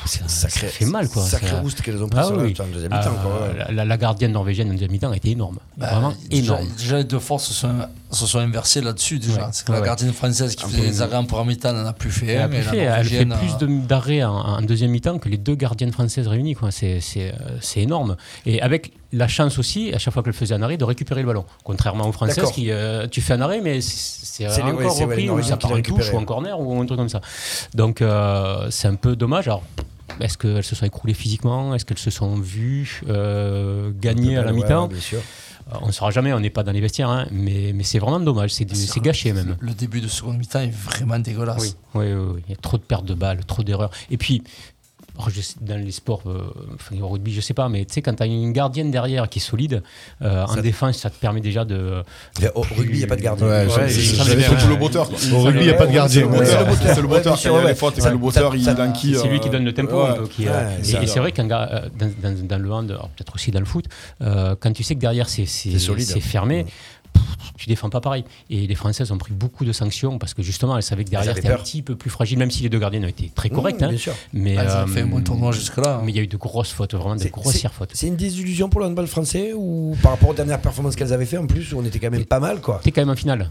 Speaker 6: Ça,
Speaker 4: sacré-
Speaker 6: ça fait mal, quoi.
Speaker 4: sacré
Speaker 6: Ça- Ah
Speaker 4: boost qu'elles ont pris sur la- en deuxième mi-temps, quoi, Bah, ouais.
Speaker 6: Euh, la, la- la gardienne norvégienne en deuxième mi-temps était énorme. Vraiment
Speaker 5: déjà,
Speaker 6: énorme.
Speaker 5: déjà, Bah, les deux forces se sont, se sont inversées là-dessus. Déjà,
Speaker 6: Ouais.
Speaker 5: c'est que la
Speaker 6: Ouais.
Speaker 5: gardienne française qui
Speaker 6: Un
Speaker 5: faisait
Speaker 6: peu-
Speaker 5: des arrêts en première mi-temps n'en a plus fait.
Speaker 6: Elle, a
Speaker 5: mais
Speaker 6: plus
Speaker 5: la
Speaker 6: fait, elle fait
Speaker 5: Norvégienne,
Speaker 6: plus
Speaker 5: euh,
Speaker 6: de- d'arrêts en, en deuxième mi-temps que les deux gardiennes françaises réunies. quoi. C'est- C'est euh, c'est énorme. Et avec la chance aussi, à chaque fois qu'elle faisait un arrêt, de récupérer le ballon. Contrairement aux françaises
Speaker 4: D'accord.
Speaker 6: qui, euh, tu fais un arrêt, mais c'est
Speaker 4: C'est
Speaker 6: c'est
Speaker 4: les-
Speaker 6: encore
Speaker 4: ouais, c'est- ouais, les
Speaker 6: repris, ou
Speaker 4: Norvégiens
Speaker 6: ça
Speaker 4: qui
Speaker 6: part
Speaker 4: l'ont
Speaker 6: en touche,
Speaker 4: récupéré.
Speaker 6: ou en corner, ou un truc comme ça. Donc euh, c'est un peu dommage. Alors, est-ce qu'elles se sont écroulées physiquement Est-ce qu'elles se sont vues euh, gagner à la
Speaker 4: mal, ouais,
Speaker 6: mi-temps
Speaker 4: ouais, bien sûr.
Speaker 6: Euh, On ne saura jamais, on n'est pas dans les vestiaires, hein, mais, mais c'est vraiment dommage, c'est
Speaker 4: Ah,
Speaker 6: c'est gâché même.
Speaker 5: euh, Le début de seconde mi-temps est vraiment dégueulasse.
Speaker 6: Oui, oui, oui, oui. il y a trop de pertes de balles, trop d'erreurs. Et puis, alors, je sais- dans les sports, euh, enfin, au rugby, je sais pas, mais tu sais, quand tu as une gardienne derrière qui est solide, euh, en
Speaker 4: Ça-
Speaker 6: défense, ça te permet déjà de.
Speaker 4: Au rugby, il n'y a pas de gardien.
Speaker 7: Ouais,
Speaker 6: Ouais,
Speaker 7: je-
Speaker 6: c'est-
Speaker 7: je-
Speaker 6: ça
Speaker 7: j'avais
Speaker 6: me
Speaker 7: fait
Speaker 6: fait
Speaker 7: tout le
Speaker 6: rien.
Speaker 7: botteur, quoi.
Speaker 6: Il-
Speaker 7: Au rugby, il y a pas de gardien.
Speaker 9: C'est le botteur,
Speaker 7: Ouais.
Speaker 9: c'est le botteur.
Speaker 4: Ouais,
Speaker 9: Quand il y a
Speaker 4: ouais.
Speaker 9: les fautes et que
Speaker 4: Ça-
Speaker 9: le botteur,
Speaker 4: ça-
Speaker 9: il
Speaker 4: ça-
Speaker 9: enquille.
Speaker 6: C'est lui qui
Speaker 9: euh,
Speaker 6: donne le tempo
Speaker 9: ouais.
Speaker 6: un peu. qui, euh,
Speaker 4: Ouais,
Speaker 6: et-
Speaker 4: ça-
Speaker 6: et c'est vrai qu'un gars, euh, dans, dans- dans le hand, alors, peut-être aussi dans le foot, euh, quand tu sais que derrière c'est c'est-
Speaker 4: C'est solide.
Speaker 6: c'est fermé, pff, tu défends pas pareil. Et les Françaises ont pris beaucoup de sanctions parce que justement elles savaient que derrière
Speaker 4: avaient
Speaker 6: c'était un
Speaker 4: peur.
Speaker 6: petit peu plus fragile, même si les deux gardiens ont été très
Speaker 4: Mmh,
Speaker 6: corrects. hein.
Speaker 4: bien sûr.
Speaker 6: Mais
Speaker 5: Ah, elles ont fait un bon tournoi jusque-là, hein.
Speaker 6: Mais il y a eu de grosses fautes, vraiment de
Speaker 4: C'est-
Speaker 6: grossières
Speaker 4: c'est-
Speaker 6: fautes.
Speaker 4: C'est une désillusion pour le handball français ou par rapport aux dernières performances qu'elles avaient fait en plus où on était quand même pas mal quoi.
Speaker 6: T'es quand même en finale.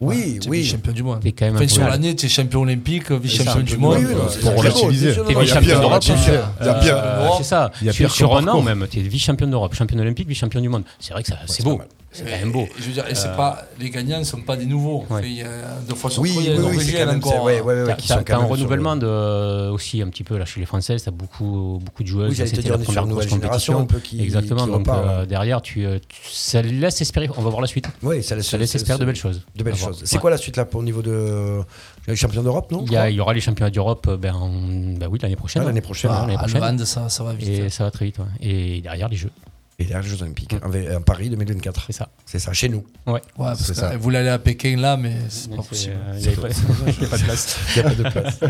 Speaker 4: Oui,
Speaker 5: T'es
Speaker 4: oui.
Speaker 5: Champion du monde.
Speaker 6: T'es quand même
Speaker 5: Enfin,
Speaker 6: un
Speaker 5: sur
Speaker 6: peu-
Speaker 5: l'année, t'es champion olympique, vice-champion
Speaker 6: ça,
Speaker 5: du
Speaker 6: oui,
Speaker 5: monde.
Speaker 6: oui,
Speaker 5: euh,
Speaker 6: non,
Speaker 5: c'est
Speaker 6: pour
Speaker 5: pour
Speaker 6: relativiser.
Speaker 5: relativiser.
Speaker 6: T'es
Speaker 5: Il y a
Speaker 6: vice-champion
Speaker 5: pire,
Speaker 6: d'Europe.
Speaker 5: il y a pire.
Speaker 6: euh,
Speaker 5: Il y a pire.
Speaker 6: euh, C'est ça.
Speaker 5: Il y a
Speaker 6: Sur
Speaker 5: pire
Speaker 6: sur
Speaker 5: comme
Speaker 6: un an
Speaker 5: parcours.
Speaker 6: même. T'es vice-champion d'Europe, champion olympique, vice-champion du monde. C'est vrai que ça- c'est beau. C'est quand même beau.
Speaker 5: Je veux dire, et c'est
Speaker 6: Euh,
Speaker 5: pas, les gagnants ne sont pas des nouveaux.
Speaker 6: Ouais.
Speaker 5: Enfin, il y a deux fois sur
Speaker 4: Oui,
Speaker 5: trois, il y a
Speaker 4: oui,
Speaker 5: les
Speaker 4: oui, c'est
Speaker 5: Norvégiens
Speaker 4: quand même-
Speaker 5: encore.
Speaker 4: c'est- ouais, ouais, ouais,
Speaker 5: euh,
Speaker 4: qui
Speaker 6: T'as
Speaker 4: sont quand
Speaker 6: t'as un
Speaker 4: même sur
Speaker 6: renouvellement de, euh, aussi un petit peu là chez les Françaises, t'as beaucoup, beaucoup de joueuses.
Speaker 4: Oui, j'allais te
Speaker 6: C'était
Speaker 4: dire,
Speaker 6: la
Speaker 4: on est
Speaker 6: première
Speaker 4: sur une
Speaker 6: grosse
Speaker 4: nouvelle génération,
Speaker 6: compétition.
Speaker 4: un peu qui- hein.
Speaker 6: Exactement,
Speaker 4: qui
Speaker 6: donc
Speaker 4: repart,
Speaker 6: euh, derrière, tu, euh, tu- ça laisse espérer, on va voir la suite.
Speaker 4: Oui, ça laisse,
Speaker 6: Ça laisse
Speaker 4: ça-
Speaker 6: espérer
Speaker 4: ça-
Speaker 6: de belles choses.
Speaker 4: De belles
Speaker 6: À voir.
Speaker 4: choses. C'est
Speaker 6: Ouais.
Speaker 4: quoi la suite là pour au niveau de les champions d'Europe, non
Speaker 6: Il y, a- il y aura les championnats d'Europe euh, ben, en- ben oui, l'année prochaine.
Speaker 4: Ah, l'année prochaine,
Speaker 6: Ouais,
Speaker 4: hein.
Speaker 6: l'année
Speaker 4: Ah,
Speaker 6: prochaine.
Speaker 4: le hand,
Speaker 5: ça, va vite. hein.
Speaker 6: Et ça va très vite. ouais. Et derrière, les Jeux.
Speaker 4: Et derrière les Jeux Olympiques, hein, en- en Paris 2024.
Speaker 6: C'est ça.
Speaker 4: C'est ça, chez nous.
Speaker 6: Ouais.
Speaker 5: Ouais, parce
Speaker 4: C'est ça.
Speaker 5: que vous l'allez à Pékin là, mais c'est
Speaker 6: Mais
Speaker 5: pas
Speaker 6: c'est,
Speaker 5: possible.
Speaker 6: euh, il y avait pas- il y a pas de place.
Speaker 4: Il y a pas de place.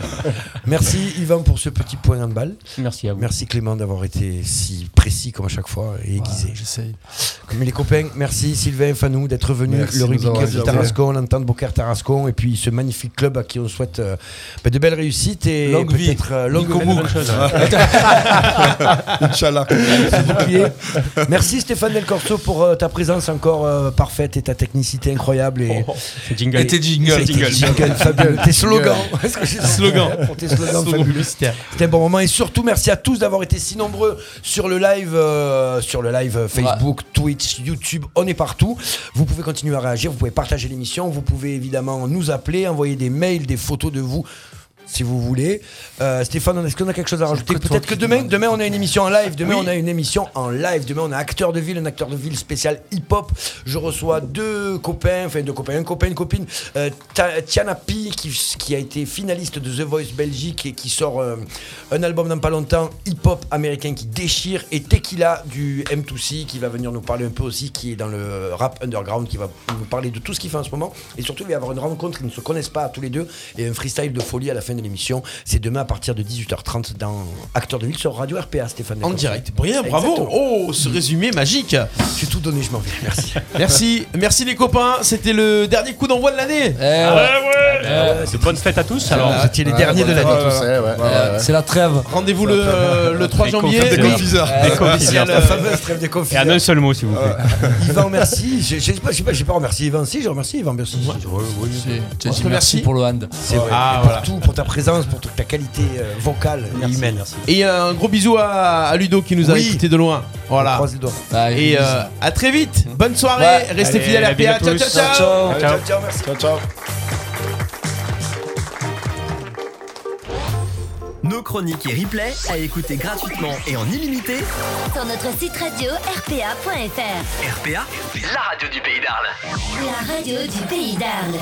Speaker 4: Merci Yvan pour ce petit point handball.
Speaker 6: Merci à vous.
Speaker 4: Merci Clément d'avoir été si précis comme à chaque fois et aiguisé.
Speaker 5: J'essaye.
Speaker 4: Mais les copains, merci Sylvain Fanou d'être venu.
Speaker 7: Merci
Speaker 4: le
Speaker 7: de
Speaker 4: rugby
Speaker 7: nous avoir
Speaker 4: club de
Speaker 7: invités.
Speaker 4: Tarascon, l'entente Beaucaire Tarascon et puis ce magnifique club à qui on souhaite euh, bah, de belles réussites et
Speaker 5: Longue vie.
Speaker 4: peut-être euh, longue
Speaker 5: Nico
Speaker 4: vie.
Speaker 5: Mouk.
Speaker 9: Inch'Allah.
Speaker 4: Bouclier. Merci Stéphane Del Corso pour euh, ta présence encore euh, parfaite et ta technicité incroyable et,
Speaker 6: Jingle.
Speaker 5: Oh, Et tes jingles.
Speaker 4: Et tes jingles fabuleux, tes slogans. Est-ce que j'ai-
Speaker 5: Slogans.
Speaker 4: Pour tes slogans
Speaker 5: Slogans
Speaker 4: fabuleux.
Speaker 5: publicitaires.
Speaker 4: C'était un bon moment et surtout merci à tous d'avoir été si nombreux sur le live, euh, sur le live euh, Facebook, Twitch, YouTube, on est partout. Vous pouvez continuer à réagir, vous pouvez partager l'émission, vous pouvez évidemment nous appeler, envoyer des mails, des photos de vous. Si vous voulez. Euh, Stéphane, est-ce qu'on a quelque chose à rajouter
Speaker 5: que toi
Speaker 4: Peut-être que
Speaker 5: qui
Speaker 4: demain,
Speaker 5: demandes.
Speaker 4: demain on a une émission en live. Demain
Speaker 5: Oui.
Speaker 4: on a une émission en live. Demain on a acteur de ville, un acteur de ville spécial hip-hop. Je reçois deux copains, enfin deux copains, un copain, une copine. Euh, Ta- Tiana P qui, qui a été finaliste de The Voice Belgique et qui sort euh, un album dans pas longtemps, hip-hop américain qui déchire. Et Tequila du M2C qui va venir nous parler un peu aussi, qui est dans le rap underground, qui va nous parler de tout ce qu'il fait en ce moment. Et surtout il va y avoir une rencontre, ils ne se connaissent pas tous les deux et un freestyle de folie à la fin de l'émission. C'est demain à partir de 18h30 dans Acteur de Ville sur Radio RPA, Stéphane.
Speaker 3: En
Speaker 4: Delcourt.
Speaker 3: direct. Brian, bravo.
Speaker 4: Exactement.
Speaker 3: Oh, ce résumé magique.
Speaker 4: J'ai tout donné, je m'en vais. Merci.
Speaker 6: Euh,
Speaker 3: Merci, merci les copains. C'était le dernier coup d'envoi de l'année.
Speaker 6: Ah
Speaker 5: Eh
Speaker 4: Eh,
Speaker 6: bonne fête à tous. Alors,
Speaker 4: Vous étiez les derniers de
Speaker 7: Ouais,
Speaker 4: l'année.
Speaker 7: tous, ouais, ouais, ouais, ouais.
Speaker 5: euh, C'est la trêve.
Speaker 3: Rendez-vous le, euh, le 3 janvier.
Speaker 6: confiseurs. Des
Speaker 3: confiseurs.
Speaker 6: confiseurs.
Speaker 4: La fameuse trêve des
Speaker 6: et en un
Speaker 4: confiseurs.
Speaker 6: seul mot, s'il vous plaît.
Speaker 4: Yvan, merci. Je je sais pas, je sais pas, j'ai pas remercié Yvan. Si, je remercie Yvan, merci.
Speaker 5: J'ai- j'ai dit
Speaker 3: Merci.
Speaker 5: merci pour le hand.
Speaker 4: C'est vrai.
Speaker 3: Ah,
Speaker 4: Et pour
Speaker 3: voilà.
Speaker 4: tout, pour ta présence, pour toute ta qualité euh, vocale et humaine.
Speaker 3: Et un gros bisou à, à Ludo qui nous a
Speaker 4: Oui.
Speaker 3: écouté de loin.
Speaker 4: On
Speaker 3: Voilà.
Speaker 4: croise les doigts.
Speaker 5: Allez,
Speaker 3: Et euh, à très vite. Bonne soirée.
Speaker 5: Ouais.
Speaker 3: Restez
Speaker 6: Allez,
Speaker 3: fidèles à
Speaker 6: la bise
Speaker 3: PA.
Speaker 6: à
Speaker 3: Ciao,
Speaker 6: tous.
Speaker 3: ciao, ciao.
Speaker 5: ciao.
Speaker 4: Allez,
Speaker 6: Ciao.
Speaker 4: ciao, ciao, merci.
Speaker 9: Ciao, ciao.
Speaker 10: Nos chroniques et replays à écouter gratuitement et en illimité.
Speaker 11: Sur notre site radio rpa.fr.
Speaker 10: RPA, la radio du pays d'Arles.
Speaker 11: La radio du pays d'Arles.